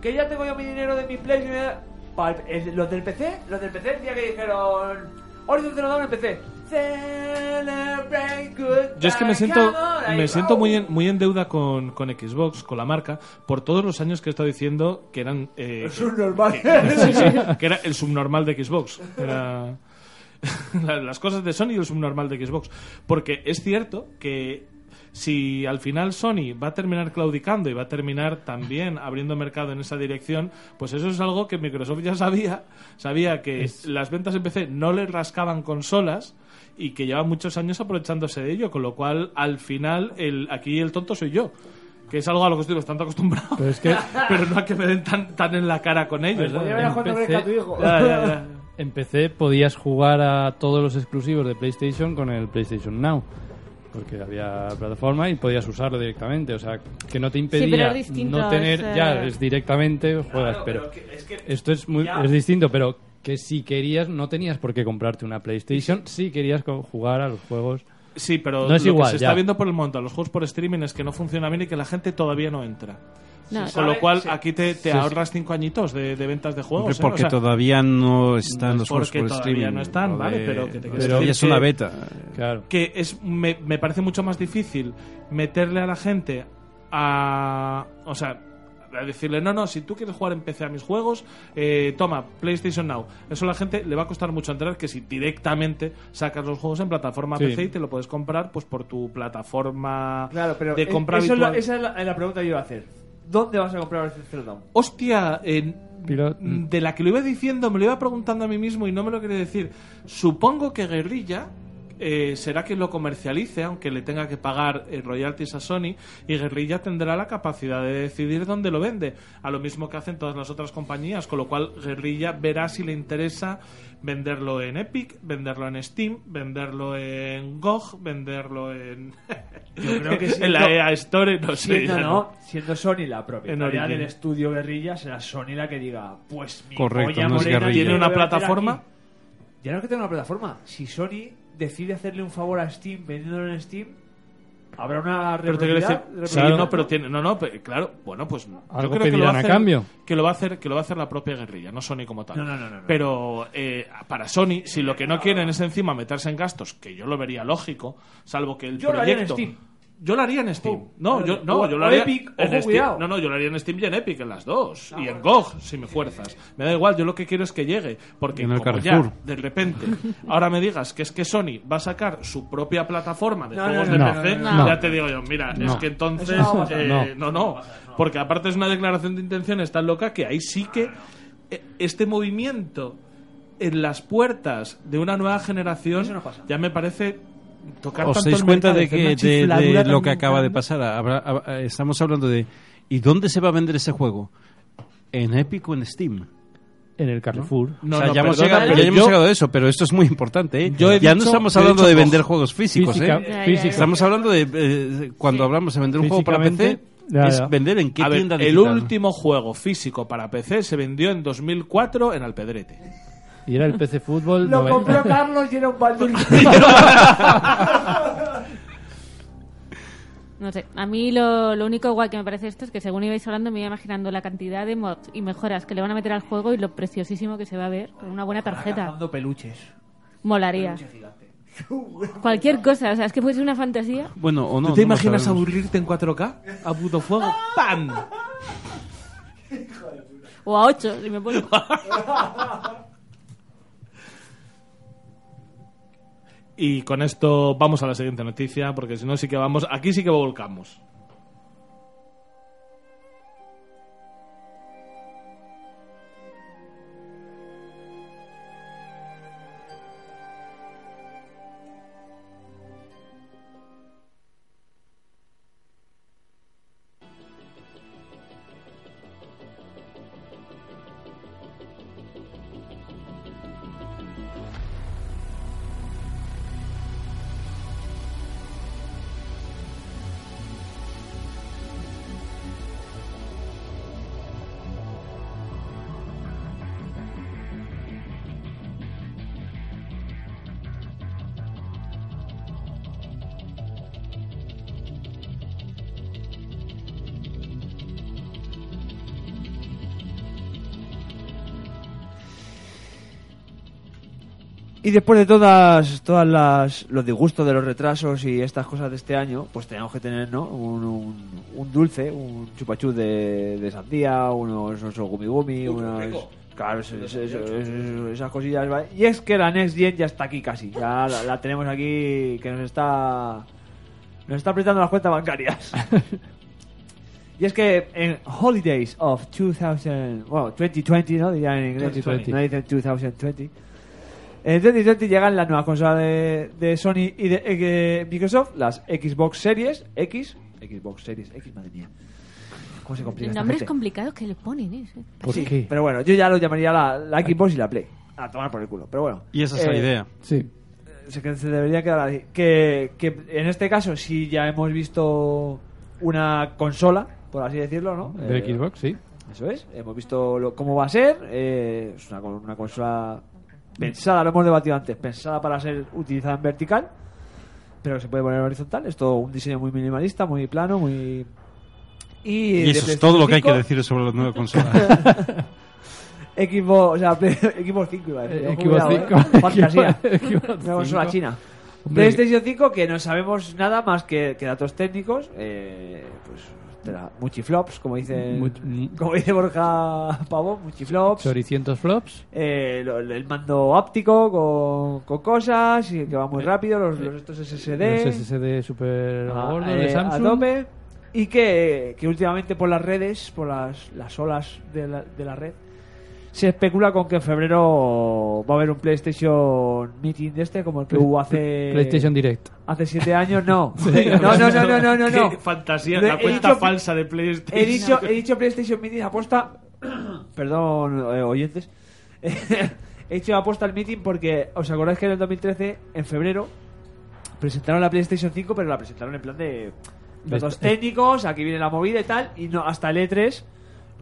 Speaker 2: Que ya tengo yo mi dinero de mi Play. y me da- pa- el- Los del PC, los del PC, el día que dijeron Horizon Zero Dawn en PC. Celebrate good
Speaker 10: Yo es que
Speaker 2: time,
Speaker 10: me siento,
Speaker 2: come on, ahí
Speaker 10: me
Speaker 2: va.
Speaker 10: siento muy, en, muy en deuda con, con Xbox, con la marca, por todos los años que he estado diciendo que eran. eh,
Speaker 2: Es un normal.
Speaker 10: Sí, sí, que era el subnormal de Xbox. Era la- las cosas de Sony y el subnormal de Xbox. Porque es cierto que si al final Sony va a terminar claudicando y va a terminar también abriendo mercado en esa dirección, pues eso es algo que Microsoft ya sabía. Sabía que las ventas en PC no le rascaban consolas y que lleva muchos años aprovechándose de ello, con lo cual al final el, aquí el tonto soy yo. Que es algo a lo que estoy bastante acostumbrado. Pero,
Speaker 1: es que-
Speaker 10: no a que me den tan, tan en la cara con ellos.
Speaker 2: Pues
Speaker 10: ¿no?
Speaker 2: ya verás cuando
Speaker 1: Empecé-
Speaker 2: crezca tu hijo.
Speaker 10: Ya, ya, ya.
Speaker 1: En PC podías jugar a todos los exclusivos de PlayStation con el PlayStation Now. Porque había plataforma y podías usarlo directamente. O sea, que no te impedía
Speaker 4: pero es distinto,
Speaker 1: no tener.
Speaker 4: es,
Speaker 1: Ya,
Speaker 4: eh,
Speaker 1: es directamente juegas. pero esto es, muy,
Speaker 2: ya.
Speaker 1: es distinto, pero que si querías, no tenías por qué comprarte una PlayStation. Si querías co- jugar a los juegos.
Speaker 10: Sí, pero
Speaker 1: No es
Speaker 10: lo
Speaker 1: igual,
Speaker 10: que se
Speaker 1: ya.
Speaker 10: está viendo por el momento a los juegos por streaming es que no funciona bien y que la gente todavía no entra.
Speaker 4: No,
Speaker 10: Con
Speaker 4: sabe-
Speaker 10: lo cual, aquí te, te
Speaker 5: Sí, sí.
Speaker 10: ahorras cinco añitos de, de ventas de
Speaker 5: Hombre,
Speaker 10: juegos. ¿eh?
Speaker 5: porque
Speaker 10: O sea,
Speaker 5: todavía no están los
Speaker 10: no es
Speaker 5: juegos por
Speaker 10: porque todavía
Speaker 5: streaming.
Speaker 10: no están,
Speaker 5: Lo
Speaker 10: vale,
Speaker 5: de-
Speaker 10: pero que te quiero
Speaker 5: todavía
Speaker 10: decir
Speaker 5: es una
Speaker 10: que-
Speaker 5: beta.
Speaker 1: Claro.
Speaker 10: que es me, me parece mucho más difícil meterle a la gente a o sea a decirle no no si tú quieres jugar en PC a mis juegos eh, toma PlayStation Now eso a la gente le va a costar mucho entrar que si directamente sacas los juegos en plataforma
Speaker 1: Sí.
Speaker 10: PC y te lo puedes comprar pues por tu plataforma
Speaker 2: Claro, pero
Speaker 10: de
Speaker 2: es-
Speaker 10: compra
Speaker 2: eso es lo-
Speaker 10: habitual
Speaker 2: esa es la, la pregunta que yo iba a hacer. ¿Dónde vas a comprar Horizon Zero Dawn?
Speaker 10: hostia eh,
Speaker 1: Pilo-
Speaker 2: mm.
Speaker 10: de la que lo iba diciendo me lo iba preguntando a mí mismo y no me lo quería decir supongo que Guerrilla eh, será quien lo comercialice aunque le tenga que pagar eh, royalties a Sony y Guerrilla tendrá la capacidad de decidir dónde lo vende a lo mismo que hacen todas las otras compañías con lo cual Guerrilla verá si le interesa venderlo en Epic venderlo en Steam venderlo en GOG venderlo en
Speaker 2: creo que sí,
Speaker 10: en
Speaker 2: no.
Speaker 10: la EA Store no sé
Speaker 2: siendo,
Speaker 10: ya
Speaker 2: ¿no? siendo Sony la propietaria
Speaker 10: Origin.
Speaker 2: del estudio guerrilla, será Sony la que diga, pues mi
Speaker 5: Correcto,
Speaker 2: polla
Speaker 5: no es
Speaker 2: morena,
Speaker 5: guerrilla.
Speaker 2: yo
Speaker 10: ¿Tiene
Speaker 2: lo
Speaker 10: una
Speaker 2: voy a meter
Speaker 10: plataforma?
Speaker 2: aquí. Ya no es que tenga una plataforma. Si Sony decide hacerle un favor a Steam vendiéndolo en Steam, Habrá una
Speaker 10: Pero te quiero decir,
Speaker 2: reciprocidad,
Speaker 10: sí,
Speaker 2: reciprocidad,
Speaker 10: no, pero tiene, no, no, pe- claro, bueno, pues yo
Speaker 1: Algo
Speaker 10: creo que lo va
Speaker 1: pedirán
Speaker 10: a
Speaker 1: a
Speaker 10: hacer,
Speaker 1: cambio.
Speaker 10: que lo va a hacer, que lo va a hacer la propia guerrilla, no Sony como tal.
Speaker 2: No, no, no, no, no.
Speaker 10: Pero eh, para Sony, si lo que no quieren es encima meterse en gastos, que yo lo vería lógico, salvo que el
Speaker 2: Yo lo haría en
Speaker 10: proyecto.
Speaker 2: Steam.
Speaker 10: Yo lo haría en Steam.
Speaker 2: vale.
Speaker 10: No, yo, no,
Speaker 2: O-
Speaker 10: yo lo
Speaker 2: o
Speaker 10: haría
Speaker 2: Epic, ojo,
Speaker 10: en Steam.
Speaker 2: cuidado. Ah,
Speaker 10: No, no, yo lo haría en Steam y en Epic, en las dos. y en GOG, si me fuerzas. Me da igual, yo lo que quiero es que llegue. Porque
Speaker 5: Y en el
Speaker 10: como
Speaker 5: Carrefour.
Speaker 10: ya, de repente, ahora me digas que es que Sony va a sacar su propia plataforma de
Speaker 2: No,
Speaker 10: juegos
Speaker 2: no,
Speaker 10: de
Speaker 2: no,
Speaker 10: PC,
Speaker 2: no, no, no.
Speaker 10: ya te digo yo, mira,
Speaker 2: No.
Speaker 10: es que entonces...
Speaker 2: Eso no va a pasar.
Speaker 10: eh,
Speaker 2: No.
Speaker 10: no, no, porque aparte es una declaración de intenciones tan loca que ahí sí que eh, este movimiento en las puertas de una nueva generación ya me parece tocar
Speaker 5: ¿Os
Speaker 10: tanto
Speaker 5: dais
Speaker 10: el
Speaker 5: cuenta
Speaker 10: mercado,
Speaker 5: de,
Speaker 10: hacer
Speaker 5: que, de-
Speaker 10: una
Speaker 5: de,
Speaker 10: chifladura
Speaker 5: lo que
Speaker 10: tan-
Speaker 5: acaba de
Speaker 10: tan-
Speaker 5: pasar? Habrá- habrá- estamos hablando de... ¿Y dónde se va a vender ese juego? ¿En Epic o en Steam?
Speaker 1: En el Carrefour.
Speaker 5: O sea, ya, hemos llegado, ya hemos llegado a eso, pero esto es muy importante. ¿eh?
Speaker 1: Yo he
Speaker 5: ya no
Speaker 1: dicho-
Speaker 5: estamos
Speaker 1: yo he
Speaker 5: hablando
Speaker 1: dicho
Speaker 5: de
Speaker 1: cojo.
Speaker 5: vender juegos físicos.
Speaker 1: Física-
Speaker 5: ¿eh?
Speaker 1: Ya, ya, ya.
Speaker 5: Estamos hablando de, eh, cuando hablamos de vender un juego para
Speaker 10: Físicamente,
Speaker 5: PC, es vender en qué
Speaker 10: A ver,
Speaker 5: tienda
Speaker 10: El
Speaker 5: digital.
Speaker 10: último juego físico para PC se vendió en 2004 en Alpedrete.
Speaker 1: Y era el PC Fútbol.
Speaker 2: Lo
Speaker 1: noven-
Speaker 2: compró Carlos y era un baldur.
Speaker 4: No sé, a mí lo, lo único guay que me parece esto es que según ibais hablando me iba imaginando la cantidad de mods y mejoras que le van a meter al juego y lo preciosísimo que se va a ver con una buena tarjeta.
Speaker 2: Cazando peluches.
Speaker 4: Molaría. Cualquier cosa, o sea, es que puede ser una fantasía.
Speaker 5: Bueno, o no.
Speaker 10: ¿Tú te
Speaker 5: no lo
Speaker 10: imaginas
Speaker 5: sabemos.
Speaker 10: aburrirte en 4K? A puto fuego. ¡Pam!
Speaker 4: O a 8, si me pongo.
Speaker 10: Y con esto vamos a la siguiente noticia, porque si no, sí que vamos. Aquí sí que volcamos.
Speaker 2: Y después de todas, todas las, los disgustos de los retrasos y estas cosas de este año, pues tenemos que tener, ¿no? Un, un- un dulce, un chupachú de, de sandía, unos, osos gumi gumi, unas... Claro, eso- eso- eso- eso- esas cosillas. ¿vale? Y es que la Next Gen ya está aquí casi. Ya la, la tenemos aquí que nos está... Nos está apretando las cuentas bancarias. y es que en Holidays of 2000... Bueno, 2020, ¿no? Dirían en inglés.
Speaker 1: 2020.
Speaker 2: No dicen 2020. En 2020 llegan las nuevas consolas de, de Sony y de, eh, Microsoft, las Xbox Series X. Xbox Series X, madre mía. ¿Cómo se complica
Speaker 4: Los
Speaker 2: esta
Speaker 4: nombres
Speaker 2: gente?
Speaker 4: complicados que le ponen, ¿eh?
Speaker 2: Sí, Pero bueno, yo ya lo llamaría la, la Xbox y la Play. A tomar por el culo, pero bueno.
Speaker 5: Y esa es la
Speaker 2: Eh,
Speaker 5: idea.
Speaker 1: Sí.
Speaker 2: se, que se debería quedar así. Que, que en este caso sí ya hemos visto una consola, por así decirlo, ¿no?
Speaker 1: De
Speaker 2: Eh,
Speaker 1: Xbox, sí.
Speaker 2: Eso es. Hemos visto lo- cómo va a ser. eh, es una, con- una consola pensada, lo hemos debatido antes, pensada para ser utilizada en vertical, pero que se puede poner en horizontal. Es todo un diseño muy minimalista, muy plano, muy... Y,
Speaker 5: Y
Speaker 2: de
Speaker 5: eso es todo lo que hay que
Speaker 2: PlayStation 5,
Speaker 5: decir sobre la nueva consola.
Speaker 2: Xbox, o sea, Play- Xbox 5 iba a decir.
Speaker 1: Eh,
Speaker 2: Ojo,
Speaker 1: Xbox
Speaker 2: cuidado,
Speaker 1: 5.
Speaker 2: eh. Fantasía.
Speaker 1: Xbox
Speaker 2: Una consola
Speaker 1: 5.
Speaker 2: china.
Speaker 1: Hombre,
Speaker 2: PlayStation 5 que no sabemos nada más que, que datos técnicos. Eh, pues, ostras, muchiflops, como dice,
Speaker 1: Much- mm.
Speaker 2: como dice Borja Pavo, muchiflops.
Speaker 1: Choricientos flops.
Speaker 2: Eh, lo- el mando óptico con, con cosas y que va muy rápido, los, los estos SSD.
Speaker 1: Eh, Los SSD super
Speaker 2: a-
Speaker 1: gordos
Speaker 2: eh,
Speaker 1: de
Speaker 2: a
Speaker 1: Samsung.
Speaker 2: tope. Y que, que últimamente por las redes, por las, las olas de la, de la red, se especula con que en febrero va a haber un PlayStation Meeting de este, como el que
Speaker 1: Play-
Speaker 2: hubo hace.
Speaker 1: PlayStation Direct.
Speaker 2: Hace siete años, no. No, no, no, no, no, no. no.
Speaker 10: Qué fantasía,
Speaker 2: Lo
Speaker 10: la
Speaker 2: he
Speaker 10: cuenta
Speaker 2: dicho-
Speaker 10: falsa de PlayStation.
Speaker 2: He dicho, he dicho PlayStation Meeting apuesta. Perdón, eh, oyentes. he hecho apuesta al meeting porque os acordáis que en el 2013, en febrero, presentaron la PlayStation 5, pero la presentaron en plan de datos
Speaker 1: Este-
Speaker 2: técnicos, aquí viene la movida y tal, y no hasta el E3 E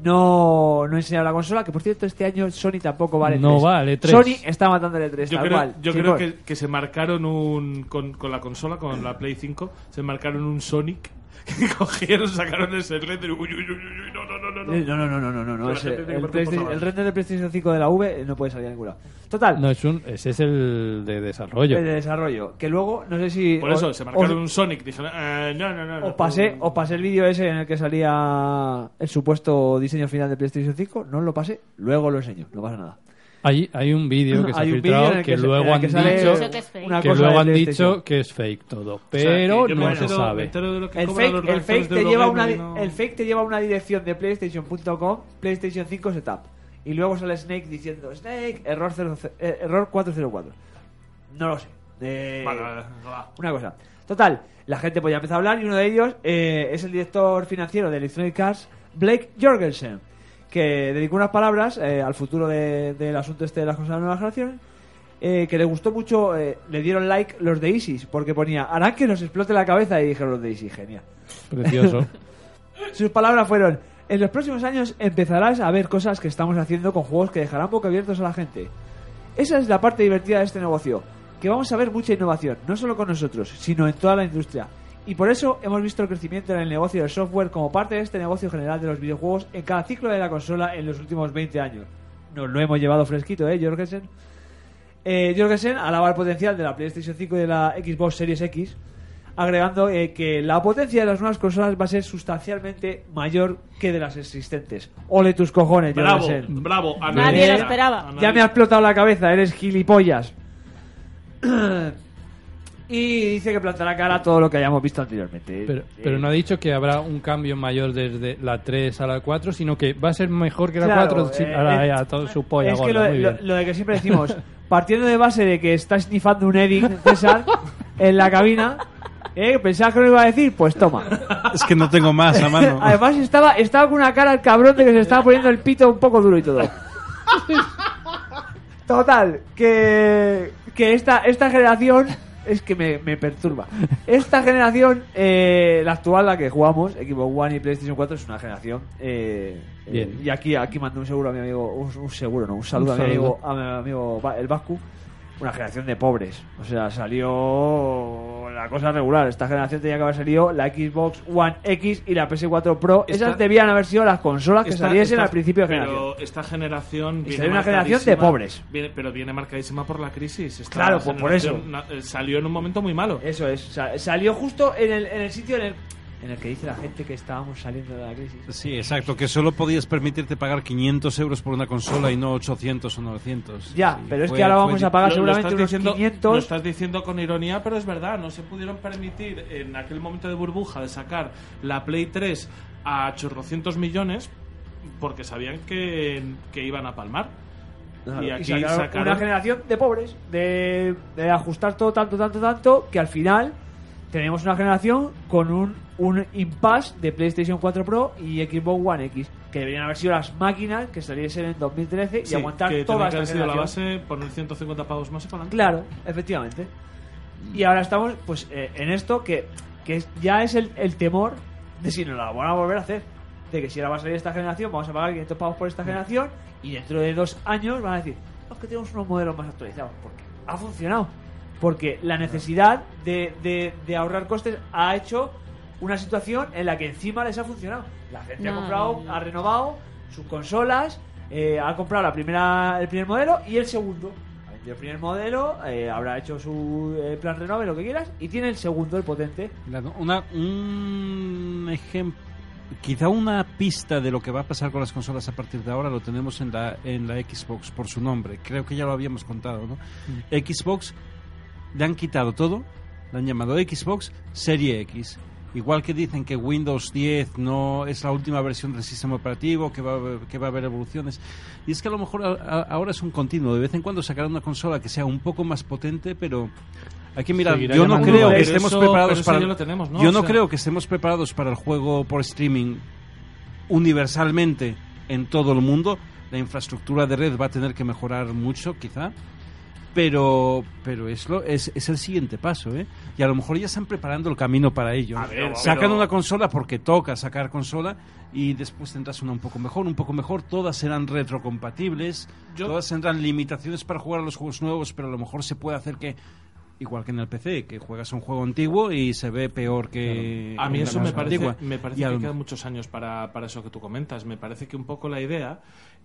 Speaker 2: no, no enseñaron la consola, que por cierto este año Sony tampoco vale
Speaker 1: No E vale E3.
Speaker 2: Sony está matando el E3,
Speaker 10: Yo
Speaker 2: tal
Speaker 10: creo,
Speaker 2: cual.
Speaker 10: yo
Speaker 2: chicos.
Speaker 10: creo que, que se marcaron un. Con, con la consola, con la Play 5, se marcaron un Sonic. Que cogieron, sacaron ese render. Uy, uy, uy, uy, uy, no, no, no, no, no.
Speaker 2: Eh, No, no, no, no, no, no, no,
Speaker 10: La
Speaker 2: ese-
Speaker 10: gente tiene que
Speaker 2: eh, el,
Speaker 10: ver por
Speaker 2: Playsta-
Speaker 10: favor.
Speaker 2: el render de PlayStation 5 de la V no puede salir a ningún lado. Total,
Speaker 1: No, es un, ese es el de desarrollo.
Speaker 2: el Eh, de desarrollo, que luego, no sé si...
Speaker 10: Por
Speaker 2: o-
Speaker 10: eso, se marcaron un Sonic. Dijeron, eh, no, no, no.
Speaker 2: Os
Speaker 10: no,
Speaker 2: pasé, os pasé el vídeo ese en el que salía el supuesto diseño final de PlayStation 5, no os lo pasé, luego lo enseño, no pasa nada.
Speaker 1: Hay, hay un vídeo que se ha
Speaker 2: Hay un vídeo
Speaker 1: filtrado
Speaker 2: en el
Speaker 1: que,
Speaker 2: que se- en
Speaker 1: luego
Speaker 2: el
Speaker 1: han
Speaker 2: que sale
Speaker 1: dicho
Speaker 2: que es fake.
Speaker 1: que,
Speaker 2: una cosa
Speaker 1: luego han
Speaker 2: de
Speaker 1: dicho
Speaker 2: PlayStation.
Speaker 1: que es fake todo,
Speaker 10: sea, que
Speaker 1: pero
Speaker 10: yo me
Speaker 1: no se
Speaker 10: entero- me
Speaker 1: sabe.
Speaker 10: entero de lo que
Speaker 2: El
Speaker 10: cobran
Speaker 2: fake,
Speaker 10: los
Speaker 2: el,
Speaker 10: redactores
Speaker 2: fake
Speaker 10: de
Speaker 2: te lleva
Speaker 10: Eurogamer
Speaker 2: una,
Speaker 10: y
Speaker 2: di-
Speaker 10: no-
Speaker 2: el fake te lleva a una dirección de PlayStation.com, PlayStation 5 setup. Y luego sale Snake diciendo, Snake, error, 00 eh, error 404. No lo sé. Eh,
Speaker 10: Vale, vale, va.
Speaker 2: Una cosa. Total, la gente pues ya empezó a hablar y uno de ellos eh, es el director financiero de Electronic Arts, Blake Jorgensen, que dedicó unas palabras eh, al futuro de- del asunto este de las cosas de la nueva generación, eh, que le gustó mucho, eh, le dieron like los de ISIS, porque ponía, harán que nos explote la cabeza y dijeron los de ISIS, genial.
Speaker 1: Precioso.
Speaker 2: Sus palabras fueron: En los próximos años empezarás a ver cosas que estamos haciendo con juegos que dejarán boca abiertos a la gente. Esa es la parte divertida de este negocio, que vamos a ver mucha innovación, no solo con nosotros, sino en toda la industria. Y por eso hemos visto el crecimiento en el negocio del software como parte de este negocio general de los videojuegos en cada ciclo de la consola en los últimos 20 años. Nos lo hemos llevado fresquito, ¿eh, Jorgensen? Eh, Jorgensen alaba el potencial de la PlayStation 5 y de la Xbox Series X, agregando eh, que la potencia de las nuevas consolas va a ser sustancialmente mayor que de las existentes. Ole tus cojones,
Speaker 10: Bravo,
Speaker 2: Jorgensen.
Speaker 10: bravo. a
Speaker 2: Nadie
Speaker 10: nadie-
Speaker 2: lo
Speaker 4: esperaba.
Speaker 10: a nadie-
Speaker 2: Ya me ha explotado la cabeza, eres gilipollas. y dice que plantará cara a todo lo que hayamos visto anteriormente.
Speaker 1: Pero,
Speaker 2: Eh,
Speaker 1: pero no ha dicho que habrá un cambio mayor desde la 3 a la 4, sino que va a ser mejor que la
Speaker 2: Claro,
Speaker 1: 4 sí,
Speaker 2: eh,
Speaker 1: a, la-
Speaker 2: eh,
Speaker 1: a todo su polla.
Speaker 2: es que
Speaker 1: gorda,
Speaker 2: lo,
Speaker 1: muy
Speaker 2: lo-
Speaker 1: bien.
Speaker 2: lo de que siempre decimos, partiendo de base de que está snifando un Edding César en la cabina, ¿eh? pensaba que no lo iba a decir, pues toma.
Speaker 5: Es que no tengo más a mano.
Speaker 2: Además estaba, estaba con una cara el cabrón de que se estaba poniendo el pito un poco duro y todo. Total, que, que esta, esta generación es que me, me perturba. Esta generación, eh, la actual, la que jugamos, Xbox One y PlayStation 4, es una generación... eh, eh,
Speaker 1: Bien.
Speaker 2: y aquí, aquí mando un seguro a mi amigo, un, un seguro, no, un saludo,
Speaker 1: Un
Speaker 2: a mi
Speaker 1: saludo.
Speaker 2: amigo, a Ah, mi amigo Va- el Vascu. Una generación de pobres. O sea, salió la cosa regular. Esta generación tenía que haber salido la Xbox One X y la PS4 Pro.
Speaker 10: Esta-
Speaker 2: Esas debían haber sido las consolas que
Speaker 10: Esta-
Speaker 2: saliesen
Speaker 10: esta-
Speaker 2: al principio de
Speaker 10: pero
Speaker 2: generación.
Speaker 10: esta generación. viene
Speaker 2: salió una generación
Speaker 10: marcadísima-
Speaker 2: de pobres.
Speaker 10: viene- pero viene marcadísima por la crisis. Esta
Speaker 2: Claro, pues por
Speaker 10: generación na- eh, salió en un momento muy malo.
Speaker 2: Eso es. sa- salió justo en el, en el sitio en el, en el que dice la gente que estábamos saliendo de la crisis.
Speaker 5: Sí, exacto, que solo podías permitirte pagar 500 euros por una consola y no 800 o 900.
Speaker 2: Ya,
Speaker 5: Sí,
Speaker 2: pero es
Speaker 5: fue-
Speaker 2: que ahora
Speaker 5: fue
Speaker 2: vamos
Speaker 5: di-
Speaker 2: a pagar
Speaker 10: Lo-
Speaker 2: seguramente
Speaker 10: lo
Speaker 2: unos
Speaker 10: estás diciendo, Lo
Speaker 2: 500.
Speaker 10: estás diciendo con ironía, pero es verdad. No se pudieron permitir en aquel momento de burbuja de sacar la Play 3 a chorrocientos millones porque sabían que, que iban a palmar. Y aquí
Speaker 2: sacaron
Speaker 10: sacaron-
Speaker 2: una generación de pobres, de, de ajustar todo tanto, tanto, tanto, que al final tenemos una generación con un, un impasse de PlayStation 4 Pro y Xbox One X, que deberían haber sido las máquinas que saliesen en 2013
Speaker 10: Sí,
Speaker 2: y aguantar
Speaker 10: que
Speaker 2: toda esta
Speaker 10: tenía que haber sido la
Speaker 2: generación.
Speaker 10: base, poner 150 pavos más y para adelante.
Speaker 2: Claro, efectivamente. Y ahora estamos pues eh, en esto que, que es- ya es el, el temor de si nos la van a volver a hacer. De que si ahora va a salir esta generación, vamos a pagar 500 pavos por
Speaker 4: Mm.
Speaker 2: esta generación y dentro de dos años van a decir, "No, es que tenemos unos modelos más actualizados. Porque ha funcionado. Porque la necesidad de, de- de ahorrar costes ha hecho una situación en la que encima les ha funcionado. La gente ha
Speaker 4: No,
Speaker 2: comprado,
Speaker 4: no, no.
Speaker 2: ha renovado sus consolas, eh, ha comprado la primera, el primer modelo y el segundo. Ha vendido el primer modelo, eh, habrá hecho su eh, plan renove, lo que quieras, y tiene el segundo, el potente.
Speaker 5: Claro, una- un ejemplo, quizá una pista de lo que va a pasar con las consolas a partir de ahora lo tenemos en la, en la Xbox por su nombre. Creo que ya lo habíamos contado, ¿no? Xbox le han quitado todo, le han llamado Xbox Serie X. Igual que dicen que Windows 10 no es la última versión del sistema operativo, que va, a haber- que va a haber evoluciones. Y es que a lo mejor a- a- ahora es un continuo. De vez en cuando sacarán una consola que sea un poco más potente, pero hay que mirar.
Speaker 10: Seguirá
Speaker 5: Yo no
Speaker 10: llamando
Speaker 5: creo que
Speaker 10: progreso,
Speaker 5: estemos
Speaker 10: pero
Speaker 5: preparados
Speaker 10: eso
Speaker 5: para.
Speaker 10: ya lo tenemos, ¿no?
Speaker 5: Yo
Speaker 10: O
Speaker 5: no
Speaker 10: sea-
Speaker 5: creo que estemos preparados para el juego por streaming universalmente en todo el mundo. La infraestructura de red va a tener que mejorar mucho, quizá. pero pero es lo es, es el siguiente paso ¿eh? y a lo mejor ya están preparando el camino para ello
Speaker 12: A ver,
Speaker 5: sacan
Speaker 12: pero-
Speaker 5: una consola porque toca sacar consola y después tendrás una un poco mejor un poco mejor todas serán retrocompatibles todas tendrán limitaciones para jugar a los juegos nuevos pero a lo mejor se puede hacer que Igual que en el PC, que juegas un juego antiguo y se ve peor que.
Speaker 10: A mí
Speaker 5: que
Speaker 10: eso
Speaker 5: la
Speaker 10: me
Speaker 5: consola
Speaker 10: parece,
Speaker 5: antigua.
Speaker 10: me parece
Speaker 5: Y a
Speaker 10: que
Speaker 5: lo
Speaker 10: quedan muchos años para, para eso que tú comentas. Me parece que un poco la idea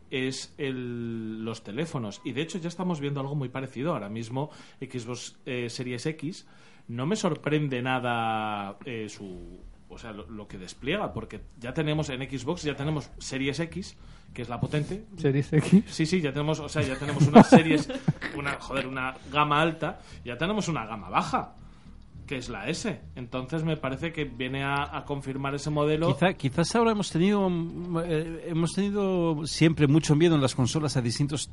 Speaker 10: es el- los teléfonos. Y de hecho ya estamos viendo algo muy parecido. Ahora mismo Xbox eh, Series X no me sorprende nada eh, su... O sea, lo, lo que despliega, porque ya tenemos en Xbox, ya tenemos Series X, que es la potente.
Speaker 1: Series X.
Speaker 10: Sí, sí, ya tenemos, o sea, ya tenemos unas series, una, joder, una gama alta, ya tenemos una gama baja que es la S. Entonces me parece que viene a, a confirmar ese modelo.
Speaker 5: Quizá- quizás ahora hemos tenido mm, eh, hemos tenido siempre mucho miedo en las consolas a distintos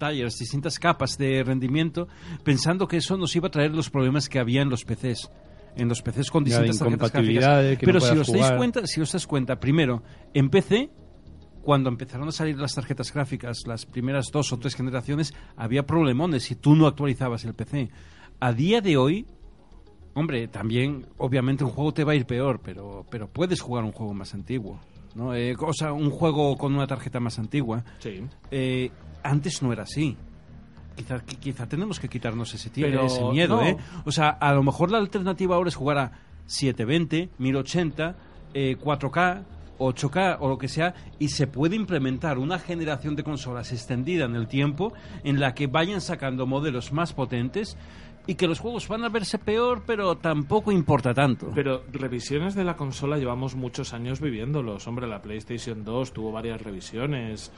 Speaker 5: tires, distintas capas de rendimiento, pensando que eso nos iba a traer los problemas que había en los PCs. En los PCs con
Speaker 1: Ya, de
Speaker 5: distintas tarjetas
Speaker 1: incompatibilidades,
Speaker 5: gráficas.
Speaker 1: que no
Speaker 5: Pero si
Speaker 1: puedas
Speaker 5: os dais
Speaker 1: jugar.
Speaker 5: cuenta, si os das cuenta, primero, en PC, cuando empezaron a salir las tarjetas gráficas, las primeras dos o tres generaciones, había problemones si tú no actualizabas el PC. A día de hoy, Hombre, también, obviamente, un juego te va a ir peor, pero, pero puedes jugar un juego más antiguo. ¿no? Eh, o sea, un juego con una tarjeta más antigua.
Speaker 10: Sí.
Speaker 5: Eh, antes no era así. Quizá, qui- quizá tenemos que quitarnos ese, tie-
Speaker 10: Pero
Speaker 5: ese miedo,
Speaker 10: no.
Speaker 5: ¿eh? O sea, a lo mejor la alternativa ahora es jugar a 720, 1080, eh, 4K, 8K o lo que sea, y se puede implementar una generación de consolas extendida en el tiempo en la que vayan sacando modelos más potentes y que los juegos van a verse peor, pero tampoco importa tanto.
Speaker 10: Pero revisiones de la consola llevamos muchos años viviéndolos. Hombre, la PlayStation 2 tuvo varias revisiones.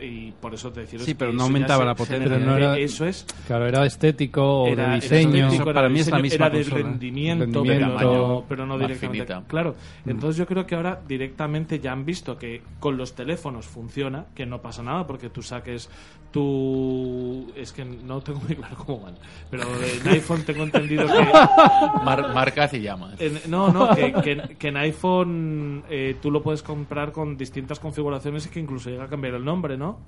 Speaker 10: Y por eso te decía
Speaker 5: Sí, pero no aumentaba la potencia.
Speaker 1: Pero no era-
Speaker 10: eso es.
Speaker 1: Claro, era estético o
Speaker 10: Era-
Speaker 1: de
Speaker 10: era
Speaker 1: diseño.
Speaker 10: estético, era de diseño, era de rendimiento,
Speaker 1: Rendimiento,
Speaker 10: pero, pero no
Speaker 1: más
Speaker 10: directamente.
Speaker 1: finita.
Speaker 10: Claro, entonces yo creo que ahora directamente ya han visto que con los teléfonos funciona, que no pasa nada porque tú saques tu... Es que no tengo muy claro cómo van, pero en iPhone tengo entendido que...
Speaker 3: Mar- marcas y llamas.
Speaker 10: En- no, no, que, que- que en iPhone eh, tú lo puedes comprar con distintas configuraciones y que incluso llega a cambiar el nombre, ¿no?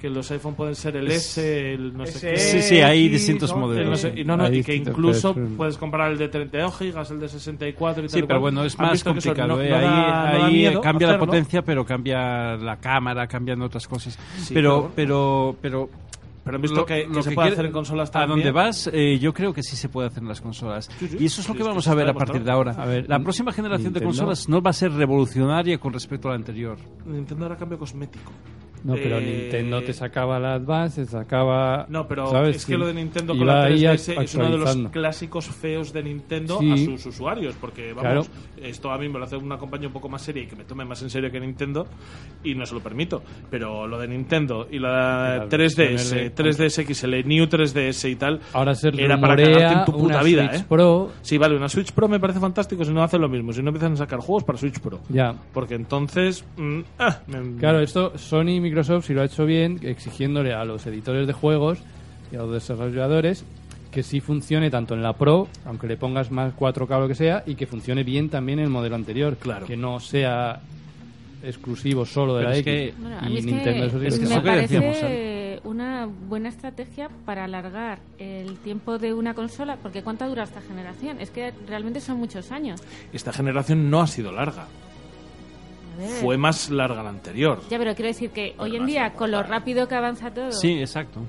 Speaker 10: Que los iPhone pueden ser el S, el no sé qué.
Speaker 5: Sí, sí, hay distintos modelos.
Speaker 10: El eh, no sé- y no, no,
Speaker 5: Hay
Speaker 10: y que
Speaker 5: distintos,
Speaker 10: incluso
Speaker 5: pero es-
Speaker 10: puedes comprar el de 32 gigas, el de 64 y tal.
Speaker 5: Sí,
Speaker 10: y
Speaker 5: pero
Speaker 10: cual.
Speaker 5: bueno, es
Speaker 10: ¿Han
Speaker 5: más
Speaker 10: visto que eso
Speaker 5: complicado.
Speaker 10: no-
Speaker 5: ¿eh?
Speaker 10: no
Speaker 5: ahí
Speaker 10: da- no da
Speaker 5: ahí,
Speaker 10: miedo
Speaker 5: eh, cambia la
Speaker 10: hacerlo?
Speaker 5: potencia, pero cambia la cámara, cambian otras cosas.
Speaker 10: Sí,
Speaker 5: pero, pero, pero,
Speaker 10: Pero han visto que- que se puede hacer en consolas
Speaker 5: A donde
Speaker 10: también.
Speaker 5: vas, eh, yo creo que sí se puede hacer en las consolas.
Speaker 10: Sí, sí.
Speaker 5: Y eso es lo que
Speaker 10: Sí, es que
Speaker 5: vamos
Speaker 10: se
Speaker 5: a
Speaker 10: está
Speaker 5: ver a partir de
Speaker 10: demostrando.
Speaker 5: ahora.
Speaker 10: A ver,
Speaker 5: la próxima generación de
Speaker 10: Nintendo-
Speaker 5: consolas no va a ser revolucionaria con respecto a la anterior.
Speaker 10: Nintendo ahora cambio cosmético.
Speaker 1: No, pero
Speaker 10: Eh,
Speaker 1: Nintendo te sacaba la Advance, te sacaba.
Speaker 10: No, pero
Speaker 1: ¿sabes?
Speaker 10: es que
Speaker 1: Y-
Speaker 10: lo de Nintendo con
Speaker 1: iba
Speaker 10: la
Speaker 1: ahí
Speaker 10: 3DS es uno de los
Speaker 1: actualizando.
Speaker 10: clásicos feos de Nintendo
Speaker 1: Sí.
Speaker 10: a sus usuarios, porque vamos,
Speaker 1: Claro.
Speaker 10: esto a mí me lo hace una compañía un poco más seria y que me tome más en serio que Nintendo y no se lo permito, pero lo de Nintendo y la
Speaker 1: Claro,
Speaker 10: 3DS,
Speaker 1: ponerle-
Speaker 10: 3DS XL, New 3DS y tal,
Speaker 1: Ahora se
Speaker 10: era para
Speaker 1: rumorea
Speaker 10: cagarte en tu puta
Speaker 1: una
Speaker 10: vida,
Speaker 1: Switch
Speaker 10: ¿eh?
Speaker 1: Pro.
Speaker 10: Sí, vale, una Switch Pro me parece fantástico si no hacen lo mismo, si no empiezan a sacar juegos para Switch Pro.
Speaker 1: Ya.
Speaker 10: Porque entonces, mm, ah, me-
Speaker 1: Claro, esto Sony y Microsoft sí lo ha hecho bien, exigiéndole a los editores de juegos y a los desarrolladores que sí funcione tanto en la Pro, aunque le pongas más 4K o lo que sea, y que funcione bien también el modelo anterior. Claro. Que no sea exclusivo solo de
Speaker 5: Pero
Speaker 1: la
Speaker 5: es
Speaker 1: X.
Speaker 5: que-
Speaker 4: Bueno, a
Speaker 1: y
Speaker 4: mí es que
Speaker 1: Nintendo eso sí
Speaker 5: es
Speaker 1: lo
Speaker 5: que
Speaker 1: tiene.
Speaker 4: Me parece
Speaker 5: decíamos,
Speaker 4: una buena estrategia para alargar el tiempo de una consola, porque ¿cuánto dura esta generación? Es que realmente son muchos años.
Speaker 10: esta generación no ha sido larga,
Speaker 4: A ver.
Speaker 10: fue más larga la anterior.
Speaker 4: Ya, pero quiero decir que hoy en día, con lo rápido que avanza todo,
Speaker 5: Sí, exacto.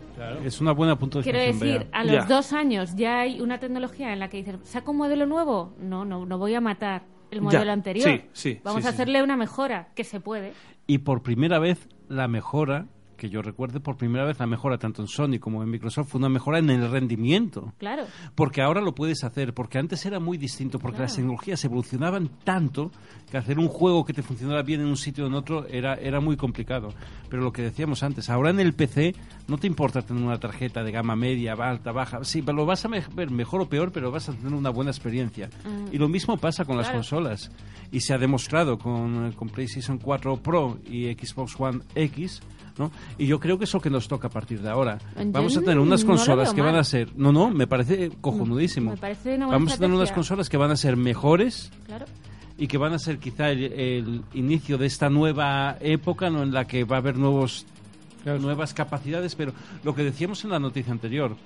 Speaker 5: Es una buena punto de
Speaker 4: quiero decir, a los
Speaker 5: Ya.
Speaker 4: dos años ya hay una tecnología en la que dices, ¿saco un modelo nuevo? No, no, no voy a matar el
Speaker 5: Ya,
Speaker 4: modelo anterior.
Speaker 5: sí, sí,
Speaker 4: Vamos
Speaker 5: sí,
Speaker 4: a
Speaker 5: sí,
Speaker 4: hacerle una mejora, que se puede.
Speaker 5: y por primera vez la mejora que yo recuerde por primera vez la mejora tanto en Sony como en Microsoft fue una mejora en el rendimiento
Speaker 4: Claro.
Speaker 5: porque ahora lo puedes hacer porque antes era muy distinto porque las
Speaker 4: Claro.
Speaker 5: tecnologías evolucionaban tanto que hacer un juego que te funcionara bien en un sitio o en otro era era muy complicado pero lo que decíamos antes ahora en el PC no te importa tener una tarjeta de gama media alta baja sí pero lo vas a me- ver mejor o peor pero vas a tener una buena experiencia
Speaker 12: Mm.
Speaker 5: y lo mismo pasa con las
Speaker 12: Claro.
Speaker 5: consolas y se ha demostrado con, eh, con PlayStation 4 Pro y Xbox One X ¿no? y yo creo que es lo que nos toca a partir de ahora
Speaker 4: Yo
Speaker 5: vamos a tener
Speaker 4: no-
Speaker 5: unas
Speaker 4: no lo
Speaker 5: consolas
Speaker 4: veo
Speaker 5: que
Speaker 4: mal.
Speaker 5: van a ser no no me parece cojonudísimo
Speaker 4: Me parece una buena
Speaker 5: vamos a tener unas
Speaker 4: estrategia.
Speaker 5: consolas que van a ser mejores
Speaker 4: Claro.
Speaker 5: y que van a ser quizá el, el inicio de esta nueva época ¿no? en la que va a haber nuevos nuevas capacidades, pero lo que decíamos en la noticia anterior,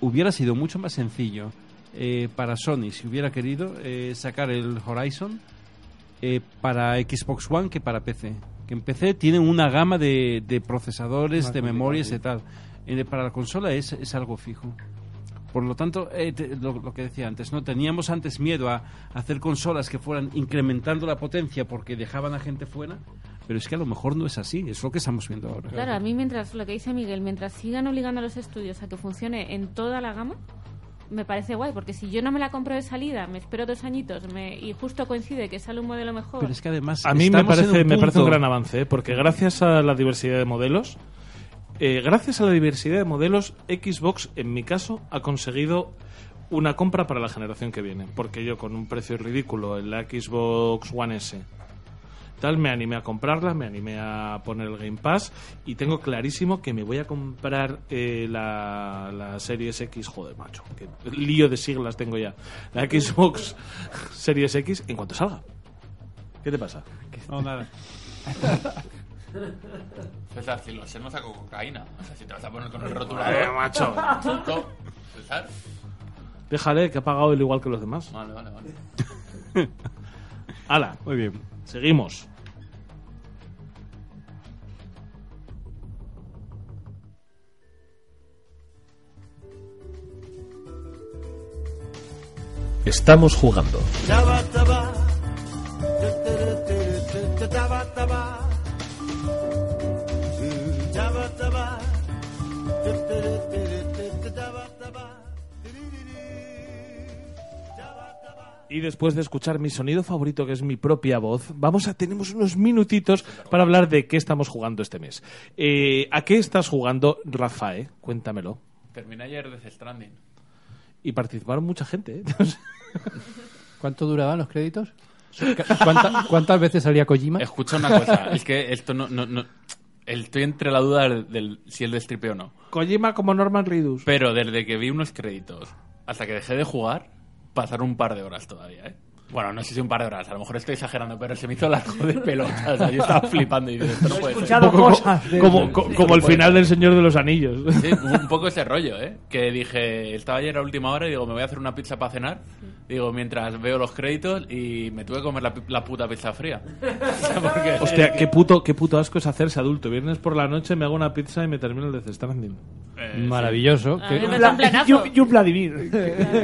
Speaker 5: hubiera sido mucho más sencillo eh, para Sony, si hubiera querido, eh, sacar el Horizon eh, para Xbox One que para PC. Que en PC tienen una gama de, de procesadores,
Speaker 1: Más
Speaker 5: de
Speaker 1: complicado,
Speaker 5: memorias
Speaker 1: sí.
Speaker 5: y tal. Eh, para la consola es, es algo fijo. Por lo tanto, eh, te- lo, lo que decía antes, no teníamos antes miedo a, a hacer consolas que fueran incrementando la potencia porque dejaban a gente fuera, pero es que a lo mejor no es así, es lo que estamos viendo ahora.
Speaker 4: Claro, a mí mientras, lo que dice Miguel, mientras sigan obligando a los estudios a que funcione en toda la gama, me parece guay, porque si yo no me la compro de salida, me espero dos añitos me, y justo coincide que sale un modelo mejor.
Speaker 5: Pero es que además
Speaker 10: a mí me
Speaker 5: estamos en
Speaker 10: parece,
Speaker 5: un
Speaker 10: me parece un
Speaker 5: punto-
Speaker 10: gran avance, ¿eh? porque gracias a la diversidad de modelos, eh, gracias a la diversidad de modelos, Xbox, en mi caso, ha conseguido una compra para la generación que viene. Porque yo con un precio ridículo en la Xbox One S, tal, me animé a comprarla, me animé a poner el Game Pass y tengo clarísimo que me voy a comprar eh, la, la Series X, joder, macho, que lío de siglas tengo ya. La Xbox Series X en cuanto salga. ¿Qué te pasa?
Speaker 5: No, nada.
Speaker 3: César, si lo hacemos a cocaína. O sea, si te vas a poner con el
Speaker 10: Joder,
Speaker 3: rotulador.
Speaker 10: macho.
Speaker 3: Chico, César.
Speaker 10: Déjale, que ha pagado el igual que los demás.
Speaker 3: Vale, vale, vale.
Speaker 10: Hala.
Speaker 5: Muy bien.
Speaker 10: Seguimos.
Speaker 8: Estamos jugando.
Speaker 10: Y después de escuchar mi sonido favorito, que es mi propia voz, vamos a tenemos unos minutitos para hablar de qué estamos jugando este mes. Eh, ¿A qué estás jugando, Rafael? Cuéntamelo.
Speaker 3: Terminé ayer Death Stranding.
Speaker 10: Y participaron mucha gente. ¿eh?
Speaker 1: ¿Cuánto duraban los créditos? ¿Cuánta- ¿Cuántas veces salía Kojima?
Speaker 3: Escucha una cosa, es que esto no... no, no- estoy entre la duda del, del- si el destripe o no.
Speaker 10: Kojima como Norman Reedus.
Speaker 3: Pero desde que vi unos créditos hasta que dejé de jugar, pasaron un par de horas todavía, ¿eh? Bueno, no sé si un par de horas, a lo mejor estoy exagerando, pero se me hizo largo de pelotas. O sea, yo estaba flipando y dije, esto no
Speaker 10: He
Speaker 3: puede ser.
Speaker 10: escuchado
Speaker 3: Un poco
Speaker 10: cosas de- Ah, Como- co-
Speaker 3: Sí,
Speaker 10: como
Speaker 3: no
Speaker 10: el
Speaker 3: puede
Speaker 10: final
Speaker 3: ser.
Speaker 10: del Señor de los Anillos.
Speaker 3: Sí, un un poco ese rollo, ¿eh? Que dije, estaba ayer a última hora y digo, me voy a hacer una pizza para cenar. Digo, mientras veo los créditos y me tuve que comer la, pi- la puta pizza fría. O sea, porque- eh,
Speaker 10: Hostia, qué puto, qué puto asco es hacerse adulto. Viernes por la noche me hago una pizza y me termino el Death Stranding.
Speaker 1: Maravilloso.
Speaker 10: A
Speaker 4: Ah,
Speaker 1: que-
Speaker 10: mí me da un planazo.
Speaker 2: Y un- y un Vladimir.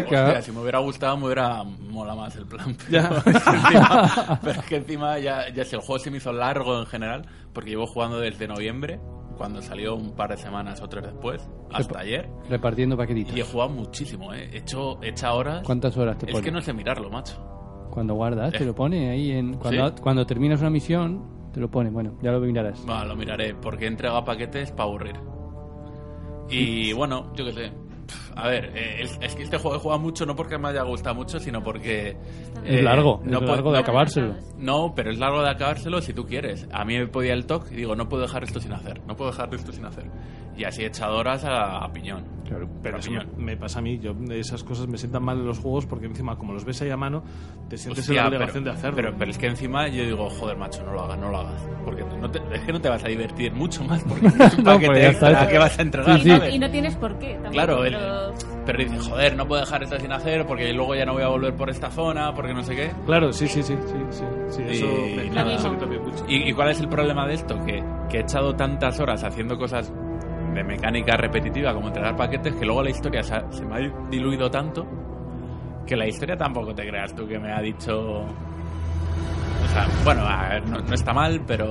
Speaker 3: Hostia, si me hubiera gustado, me hubiera mola más el plan. Pero,
Speaker 10: Ya.
Speaker 3: es, que encima, pero es que encima ya, ya si el juego se me hizo largo en general, porque llevo jugando desde noviembre, cuando salió un par de semanas o tres después, hasta
Speaker 1: Repa-
Speaker 3: ayer.
Speaker 1: Repartiendo paquetitos.
Speaker 3: Y he jugado muchísimo, ¿eh? He hecho, he hecho horas.
Speaker 1: ¿Cuántas horas te
Speaker 3: Es
Speaker 1: pone?
Speaker 3: que no sé mirarlo, macho.
Speaker 1: Cuando guardas, te lo pone ahí en. Cuando,
Speaker 3: Eh. ¿Sí?
Speaker 1: cuando terminas una misión, te lo pone. Bueno, ya lo mirarás.
Speaker 3: Va, lo miraré, porque entrega paquetes para aburrir. Y bueno, yo qué sé. Pf, A ver, eh, es, es que este juego he jugado mucho no porque me haya gustado mucho, sino porque... eh,
Speaker 1: Es largo, es
Speaker 3: puedo-
Speaker 1: largo de acabárselo.
Speaker 3: No, pero es largo de acabárselo si tú quieres. A mí me podía el toque y digo, no puedo dejar esto sin hacer, no puedo dejar esto sin hacer. Y así he echado horas a, a piñón.
Speaker 10: Claro, pero
Speaker 3: a
Speaker 10: eso
Speaker 3: piñón.
Speaker 10: me, me pasa a mí. Yo, esas cosas me sientan mal en los juegos porque encima, como los ves ahí a mano, te sientes en
Speaker 3: Hostia,
Speaker 10: la obligación
Speaker 3: pero,
Speaker 10: de hacerlo.
Speaker 3: Pero, pero es que encima yo digo, joder, macho, no lo hagas, no lo hagas. Porque no te- es que no te vas a divertir mucho más porque es un
Speaker 1: No,
Speaker 3: paquete
Speaker 1: pues ya está.
Speaker 3: extra que vas a entregar,
Speaker 1: Sí, sí.
Speaker 3: ¿sabes?
Speaker 4: Y no tienes por qué. tampoco,
Speaker 3: Claro, el-
Speaker 4: pero-
Speaker 3: pero dice, joder, no puedo dejar esto sin hacer porque luego ya no voy a volver por esta zona, porque no sé qué.
Speaker 10: Claro, sí, sí, sí, sí, sí, sí, eso
Speaker 3: Y
Speaker 10: me-
Speaker 3: nada.
Speaker 10: eso me también mucho.
Speaker 3: ¿Y, y cuál es el problema de esto? Que, que he echado tantas horas haciendo cosas de mecánica repetitiva como entregar paquetes que luego la historia se, ha- se me ha diluido tanto que la historia tampoco te creas tú que me ha dicho... O sea, bueno, a ver, no, no está mal, pero...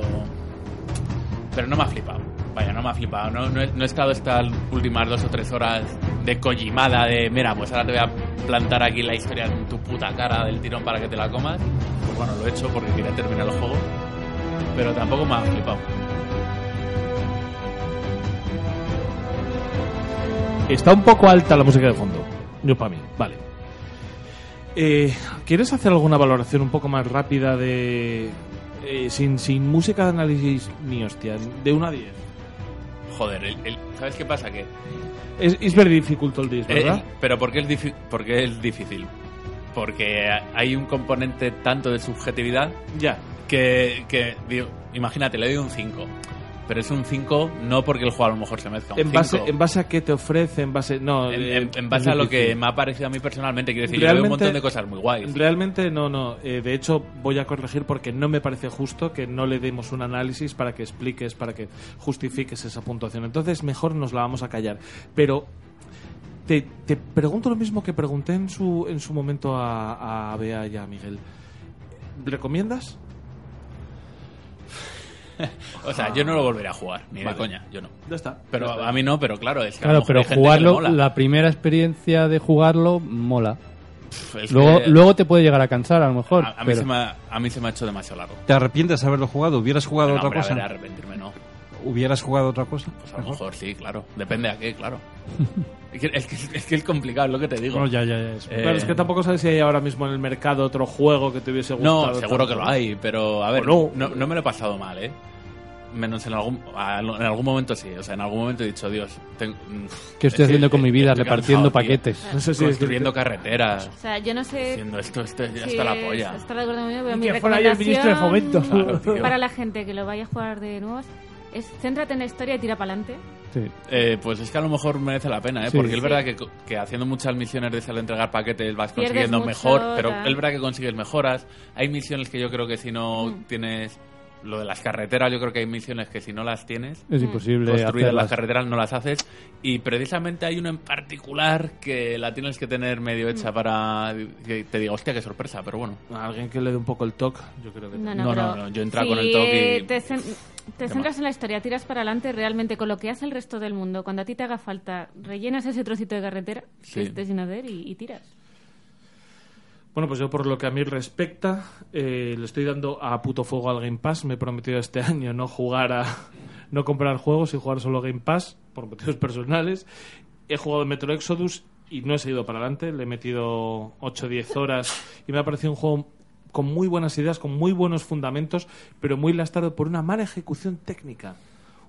Speaker 3: Pero no me ha flipado. Vaya, no me ha flipado. No, no he, no he estado estas últimas dos o tres horas de collimada de, mira, pues ahora te voy a plantar aquí la historia en tu puta cara del tirón para que te la comas. Pues bueno, lo he hecho porque quería terminar el juego. Pero tampoco me ha flipado.
Speaker 10: Está un poco alta la música de fondo. Yo para mí, vale. Eh, ¿Quieres hacer alguna valoración un poco más rápida de. eh, sin, sin música de análisis ni hostia, de 1 a 10?
Speaker 3: Joder, el- el- ¿sabes qué pasa? Que
Speaker 10: Es, es very difficult all this,
Speaker 3: Eh,
Speaker 10: ¿verdad?
Speaker 3: pero ¿por qué, es difi- por qué es difícil? Porque hay un componente tanto de subjetividad
Speaker 10: ya.
Speaker 3: que, que, digo, imagínate, le doy un 5. Pero es un 5 no porque el juego a lo mejor se mezcla. un
Speaker 10: En base,
Speaker 3: cinco.
Speaker 10: en base a qué te ofrece, en base. No,
Speaker 3: En-
Speaker 10: eh,
Speaker 3: en- en
Speaker 10: es
Speaker 3: base a lo
Speaker 10: difícil.
Speaker 3: que me ha parecido a mí personalmente, quiero decir, yo veo un montón de cosas muy guays.
Speaker 10: Realmente no, no. Eh, de hecho, voy a corregir porque no me parece justo que no le demos un análisis para que expliques, para que justifiques esa puntuación. Entonces, mejor nos la vamos a callar. Pero te, te pregunto lo mismo que pregunté en su, en su momento a, a Bea y a Miguel. ¿Recomiendas?
Speaker 3: O sea, yo no lo volveré a jugar, ni
Speaker 10: Vale.
Speaker 3: de coña, yo no.
Speaker 10: Ya está.
Speaker 3: Pero
Speaker 10: Ya está.
Speaker 3: a mí no, pero claro, es que a lo
Speaker 1: Claro,
Speaker 3: mejor
Speaker 1: pero
Speaker 3: hay gente que le
Speaker 1: jugarlo,
Speaker 3: mola.
Speaker 1: la primera experiencia de jugarlo mola.
Speaker 3: es
Speaker 1: Luego,
Speaker 3: que-
Speaker 1: luego te puede llegar a cansar, a lo mejor.
Speaker 3: A, a mí
Speaker 1: pero-
Speaker 3: se me ha, a mí se me ha hecho demasiado largo.
Speaker 5: ¿Te arrepientes de haberlo jugado? ¿Hubieras jugado
Speaker 3: No,
Speaker 5: otra
Speaker 3: hombre, a
Speaker 5: cosa?
Speaker 3: ver, arrepentirme no.
Speaker 5: ¿Hubieras jugado otra cosa?
Speaker 3: Pues a lo mejor sí, claro. Depende a qué, claro. es, que, es, que, es que es complicado, es lo que te digo.
Speaker 10: No, ya, ya, ya.
Speaker 3: Eh,
Speaker 10: Claro, es que tampoco sabes si hay ahora mismo en el mercado otro juego que te hubiese gustado.
Speaker 3: No, seguro que
Speaker 10: tanto.
Speaker 3: lo hay, pero a ver,
Speaker 10: O
Speaker 3: no. No, me lo he pasado mal, ¿eh? Menos en algún, a- en algún momento sí, o sea, en algún momento he dicho, Dios, tengo- mm,
Speaker 1: ¿Qué estoy
Speaker 3: es que
Speaker 1: haciendo con mi vida?
Speaker 3: estoy
Speaker 1: Repartiendo
Speaker 3: cansado, tío.
Speaker 1: paquetes.
Speaker 10: No sé si
Speaker 3: construyendo
Speaker 10: decirte-
Speaker 3: carreteras,
Speaker 4: O sea, yo no sé.
Speaker 3: haciendo esto, esto, ya
Speaker 4: si
Speaker 3: está la
Speaker 4: es-
Speaker 3: polla.
Speaker 4: Está de acuerdo conmigo, pero
Speaker 2: Y
Speaker 4: mi
Speaker 2: que fuera yo el ministro de
Speaker 4: recomendación
Speaker 2: Fomento. Claro, tío.
Speaker 4: para la gente que lo vaya a jugar de nuevo es céntrate en la historia y tira para adelante.
Speaker 3: Eh, pues es que a lo mejor merece la pena, ¿eh?
Speaker 1: Sí.
Speaker 3: Porque es
Speaker 1: Sí.
Speaker 3: verdad que, co- que haciendo muchas misiones de solo entregar paquetes vas
Speaker 4: Pierdes
Speaker 3: consiguiendo
Speaker 4: mucho,
Speaker 3: mejor, pero
Speaker 4: tal.
Speaker 3: es verdad que consigues mejoras. Hay misiones que yo creo que si no
Speaker 4: Mm.
Speaker 3: tienes lo de las carreteras, yo creo que hay misiones que si no las tienes,
Speaker 1: Es imposible
Speaker 3: construidas las
Speaker 1: hacerlas.
Speaker 3: carreteras no las haces. Y precisamente hay una en particular que la tienes que tener medio
Speaker 4: Mm.
Speaker 3: hecha para que te diga, hostia, qué sorpresa, pero bueno.
Speaker 10: A Alguien que le dé un poco el toque, yo creo que
Speaker 3: No,
Speaker 4: No, no,
Speaker 3: no,
Speaker 4: pero
Speaker 3: no, yo entraba
Speaker 4: si
Speaker 3: con el toque y-
Speaker 4: Te, cen- te centras en la historia, tiras para adelante realmente con lo que hace el resto del mundo. Cuando a ti te haga falta, rellenas ese trocito de carretera
Speaker 3: Sí.
Speaker 4: que estés sin hacer y, y tiras.
Speaker 10: Bueno, pues yo por lo que a mí respecta, eh, le estoy dando a puto fuego al Game Pass. Me he prometido este año no jugar a... no comprar juegos y jugar solo Game Pass, por motivos personales. He jugado Metro Exodus y no he seguido para adelante. Le he metido 8-10 horas y me ha parecido un juego con muy buenas ideas, con muy buenos fundamentos, pero muy lastrado por una mala ejecución técnica.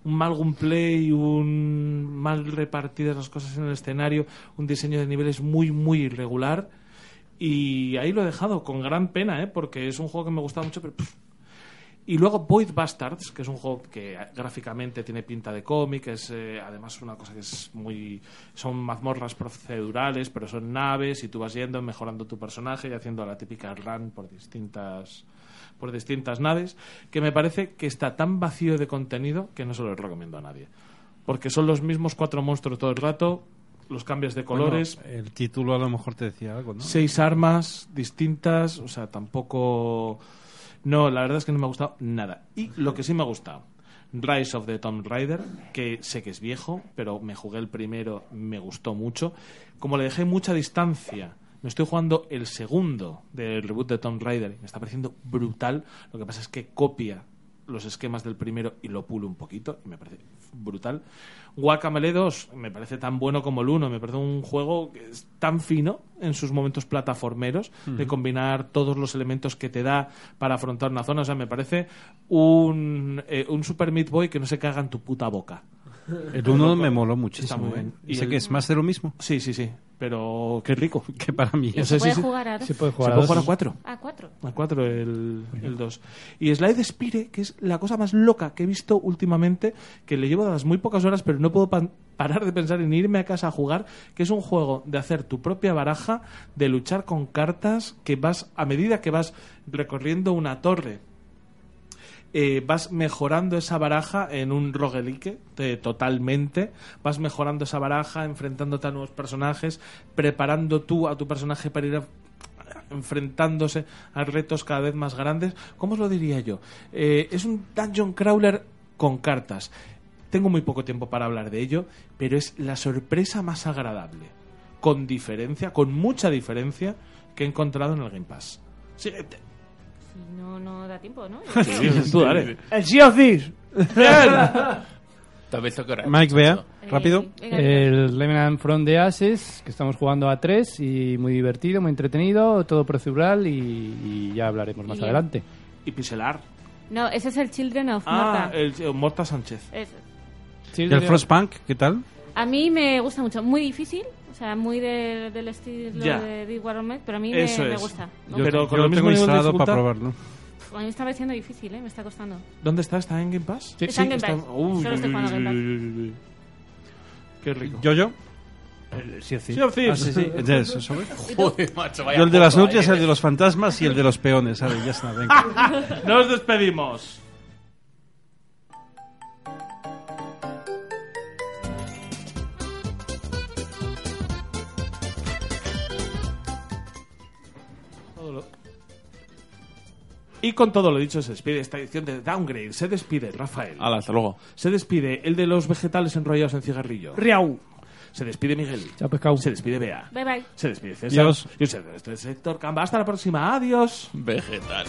Speaker 10: Un mal gameplay, un mal repartidas las cosas en el escenario, un diseño de niveles muy, muy irregular. Y ahí lo he dejado, con gran pena, ¿eh? porque es un juego que me gustaba mucho, pero... pff. Y luego Void Bastards, que es un juego que gráficamente tiene pinta de cómic, es eh, además una cosa que es muy... Son mazmorras procedurales, pero son naves y tú vas yendo, mejorando tu personaje y haciendo la típica run por distintas por distintas naves, que me parece que está tan vacío de contenido que no se lo recomiendo a nadie. Porque son los mismos cuatro monstruos todo el rato, los cambias de colores,
Speaker 5: Bueno, el título a lo mejor te decía algo, ¿no?
Speaker 10: seis armas distintas, o sea, tampoco... No, la verdad es que no me ha gustado nada. Y lo que sí me ha gustado, Rise of the Tomb Raider, que sé que es viejo, pero me jugué el primero, me gustó mucho. Como le dejé mucha distancia, me estoy jugando el segundo del reboot de Tomb Raider, y me está pareciendo brutal. Lo que pasa es que copia los esquemas del primero y lo pulo un poquito y me parece brutal. Guacamele 2 me parece tan bueno como el 1, me parece un juego que es tan fino en sus momentos plataformeros de
Speaker 2: Ujú.
Speaker 10: combinar todos los elementos que te da para afrontar una zona, o sea, me parece un, eh, un Super Meat Boy que no se caga en tu puta boca.
Speaker 5: El uno me moló
Speaker 10: Está
Speaker 5: muchísimo.
Speaker 10: muy bien.
Speaker 5: ¿Y sé
Speaker 10: el-
Speaker 5: que es más de lo mismo?
Speaker 10: Sí, sí, sí. Pero qué rico.
Speaker 5: Que para mí.
Speaker 10: No
Speaker 5: es
Speaker 10: sé
Speaker 4: puede
Speaker 10: si se-
Speaker 4: jugar a dos.
Speaker 10: se puede
Speaker 5: Se
Speaker 10: jugar a
Speaker 5: puede jugar a
Speaker 10: cuatro.
Speaker 4: A cuatro.
Speaker 10: A cuatro el, el dos. Y Slide Spire, que es la cosa más loca que he visto últimamente, que le llevo dadas muy pocas horas, pero no puedo pan- parar de pensar en irme a casa a jugar, que es un juego de hacer tu propia baraja, de luchar con cartas, que vas, a medida que vas recorriendo una torre, eh, vas mejorando esa baraja en un roguelike te- totalmente. Vas mejorando esa baraja, enfrentándote a nuevos personajes, preparando tú a tu personaje para ir a- enfrentándose a retos cada vez más grandes. ¿Cómo os lo diría yo? Eh, es un dungeon crawler con cartas. Tengo muy poco tiempo para hablar de ello, pero es la sorpresa más agradable, con diferencia, con mucha diferencia, que he encontrado en el Game Pass. Sí, te-
Speaker 4: Si no, no da tiempo, ¿no?
Speaker 10: tú dale.
Speaker 2: El Sea of Thieves.
Speaker 3: ¿Te has visto que ahora-
Speaker 1: Mike, vea,
Speaker 4: rápido. Eh, venga,
Speaker 1: Eh,
Speaker 10: Eh.
Speaker 1: El Remnant from the Ashes, que estamos jugando a tres y muy divertido, muy entretenido, todo procedural y, y ya hablaremos más
Speaker 4: Bien.
Speaker 1: adelante.
Speaker 10: Y Pixelar.
Speaker 4: No, ese es el Children of
Speaker 10: Ah,
Speaker 4: Morta.
Speaker 10: el, el Morta Sánchez.
Speaker 4: Eso.
Speaker 5: ¿Y el Frostpunk? ¿Qué tal?
Speaker 4: A mí me gusta mucho, muy difícil, o sea, muy de- del estilo
Speaker 10: Ya.
Speaker 4: de Dick Warren, pero a mí me,
Speaker 10: Eso
Speaker 4: me
Speaker 10: es.
Speaker 4: gusta.
Speaker 10: Yo- Pero con
Speaker 5: lo
Speaker 10: el mismo
Speaker 5: tengo
Speaker 10: nivel de
Speaker 5: instalado
Speaker 10: dificultad-
Speaker 5: para probarlo.
Speaker 4: a mí me está pareciendo difícil, ¿eh? Me está costando.
Speaker 10: ¿Dónde está? ¿Está en Game Pass?
Speaker 4: Sí, Está en Game Pass.
Speaker 10: Uy,
Speaker 4: Solo estoy
Speaker 10: uy,
Speaker 4: jugando a Game Pass.
Speaker 10: uy, uy, uy, uy. Qué rico.
Speaker 5: ¿Yo, yo?
Speaker 1: Sí, sí.
Speaker 10: Sea of Thieves.
Speaker 5: Ah, sí, sí. Ya, eso, eso, ¿eh?
Speaker 3: Joder, macho, vaya
Speaker 5: Yo el de las
Speaker 3: foto
Speaker 5: nutrias,
Speaker 3: ahí.
Speaker 5: el de los fantasmas y el de los peones, ¿sabes? Ya está, venga.
Speaker 10: Nos despedimos. Todo lo- Y con todo lo dicho, se despide esta edición de Downgrade. Se despide Rafael.
Speaker 3: Hala, hasta luego.
Speaker 10: Se despide el de los vegetales enrollados en cigarrillo. Riau. Se despide Miguel. Se despide Bea.
Speaker 4: Bye bye.
Speaker 10: Se despide César.
Speaker 5: Dios.
Speaker 10: Y usted, este es Héctor Camba. Hasta la próxima. Adiós.
Speaker 3: Vegetal.